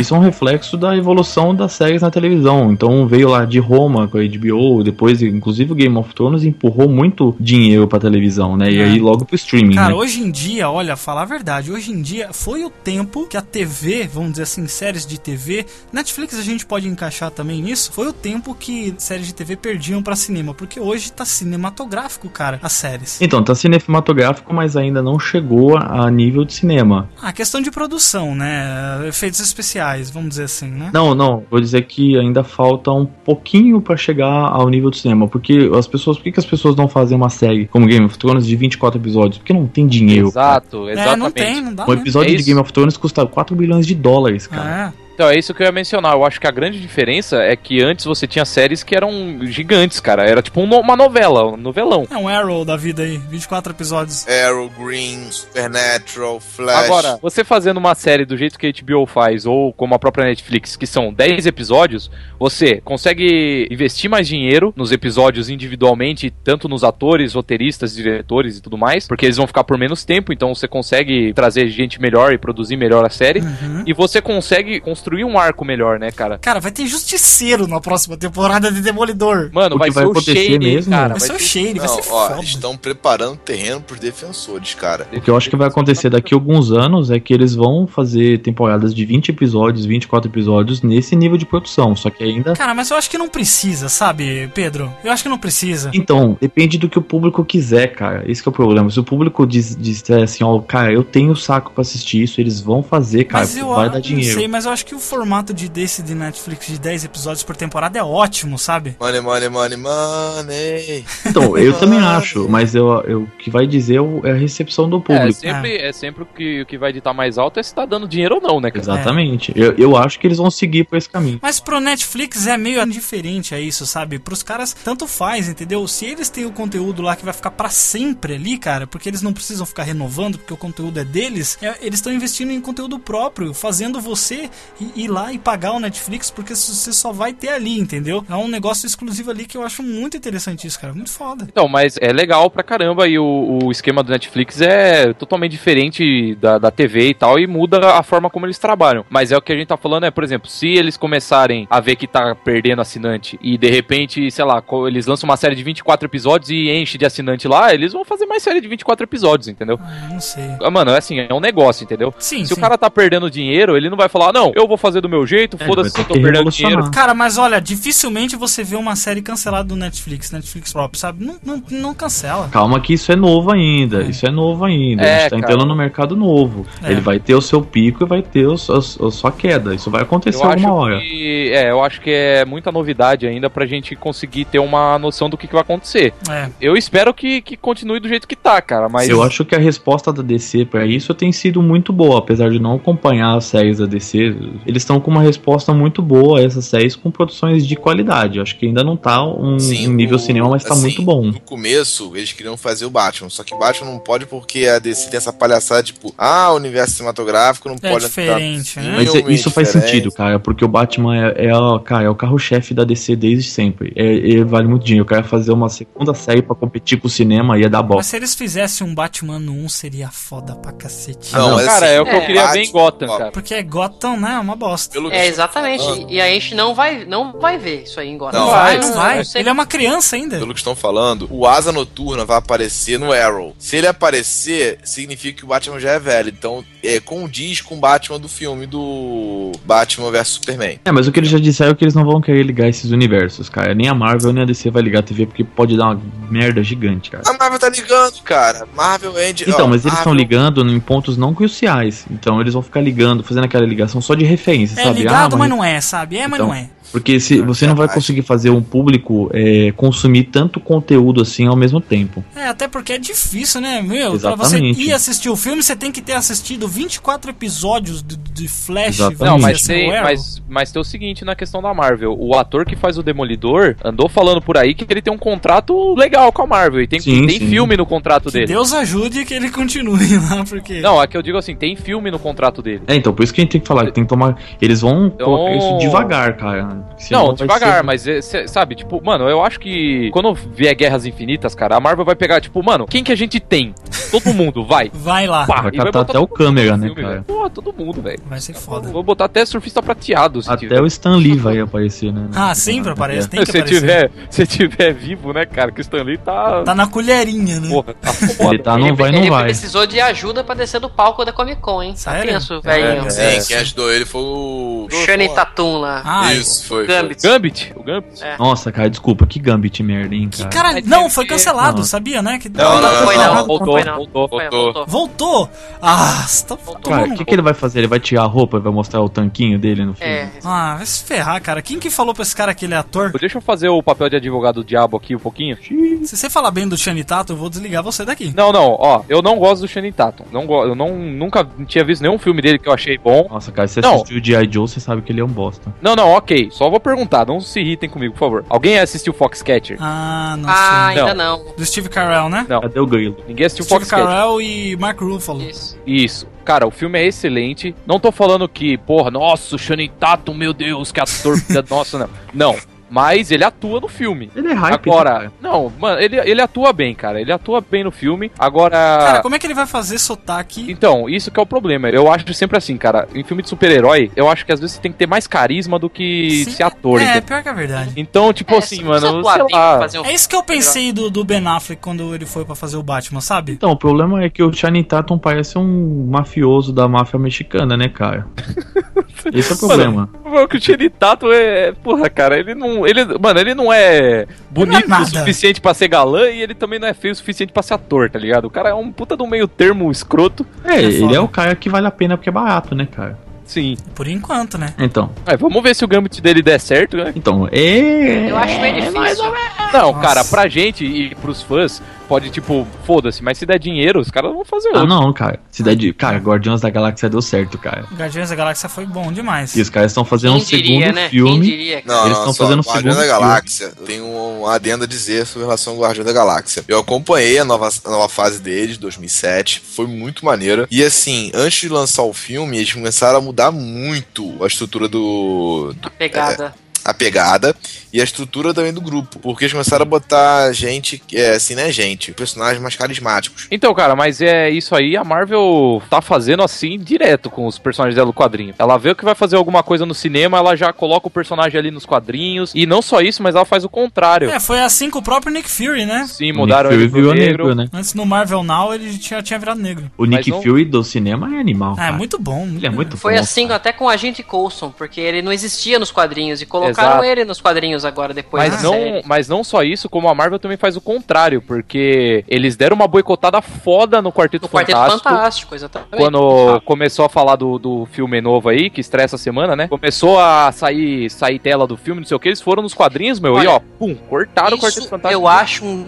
J: Isso é um reflexo da evolução das séries na televisão. Então veio lá de Roma com a HBO, depois, inclusive, o Game of Thrones empurrou muito dinheiro pra televisão, né? E aí logo pro streaming.
B: Cara,
J: né?
B: hoje em dia, olha, falar a verdade, hoje em dia foi o tempo que a TV, vamos dizer assim, séries de TV, Netflix a gente pode encaixar também nisso, foi o tempo que séries de TV perdiam pra cinema, porque hoje tá cinematográfico, cara, as séries.
J: Então, tá cinematográfico, mas ainda não chegou a, a nível de cinema.
B: Ah, questão de produção, né? Efeitos especiais, vamos dizer assim, né?
J: Não, não, vou dizer que ainda falta um pouquinho pra chegar ao nível do cinema, porque as pessoas, por que, que as pessoas não fazem uma série como Game of Thrones de 24 episódios? Porque não tem dinheiro.
F: Exato,
B: É,
F: exatamente.
B: não tem, não dá
J: Um episódio
F: É
J: de
F: isso.
J: Game of Thrones custa 4 bilhões de dólares, cara.
B: É.
F: Então, é isso que eu ia mencionar. Eu acho que a grande diferença é que antes você tinha séries que eram gigantes, cara. Era tipo um no- uma novela, um novelão.
B: É um Arrow da vida aí, 24 episódios.
L: Arrow, Green, Supernatural, Flash.
F: Agora, você fazendo uma série do jeito que a HBO faz, ou como a própria Netflix, que são 10 episódios, você consegue investir mais dinheiro nos episódios individualmente, tanto nos atores, roteiristas, diretores e tudo mais, porque eles vão ficar por menos tempo, então você consegue trazer gente melhor e produzir melhor a série, e você consegue construir um arco melhor, né, cara?
B: Cara, vai ter justiceiro na próxima temporada de Demolidor.
F: Mano, vai, é ser o Shane, cara.
B: Vai ser o Shane, vai
L: Não,
B: ser
L: ó,
B: foda.
L: Estão preparando terreno pros defensores, cara.
J: O que eu acho que vai acontecer daqui a alguns anos é que eles vão fazer temporadas de 20 episódios, 24 episódios nesse nível de produção, só que ainda.
B: Cara, mas eu acho que não precisa, sabe, Pedro? Eu acho que não precisa.
J: Então, depende do que o público quiser, cara. Esse que é o problema. Se o público diz- disser assim, ó, cara, eu tenho saco pra assistir isso, eles vão fazer, cara,
B: mas eu
J: vai
B: acho-
J: dar
B: não
J: dinheiro.
B: sei, mas eu acho que o formato de desse de Netflix de 10 episódios por temporada é ótimo, sabe?
L: Money, money, money, Ah, money.
J: Então, eu também acho, mas eu, eu- o que vai dizer é o- é a recepção do público.
F: É sempre, é sempre o, que, o que vai ditar mais alto é se tá dando dinheiro ou não, né, cara?
J: Exatamente. Eu, eu acho que eles vão seguir por esse caminho.
B: Mas pro Netflix é meio indiferente a isso, sabe? Pros caras, tanto faz, entendeu? Se eles têm o conteúdo lá que vai ficar pra sempre ali, cara, porque eles não precisam ficar renovando, porque o conteúdo é deles, é, eles estão investindo em conteúdo próprio, fazendo você i- ir lá e pagar o Netflix, porque s- você só vai ter ali, entendeu? É um negócio exclusivo ali que eu acho muito interessante isso, cara. Muito foda.
F: Então, mas é legal pra caramba e o, o esquema do Netflix é totalmente diferente da, da TV e tal e muda a forma como eles trabalham. Mas é o que a gente tá falando, é, por exemplo, se eles começarem a ver que tá perdendo assinante e de repente, sei lá, co- eles lançam uma série de 24 episódios e enche de assinante lá, eles vão fazer mais série de 24 episódios, entendeu?
B: Não sei.
F: Ah, Mano, é assim, é um negócio, entendeu?
B: Sim,
F: se
B: sim.
F: o cara tá perdendo dinheiro, ele não vai falar, não, eu vou fazer do meu jeito,
B: É,
J: ele
F: foda-se
J: vai
F: se eu
J: ter
F: tô
J: que
F: perdendo dinheiro.
B: Cara, mas olha, dificilmente você vê uma série cancelada do Netflix, Netflix próprio, sabe? Não, não, não cancela.
J: Calma que isso é novo ainda, isso é novo ainda.
B: É,
J: a gente tá
B: cara.
J: entrando no mercado novo.
B: É.
J: Ele vai ter o seu pico e vai ter o, seu- a sua queda. Isso vai acontecer
F: Eu acho
J: alguma hora.
F: que é, eu acho que é muita novidade ainda pra gente conseguir ter uma noção do que, que vai acontecer.
B: É.
F: Eu espero que, que continue do jeito que tá, cara, mas
J: Eu acho que a resposta da DC pra isso tem sido muito boa, apesar de não acompanhar as séries da DC. Eles estão com uma resposta muito boa a essas séries com produções de qualidade. Eu acho que ainda não tá um,
L: Sim,
J: um nível
L: o-
J: cinema, mas tá
L: assim,
J: muito bom.
L: No começo, eles queriam fazer o Batman, só que o Batman não pode porque a DC tem essa palhaçada, tipo, ah, o universo cinematográfico não
B: É
I: tá.
L: pode
B: diferente, né?
J: Mas
L: filme,
J: é- isso faz
L: diferente.
J: sentido, cara, porque o Batman é, é, a- cara, é o carro-chefe da DC desde sempre. É, ele vale muito dinheiro. O cara fazer uma segunda série pra competir com o cinema ia dar
B: Mas
J: bosta.
B: se eles fizessem um Batman no 1, seria foda pra cacete.
J: Não, mas Cara, assim, é o que eu é, queria ver em
F: Gotham, cara.
B: Porque Gotham, né, é uma bosta.
E: É, exatamente. E a gente não vai, não vai ver isso aí em Gotham.
B: Não, vai, não vai. Ele é uma criança ainda.
L: Pelo que estão falando, o Asa Noturna vai aparecer no Arrow. Se ele aparecer, significa que o Batman já é velho. Então, é, condiz com o Batman do filme do Batman vs Superman.
J: É, mas o que eles já disseram é que eles não vão querer ligar esses universos, cara. Nem a Marvel, nem a DC vai ligar a TV, porque pode dar uma merda gigante, cara.
L: A Marvel tá ligando, cara. Marvel é End.
J: Então,
L: ó,
J: mas eles
L: Marvel-
J: estão ligando em pontos não cruciais. Então eles vão ficar ligando, fazendo aquela ligação só de referência,
B: É
J: sabe?
B: ligado, mas não é, sabe? É, mas
J: Ah, Então,
B: não é.
J: Porque se, você não vai conseguir fazer um público é, consumir tanto conteúdo assim ao mesmo tempo.
B: É, até porque é difícil, né, meu? Pra você
J: Exatamente.
B: ir assistir o filme, você tem que ter assistido 24 episódios de, de Flash.
F: Não,
B: vamos
F: mas,
B: dizer assim,
J: é,
F: tem,
B: o Arrow.
F: mas, mas tem o seguinte na questão da Marvel. O ator que faz o Demolidor andou falando por aí que ele tem um contrato legal com a Marvel. E tem,
J: Sim,
F: tem
J: sim.
F: filme no contrato dele.
B: Deus ajude que ele continue lá, porque...
F: Não, é que eu digo assim, tem filme no contrato dele.
J: É, então por isso que a gente tem que falar, que tem que tomar. Eles vão colocar isso devagar, cara. Senão
F: não,
J: vai
F: devagar,
J: ser- né?
F: mas é, cê- sabe, tipo, mano, eu acho que quando vier Guerras Infinitas, cara, a Marvel vai pegar, tipo, mano, quem que a gente tem? Todo mundo, vai.
B: Vai lá.
F: Pá,
J: Vai
F: e vai
J: catar
F: botar
J: até o câmera, né,
F: filme,
J: cara?
F: velho. Pô, todo mundo, velho.
B: Vai ser foda.
F: Vou botar até surfista prateado, se
J: Até
F: tiver.
J: o Stan Lee vai aparecer, né?
B: Ah, sempre aparece, tem que
F: se
B: aparecer.
F: tiver, se tiver vivo, né, cara? Que o Stanley tá.
B: Tá na colherinha, né?
F: Porra, tá
J: Ele tá, não vai, não
E: Ele
J: vai.
E: precisou de ajuda pra descer do palco da Comic Con, hein? Tá tenso,
F: é,
E: velhinho.
L: Sim, quem ajudou ele foi o.
E: Shane Tatum lá.
B: Ah,
L: Isso, foi.
E: Gambit.
F: é. Gambit? O Gambit?
E: É.
J: Nossa, cara, desculpa, que Gambit merda, hein, cara.
B: Cara, não, foi cancelado,
J: Não.
B: sabia, né? Que...
J: Não, não, não, não, não,
B: foi
J: não, voltou,
B: foi não.
F: Voltou,
E: voltou.
B: Voltou? Ah, você tá
J: Cara, o
B: tomando-
J: que, que ele vai fazer? Ele vai tirar a roupa e vai mostrar o tanquinho dele no filme?
E: É.
F: É.
B: Ah, vai se ferrar, cara. Quem que falou pra esse cara que ele é ator?
F: Deixa eu fazer o papel de advogado do diabo aqui um pouquinho.
B: Se você falar bem do Shane Tatum, eu vou desligar você daqui.
F: Não, não, ó, eu não gosto do Shannon Tatum. Não go eu não, nunca tinha visto nenhum filme dele que eu achei bom.
J: Nossa, cara, se você
F: Não.
J: assistiu o G.I. Joe, você sabe que ele é um bosta.
F: Não, não, ok. Só vou perguntar, não se irritem comigo, por favor. Alguém assistiu Foxcatcher?
B: Ah, não
F: Ah,
B: sei.
F: ainda
E: não.
B: Do Steve Carell, né?
F: Não.
J: Cadê o grilo?
F: Ninguém assistiu
B: Steve
F: Foxcatcher.
B: Carell e Mark Ruffalo. Isso.
F: Isso. Cara, o filme é excelente. Não tô falando que, porra, nossa, o Shannon Tatum, meu Deus, que ator da nossa, não. Não. Mas ele atua no filme.
J: Ele é hype, né,
F: Agora,
J: cara?
F: não, mano, ele, ele atua bem, cara. Ele atua bem no filme. Agora.
B: Cara, como é que ele vai fazer sotaque?
F: Então, isso que é o problema. Eu acho sempre assim, cara. Em filme de super-herói, eu acho que às vezes você tem que ter mais carisma do que ser ator.
B: É,
F: entendeu?
B: pior que é verdade.
F: Então, tipo assim, mano, sei lá.
E: um
B: É isso que eu pensei do, do Ben Affleck quando ele foi pra fazer o Batman, sabe?
J: Então, o problema é que o Channing Tatum parece um mafioso da máfia mexicana, né, cara? Esse é o problema.
F: Mano, que o Channing Tatum é, é- Porra, cara, ele não. Ele, mano, ele não é bonito o suficiente pra ser galã e ele também não é feio o suficiente pra ser ator, tá ligado? O cara é um puta do meio termo escroto.
J: É, ele é o cara que vale a pena porque é barato, né, cara?
F: Sim.
B: Por enquanto, né?
J: Então.
F: É, vamos ver se o gambit dele der certo, né?
J: Então, é.
E: Eu acho meio difícil.
F: Não, cara, pra gente e pros fãs, pode, tipo, foda-se, mas se der dinheiro, os caras vão fazer
J: Ah,
F: outro.
J: não, cara. Cidade. Cara, Guardiões da Galáxia deu certo, cara.
B: Guardiões da Galáxia foi bom demais.
J: E os caras estão fazendo
B: Quem
J: um
B: diria,
J: segundo
B: né?
J: filme.
B: Quem diria, cara?
L: Não,
J: Eles
L: não,
J: estão
L: só,
J: fazendo um
L: Guardiões
J: segundo
L: da
J: filme.
L: Galáxia. Tem um adendo a dizer sobre relação ao Guardião da Galáxia. Eu acompanhei a nova, a nova fase deles, 2007. Foi muito maneira. E assim, antes de lançar o filme, eles começaram a mudar muito a estrutura do. do-
E: Pegada.
L: a pegada e a estrutura também do grupo. Porque eles começaram a botar gente, que é, assim, né, gente? Personagens mais carismáticos.
F: Então, cara, mas é isso aí. A Marvel tá fazendo assim direto com os personagens dela no quadrinho. Ela vê que vai fazer alguma coisa no cinema, ela já coloca o personagem ali nos quadrinhos. E não só isso, mas ela faz o contrário.
B: É, foi assim com o próprio Nick Fury, né?
F: Sim, mudaram
J: Nick
F: ele
J: Fury
F: pro
J: virou
F: negro.
J: negro, né?
B: Antes no Marvel Now ele tinha, tinha virado negro.
J: O Nick
F: não-
J: Fury do cinema é animal.
B: Ah, é
J: cara.
B: muito bom.
J: Ele é muito
E: Foi
J: bom.
E: assim até com o agente Coulson, porque ele não existia nos quadrinhos e colocaram
F: Exato.
E: ele nos quadrinhos agora depois
F: Mas
E: da
F: não,
E: série.
F: mas não só isso, como a Marvel também faz o contrário, porque eles deram uma boicotada foda no Quarteto
E: O Quarteto
F: Fantástico.
E: Fantástico, exatamente.
F: Quando começou a falar do, do filme novo aí, que estreia essa semana, né? Começou a sair, sair tela do filme, não sei o que, eles foram nos quadrinhos, meu, e
E: Olha,
F: ó, pum, cortaram o Quarteto
E: Isso
F: Fantástico.
E: eu acho um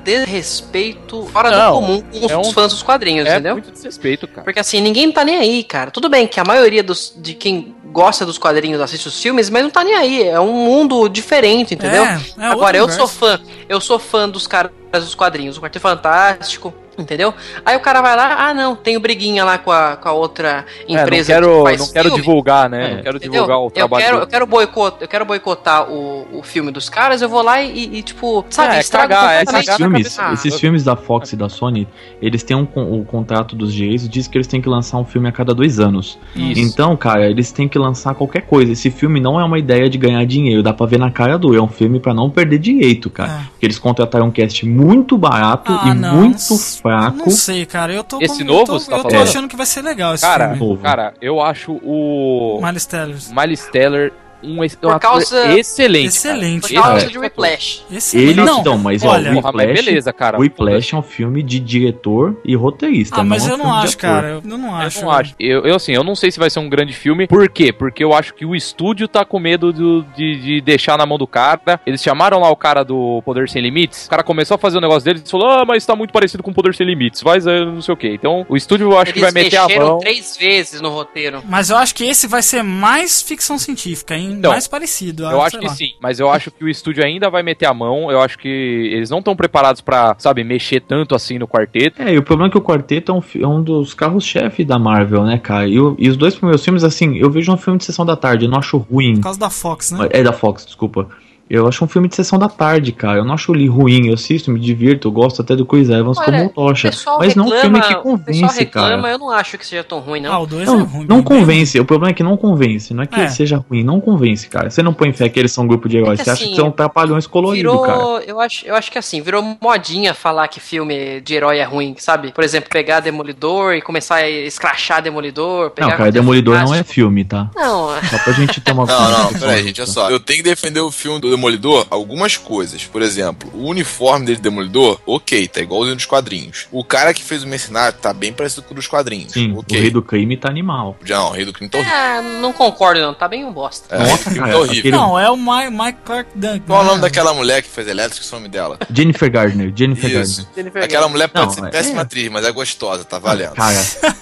E: desrespeito fora
F: Não,
E: do comum com os
F: é um-
E: fãs dos quadrinhos,
F: é
E: entendeu?
F: muito desrespeito, cara.
E: Porque assim, ninguém tá nem aí, cara. Tudo bem que a maioria dos, de quem gosta dos quadrinhos assiste os filmes, mas não tá nem aí. É um mundo diferente, entendeu?
B: É, é
E: Agora,
B: outro
E: eu
B: universo.
E: sou fã. Eu sou fã dos caras dos quadrinhos, o Quarteto Fantástico. Entendeu? Aí o cara vai lá, ah não, tenho briguinha lá com a, com a outra
F: É, não
E: empresa.
F: quero,
E: que faz
F: não quero
E: filme.
F: divulgar, né? não quero
E: Entendeu?
F: divulgar o trabalho.
E: Eu quero,
F: do-
E: eu quero, boicot, eu quero boicotar o, o filme dos caras, eu vou lá e, e, tipo,
F: É,
E: sabe,
F: é
E: estraga
F: cagar, é
E: completamente.
J: Esses filmes,
E: Ah,
J: esses filmes da Fox e da Sony, eles têm um, con- o contrato dos direitos, diz que eles têm que lançar um filme a cada dois anos.
F: Isso.
J: Então, cara, eles têm que lançar qualquer coisa. Esse filme não é uma ideia de ganhar dinheiro, dá pra ver na cara do. É um filme pra não perder direito, cara. Porque eles contrataram um cast muito barato
B: Ah,
J: e
B: não,
J: muito
B: não
J: fraco.
B: Não sei, cara. Eu tô
F: Esse
B: eu
F: novo,
B: tô-
F: você tá
B: Eu tô
F: falando?
B: achando que vai ser legal esse
F: Cara,
B: filme.
F: cara, eu acho o.
B: Miles Teller.
F: Miles Teller um, ex- um
E: Por
F: ator
E: causa-
F: excelente.
B: Excelente.
F: cara.
E: Por causa
F: Excelente.
E: de Whiplash.
B: é
J: Ele, não, mas ó,
F: Olha-
J: o
F: Porra, mas
J: Whiplash,
F: beleza, cara.
J: o Whiplash é um filme de diretor e roteirista.
B: Ah, mas
J: é um
B: eu não
J: filme de
B: acho,
J: ator.
B: cara. Eu eu não acho.
F: Eu não acho. Eu, eu, assim, eu não sei se vai ser um grande filme. Por quê? Porque eu acho que o estúdio tá com medo do- de, de deixar na mão do cara. Eles chamaram lá o cara do Poder Sem Limites. O cara começou a fazer o negócio dele e falou: Ah, mas tá muito parecido com o Poder Sem Limites. Faz eh, não sei o quê. Então, o estúdio eu acho que vai
E: Eles
F: meter a
E: mexeram
F: mão.
E: três vezes no roteiro.
B: Mas eu acho que esse vai ser mais ficção científica, hein?
F: Então,
B: mais parecido.
F: Eu
B: ah,
F: acho
B: sei
F: que
B: lá.
F: sim, mas eu acho que o estúdio ainda vai meter a mão. Eu acho que eles não estão preparados pra, sabe, mexer tanto assim no quarteto.
J: É, e o problema é que o Quarteto é um, fi- é um dos carros-chefe da Marvel, né, cara? E, o- e os dois primeiros filmes, assim, eu vejo um filme de sessão da tarde, eu não acho ruim.
B: Por causa da Fox, né?
J: É da Fox, desculpa. Eu acho um filme de sessão da tarde, cara. Eu não acho ele ruim, eu assisto, me divirto, eu gosto até do Chris Evans
E: Olha,
J: como tocha.
E: O pessoal
J: Mas não um filme que
E: o pessoal
J: convence,
E: reclama,
J: cara.
E: eu não acho que seja tão ruim, não.
B: Ah, o 2
J: Não, não convence, o problema é que não convence, não é que
E: É.
J: seja ruim, não convence, cara. Você não põe fé que eles são um grupo de heróis,
E: que
J: você acha
E: assim,
J: que são trapalhões coloridos, cara.
E: Virou, eu acho, eu acho que assim, virou modinha falar que filme de herói é ruim, sabe? Por exemplo, pegar Demolidor e começar a escrachar Demolidor. Pegar
J: Não, cara, Demolidor não é filme, tá?
E: Não,
J: Só pra gente ter uma tá?
L: Não, não, peraí, gente, olha só. Eu tenho que defender o filme do Demolidor algumas coisas. Por exemplo, o uniforme dele de Demolidor, ok, tá igualzinho dos quadrinhos. O cara que fez o mercenário tá bem parecido com o dos quadrinhos.
J: Sim,
L: ok.
J: o rei do crime tá animal.
L: Não, o Rei do Crime tá horrível.
E: É, não concordo, não. Tá bem um bosta.
L: É, Nossa, filme cara, tá horrível. aquele-
B: Não, é o Mike, Mike Clark Duncan. Ah.
L: Qual é o nome daquela mulher que fez Electric, que é o nome dela?
J: Jennifer Gardner, Jennifer
L: Isso.
J: Gardner.
L: Aquela mulher pode
J: É Não,
L: ser
J: mas-
L: péssima atriz, mas é gostosa, tá valendo.
J: Cara,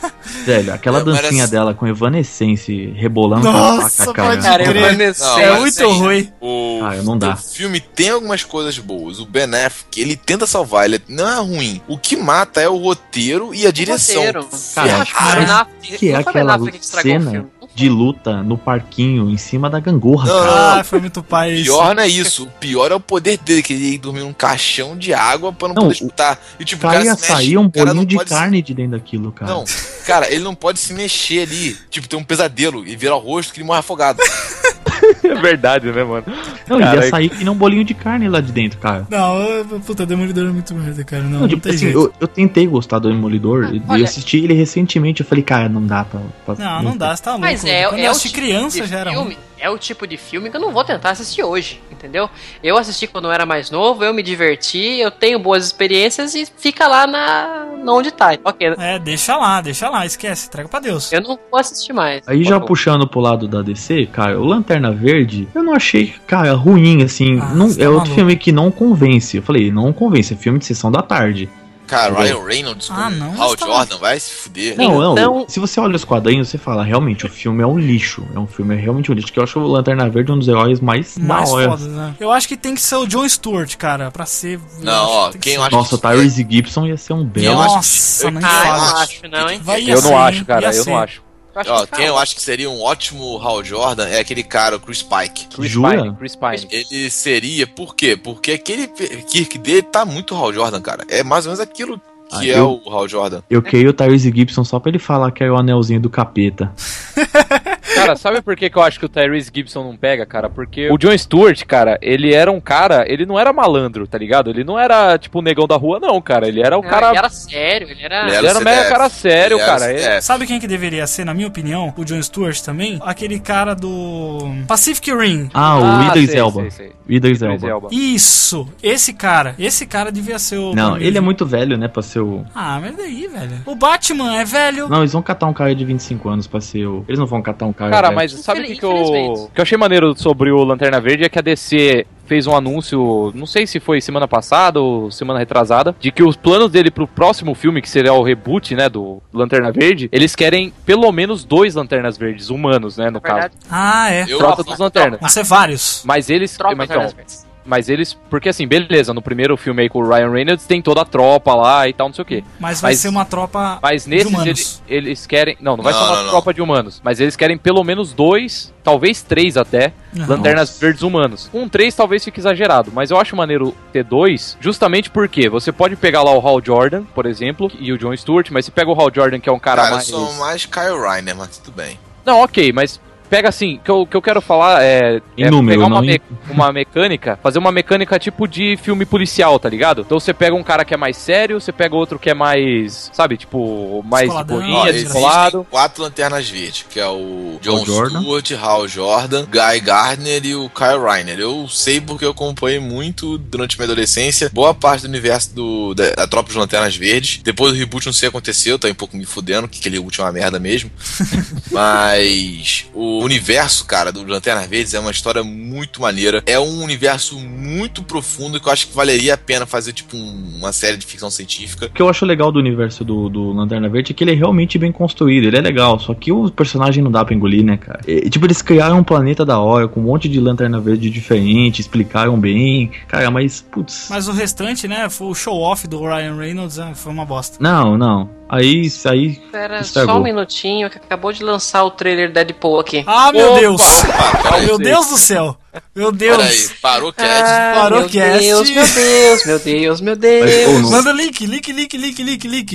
J: velho, aquela
L: É,
J: dancinha
L: parece-
J: dela com Evanescence rebolando
L: Nossa,
J: com a faca, cara.
L: pode crer. Evanescence. É muito ruim.
J: Cara, não dá.
L: O filme tem algumas coisas boas. O Ben Affleck, ele tenta salvar, ele não é ruim. O que mata é o roteiro e a direção. Ah,
E: roteiro.
J: Cara,
L: Ferrado.
J: cara, que, é
L: Não foi Ben
J: aquela
L: Affleck que estragou o
J: cena de luta no parquinho em cima da gangorra,
L: Não,
J: cara?
L: não, não.
B: Ah, foi muito pai
L: O pior não é isso. O pior é o poder dele, que ele ia dormir num caixão de água pra não,
J: Não,
L: poder chutar. E tipo, o cara
J: Caía,
L: se mexe,
J: saía um
L: o cara
J: bolinho
L: não
J: de
L: pode se-
J: carne de dentro daquilo, cara.
L: Não, cara, ele não pode se mexer ali. Tipo, tem um pesadelo e virar o rosto que ele morre afogado.
F: É verdade, né, mano?
J: Não,
F: Cara,
J: ia sair que nem um bolinho de carne lá de dentro, cara.
B: Não, eu- puta, Demolidor é muito merda, cara. Não,
J: Não,
B: não,
J: tipo,
B: tem
J: assim,
B: jeito.
J: eu, eu tentei gostar do
L: Ah,
J: Demolidor, e
B: olha-
J: eu assisti ele recentemente, eu falei, cara, não dá pra... pra-
B: Não,
F: Uhum.
B: não dá, você tá louco.
L: assim?
E: Mas é,
B: Quando
E: é
B: eu
E: o
B: assisti
E: tipo
B: criança
E: de
B: já era um-
E: filme,
B: ruim.
E: É o tipo de filme que eu não vou tentar assistir hoje, entendeu? Eu assisti quando eu era mais novo, eu me diverti, eu tenho boas experiências e fica lá na, na onde tá. Ok.
B: É, deixa lá, deixa lá, esquece, traga pra Deus.
E: Eu não vou assistir mais.
J: Aí já
E: Bom,
J: puxando pro lado da DC, cara, o Lanterna Verde, eu não achei, cara, ruim, assim. não,
B: Ah, tá
J: é outro
B: maluco.
J: filme que não convence. Eu falei, não convence, é filme de sessão da tarde.
L: Cara,
J: Entendeu?
L: Ryan Reynolds com
B: Ah, não,
L: Hal
B: você tá
L: Jordan vai se fuder.
J: Não, não.
L: então-
J: Se você olha os quadrinhos, você fala, realmente, o filme é um lixo. É um filme realmente um lixo. Que eu acho o Lanterna Verde um dos heróis mais,
B: Mais
J: da hora.
B: foda, né? Eu acho que tem que ser o John Stewart, cara, pra ser.
L: Não, ó, quem eu acho é
J: Nossa, tá o Tyrese Gibson ia ser um
L: Quem eu
J: belo.
L: acho-
B: Nossa,
L: eu-
B: não
L: quem
E: é
B: ia
L: Ah, eu
B: ser.
L: acho-
E: não, hein?
B: Vai
F: Eu não
B: ser,
F: acho,
B: hein?
F: cara,
B: Ia
F: eu não
B: ser.
F: acho.
L: Ó, quem eu acho que seria um ótimo Hal Jordan é aquele cara, o Chris Pike.
F: Chris Jura? Pine, Chris Pine.
L: Ele seria, por quê? Porque aquele Kirk dele tá muito Hal Jordan, cara. É mais ou menos aquilo que
J: Ah,
L: é
J: eu-
L: o Hal Jordan.
J: Eu criei o Tyrese Gibson só pra ele falar que é o anelzinho do capeta.
F: Cara, sabe por que, que eu acho que o Tyrese Gibson não pega, cara? Porque o John Stewart, cara, ele era um cara, ele não era malandro, tá ligado? Ele não era, tipo, o negão da rua, não, cara. Ele era o
B: Ah,
E: não,
F: cara.
E: Ele era sério, ele era.
F: Ele era mega cara sério, cara. Ele-
B: Sabe quem que deveria ser, na minha opinião? O John Stewart também? Aquele cara do. Pacific Rim.
J: Ah, o
B: Ah,
J: Idris
B: sei,
J: Elba.
B: sei, sei.
J: O Idris Elba.
B: Isso! Esse cara. Esse cara devia ser o.
J: Não,
B: Batman.
J: ele é muito velho, né, pra ser o...
B: Ah, mas daí, velho. O Batman é velho.
J: Não, eles vão catar um cara de 25 anos pra ser o... Eles não vão catar um cara...
F: Cara,
J: velho.
F: mas sabe o que, que eu. O que eu achei maneiro sobre o Lanterna Verde é que a DC fez um anúncio, não sei se foi semana passada ou semana retrasada, de que os planos dele pro próximo filme, que seria o reboot, né, do Lanterna Verde, eles querem pelo menos dois Lanternas Verdes humanos, né, no caso.
B: Ah, é.
F: Frota dos Lanternas.
B: Mas é vários.
F: Mas eles. mas, então,
B: Lanternas Verdes.
F: mas eles. Porque assim, beleza, no primeiro filme aí com o Ryan Reynolds tem toda a tropa lá e tal, não sei o quê.
B: Mas vai ser uma tropa.
F: Mas
B: de
F: nesses
B: humanos.
F: ele- eles, querem. Não, não vai
L: Não,
F: ser uma
L: não, não.
F: tropa de humanos. Mas eles querem pelo menos dois, talvez três até,
B: Nossa.
F: lanternas verdes humanos. Um três talvez fique exagerado, mas eu acho maneiro ter dois, justamente porque você pode pegar lá o Hal Jordan, por exemplo, e o John Stewart, mas você pega o Hal Jordan, que é um cara,
L: Cara,
F: mais.
L: eu sou mais Kyle Reiner, mas tudo bem.
F: Não, ok, mas pega assim, que eu, que eu quero falar é,
J: Em
F: é
J: número,
F: pegar uma,
J: não em-
F: me- uma mecânica, fazer uma mecânica tipo de filme policial, tá ligado? Então você pega um cara que é mais sério, você pega outro que é mais, sabe, tipo, mais de
L: Ó,
F: boinha, descolado.
L: existem quatro lanternas verdes, que é o John
F: Jordan.
L: Stewart, Hal Jordan, Guy Gardner e o Kyle Reiner. Eu sei porque eu acompanhei muito durante minha adolescência boa parte do universo do, da, da tropa dos lanternas verdes. Depois do reboot não sei o que aconteceu, tá um pouco me fudendo, que aquele reboot é uma merda mesmo. Mas o universo, cara, do Lanternas Verdes é uma história muito maneira. É um universo muito profundo que eu acho que valeria a pena fazer, tipo, um- uma série de ficção científica.
J: O que eu acho legal do universo do, do Lanterna Verde é que ele é realmente bem construído, ele é legal, só que o personagem não dá pra engolir, né, cara? E, tipo, eles criaram um planeta da hora, com um monte de Lanterna Verde diferente, explicaram bem, cara, mas, putz,
B: Mas o restante, né? Foi o show-off do Ryan Reynolds, né, foi uma bosta.
J: não, não, aí, isso aí,
E: Espera só
J: estragou.
E: um minutinho que acabou de lançar o trailer Deadpool aqui.
B: Ah, meu
E: Opa,
B: Deus! Ah,
E: opa, peraí.
B: meu Deus do céu! Meu Deus!
L: Peraí, parou que
B: Ah, parou
E: meu
B: o cast.
E: Deus, meu Deus, meu Deus, meu
F: É,
E: Deus.
B: Manda link, link, link, link, link, link.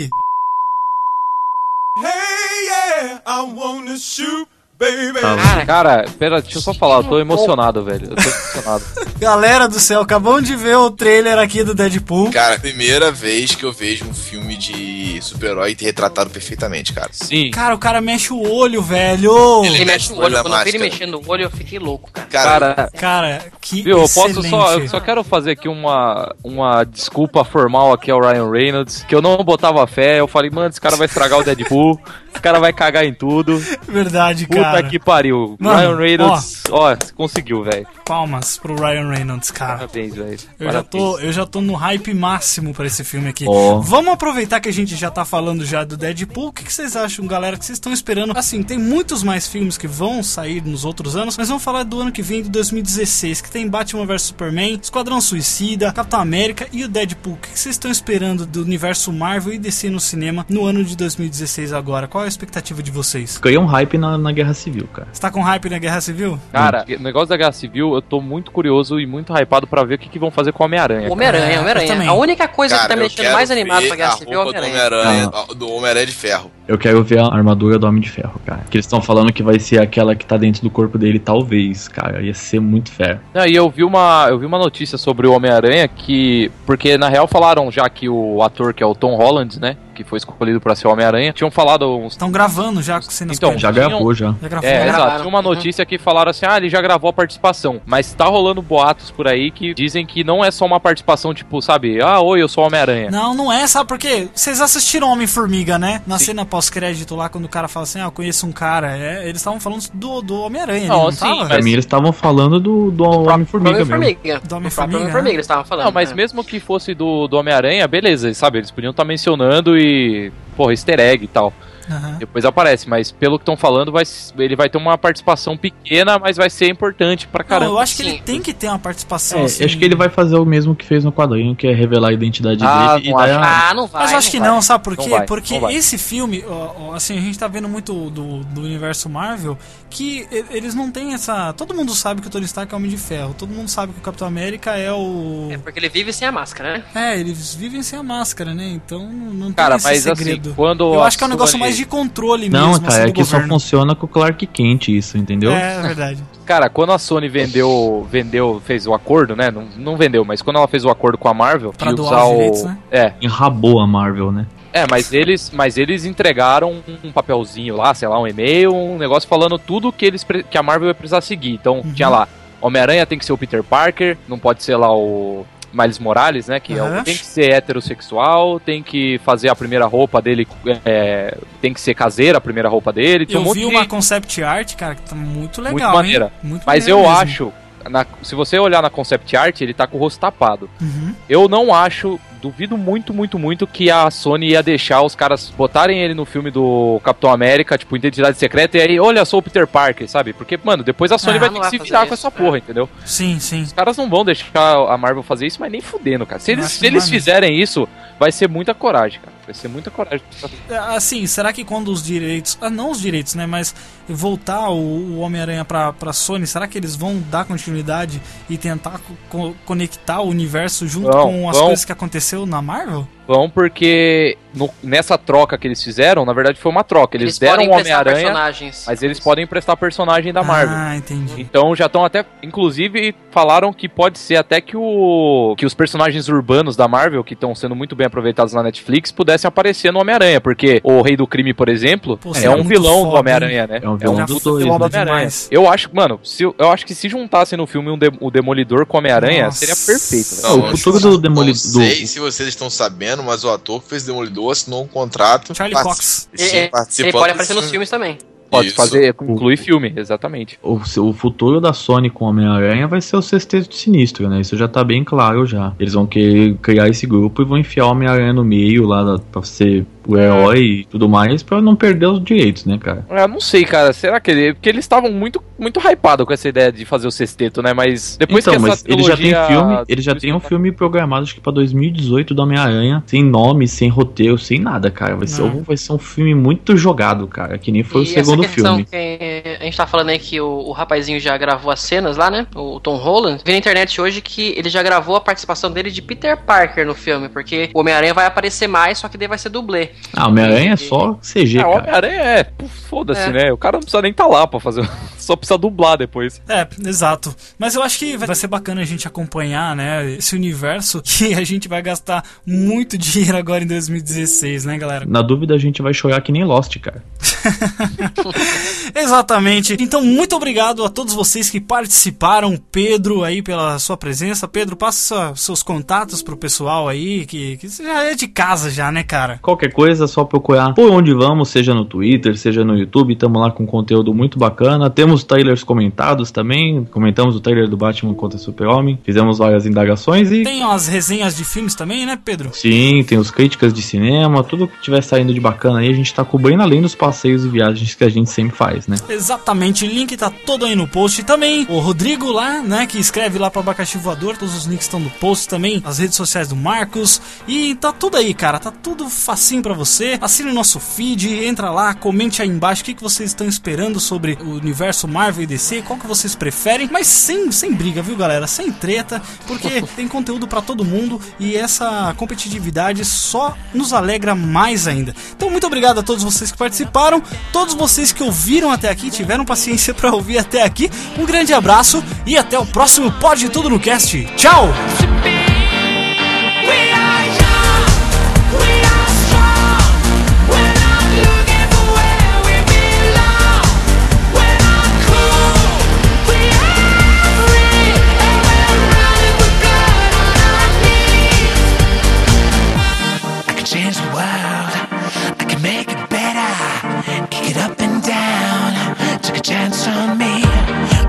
C: Hey, yeah, I wanna shoot
L: baby.
F: Cara, cara, pera, deixa eu só falar, eu tô emocionado, velho. Eu tô emocionado.
B: Galera do céu, acabamos de ver o trailer aqui do Deadpool.
L: Cara, primeira vez que eu vejo um filme de super-herói retratado perfeitamente, cara.
F: Sim.
B: Cara, o cara mexe o olho, velho.
L: Ele mexe o olho na
E: Quando eu vi ele
L: máscara.
E: mexendo o olho, eu fiquei louco, cara.
F: Cara,
B: Cara, que
F: Viu, eu posso
B: excelente.
F: só, eu só quero fazer aqui uma, uma desculpa formal aqui ao Ryan Reynolds, que eu não botava fé, eu falei, mano, esse cara vai estragar o Deadpool, esse cara vai cagar em tudo.
B: Verdade,
F: Puta
B: cara.
F: que pariu.
B: Mano,
F: Ryan Reynolds, ó, conseguiu, velho.
B: Palmas pro Ryan Reynolds, cara.
F: Parabéns, velho.
B: Eu já, tô, eu já tô no hype máximo pra esse filme aqui.
F: Ó.
B: Vamos aproveitar que a gente já tá falando já do Deadpool. O que, que vocês acham, galera? O que vocês estão esperando? Assim, tem muitos mais filmes que vão sair nos outros anos, mas vamos falar do ano que vem, de 2016, que tem Batman vs Superman, Esquadrão Suicida, Capitão América e o Deadpool. O que, que vocês estão esperando do universo Marvel e DC no cinema no ano de 2016 agora? Qual é a expectativa de vocês?
J: Ganhou um hype na, na Guerra Civil, cara.
B: Você tá com hype na Guerra Civil?
F: Cara, o negócio da Guerra Civil, eu tô muito curioso e muito hypado pra ver o que, que vão fazer com o Homem-Aranha. cara.
E: Homem-Aranha, Homem-Aranha. A única coisa
L: Cara,
E: que tá me
L: eu
E: deixando
L: quero
E: mais animado
L: ver
E: pra Guerra
L: a
E: Civil é o
L: roupa do
E: Homem-Aranha.
L: Homem-Aranha, do Homem-Aranha de Ferro.
J: Eu quero ver a armadura do Homem de Ferro, cara. Que eles estão falando que vai ser aquela que tá dentro do corpo dele, talvez, cara. Ia ser muito fera.
F: Não, e eu vi uma, eu vi uma notícia sobre o Homem-Aranha que. Porque na real falaram já que o ator que é o Tom Holland, né? Que foi escolhido pra ser o Homem-Aranha, tinham falado uns.
B: Estão gravando já com cenas
F: Então,
J: Já
F: tinham-
J: gravou, já.
B: Já gravou?
F: É,
B: Já
F: exato.
B: gravaram.
F: Tinha uma notícia que falaram assim: ah, ele já gravou a participação. Mas tá rolando boatos por aí que dizem que não é só uma participação, tipo, sabe? Ah, oi, eu sou o Homem-Aranha.
B: Não, não é, sabe por quê? Vocês assistiram Homem-Formiga, né? Na cena pós-crédito lá, quando o cara fala assim, ah, eu conheço um cara. É, eles estavam falando do, do Homem-Aranha,
F: Não,
B: não, não
F: sim,
B: tava?
J: Pra mim, eles estavam falando do, do Homem-Formiga mesmo.
E: Homem-Formiga.
B: Do
E: O próprio
B: Homem-Formiga,
E: Homem-Formiga, eles estavam falando.
F: Não,
B: é.
F: mas mesmo que fosse do, do Homem-Aranha, beleza, sabe? Eles podiam estar mencionando e. Porra, easter egg e tal.
B: Aham.
F: Depois aparece, mas pelo que estão falando, vai, s- ele vai ter uma participação pequena, mas vai ser importante pra
B: Não,
F: caramba.
B: eu acho que ele tem que ter uma participação,
J: É,
B: assim.
J: acho que ele vai fazer o mesmo que fez no quadrinho, que é revelar a identidade
F: Ah,
J: dele e
F: não
J: dar a-
E: Ah, não vai.
B: Mas eu acho que não,
E: vai.
B: sabe por
F: Não
B: quê?
F: vai,
B: Porque
F: não vai.
B: esse filme, ó, ó, assim, a gente tá vendo muito do, do universo Marvel, que e- eles não têm essa. Todo mundo sabe que o Tony Stark é Homem de Ferro, todo mundo sabe que o Capitão América é o.
E: É porque ele vive sem a máscara, né?
B: É, eles vivem sem a máscara, né? Então não tem
F: Cara,
B: esse
F: mas
B: segredo.
F: assim, quando.
B: eu
F: a
B: acho que é um negócio
F: Sony-
B: mais de controle
J: Não,
B: mesmo,
J: cara,
B: assim,
J: é
B: do
J: que só
B: governo.
J: funciona com o Clark Kent isso, entendeu?
B: É, verdade.
F: Cara, quando a Sony vendeu. vendeu fez o acordo, né? Não, não vendeu, mas quando ela fez o acordo com a Marvel,
B: Pra
F: de
B: doar
F: usar
B: os
F: o.
B: direitos, né?
F: É,
J: Enrabou a Marvel, né?
F: é, mas eles, mas eles entregaram um papelzinho lá, sei lá, um e-mail, um negócio falando tudo que eles pre- que a Marvel ia precisar seguir. Então,
B: Uhum.
F: tinha lá, Homem-Aranha tem que ser o Peter Parker, não pode ser lá o Miles Morales, né, que é o-
B: Aham.
F: tem que ser heterossexual, tem que fazer a primeira roupa dele, é, tem que ser caseira a primeira roupa dele, tinha
B: Eu
F: um monte
B: vi
F: de-
B: uma concept art, cara, que tá muito legal,
F: Muito maneira.
B: hein? Muito
F: Mas eu
E: É
B: maneira mesmo.
F: acho, na- se você olhar na concept art, ele tá com o rosto tapado.
B: Uhum.
F: Eu não acho, duvido muito, muito, muito que a Sony ia deixar os caras botarem ele no filme do Capitão América, tipo, Identidade Secreta, e aí, olha, sou o Peter Parker, sabe? Porque, mano, depois a Sony
B: Ah,
F: vai
E: É, não
F: ter que
E: vai
F: se
E: fazer
F: virar com
E: isso,
F: essa porra, entendeu?
B: Sim, sim.
F: Os caras não vão deixar a Marvel fazer isso, mas nem fudendo, cara. Se
B: Eu
F: eles,
B: acho
F: se eles
B: que não é
F: fizerem isso, vai ser muita coragem, cara. Vai ser muita coragem.
B: É, Assim, será que quando os direitos. Ah, não os direitos, né? Mas voltar o, o Homem-Aranha pra, pra Sony, será que eles vão dar continuidade e tentar co- co- conectar o universo junto
F: Vão,
B: com as
F: vão.
B: coisas que aconteceu na Marvel?
F: Vão porque no- nessa troca que eles fizeram, na verdade foi uma troca. Eles, deram
E: podem
F: o
E: emprestar
F: Homem-Aranha,
E: personagens.
F: mas eles podem emprestar personagem da Marvel.
B: Ah, entendi.
F: Então já estão até. Inclusive, falaram que pode ser até que o. que os personagens urbanos da Marvel, que estão sendo muito bem aproveitados na Netflix, pudessem aparecer no Homem-Aranha. Porque o Rei do Crime, por exemplo,
B: Pô,
F: é,
B: seria
F: um
B: muito
F: vilão do
B: foda,
F: Homem-Aranha, né?
J: É um vilão
B: Já
J: dos
B: foda
J: dois,
F: vilão do
J: né?
F: Homem-Aranha.
B: demais.
F: Eu acho, mano, se, eu acho que se juntassem no filme um de- o Demolidor com o Homem-Aranha,
B: Nossa.
F: seria perfeito. velho.
J: Não, o futuro do Demolidor.
L: Não sei se vocês estão sabendo, mas o ator que fez Demolidor assinou um contrato.
B: Charlie
L: Parti-
B: Cox.
L: Sim,
E: Ele- Ele
L: participando
E: pode
L: do
E: aparecer nos filmes também.
F: Pode
L: Isso.
F: fazer, inclui filme, exatamente.
J: O, o futuro da Sony com o Homem-Aranha vai ser o sexteto sinistro, né? Isso já tá bem claro já. Eles vão querer criar esse grupo e vão enfiar o Homem-Aranha no meio lá da- pra ser o herói e tudo mais, pra não perder os direitos, né, cara?
F: Eu Ah, não sei, cara, será que ele. Porque eles estavam muito, muito hypados com essa ideia de fazer o sexteto, né? Mas depois
J: então,
F: que essa
J: mas ele já tem
F: trilogia-
J: filme, ele já tem um filme programado acho que pra 2018 do Homem-Aranha, sem nome, sem roteiro, sem nada, cara. Vai ser,
B: Não.
J: vai ser um filme muito jogado, cara, que nem foi o
E: E essa
J: segundo
E: questão
J: filme.
E: que a gente tá falando aí que o, o rapazinho já gravou as cenas lá, né? O Tom Holland. Vi na internet hoje que ele já gravou a participação dele de Peter Parker no filme, porque o Homem-Aranha vai aparecer mais, só que daí vai ser dublê.
J: Ah, Homem-Aranha é só CG,
F: Ah,
J: cara.
F: Homem-Aranha é, pô, foda-se,
B: É.
F: né? O cara não precisa nem tá lá pra fazer. Só precisa dublar depois.
B: É, exato. Mas eu acho que vai ser bacana a gente acompanhar, né, esse universo que a gente vai gastar muito dinheiro agora em 2016, né, galera?
J: Na dúvida, a gente vai chorar que nem Lost, cara.
B: Exatamente. Então, muito obrigado a todos vocês que participaram. Pedro, aí, pela sua presença. Pedro, passa sua- seus contatos pro pessoal aí, que, que você já é de casa já, né, cara?
J: Qualquer coisa é só procurar por onde vamos, seja no Twitter, seja no YouTube, estamos lá com conteúdo muito bacana. Temos trailers comentados também, comentamos o trailer do Batman contra o Super-Homem, fizemos várias indagações e
B: Tem as resenhas de filmes também, né, Pedro?
J: Sim, tem os críticas de cinema, tudo que tiver saindo de bacana aí, a gente tá cobrindo além dos passeios e viagens que a gente sempre faz, né?
B: Exatamente, o link tá todo aí no post também. O Rodrigo lá, né, que escreve lá para Abacaxi Voador, todos os links estão no post também, as redes sociais do Marcos. E tá tudo aí, cara, tá tudo facinho pra você. Assine o nosso feed, entra lá, comente aí embaixo o que, que vocês estão esperando sobre o universo Marvel e DC, qual que vocês preferem, mas sem, sem briga, viu, galera? Sem treta, porque tem conteúdo pra todo mundo e essa competitividade só nos alegra mais ainda. Então, muito obrigado a todos vocês que participaram, todos vocês que ouviram até aqui, tiveram paciência pra ouvir até aqui. Um grande abraço e até o próximo Pode Tudo no Cast. Tchau!
C: I could change the world. I could make it better. Kick it up and down. Took a chance on me.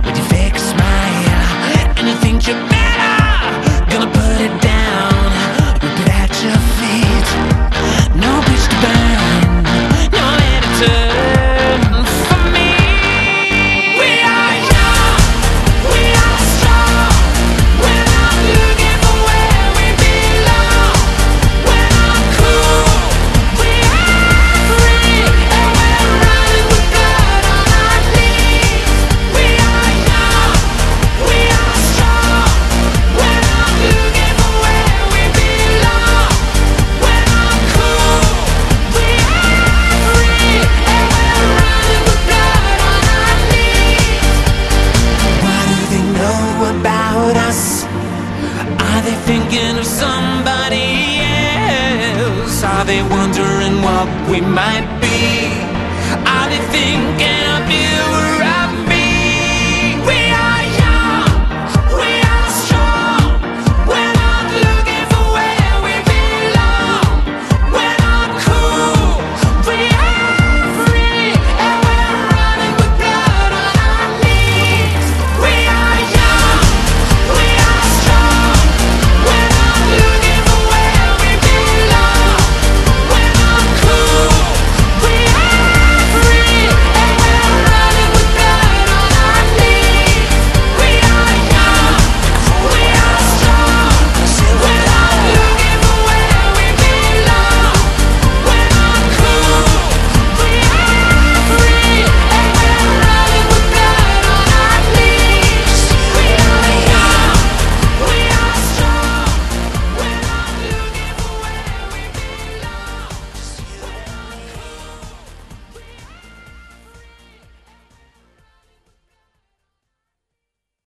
C: With your fake smile. And you think you're better. Gonna put it down. Whip it at your feet. No bitch to burn. No attitude for me. We are young. We are strong. We're not looking for where we belong. We're not cool. We are free. And we're running with blood on our knees. We are young. We are strong. We're not looking for where we belong. We're not cool. We are free. And we're running with blood on our knees. What do they know about us? Are they thinking of somebody else? Are they wondering what we might be? Are they thinking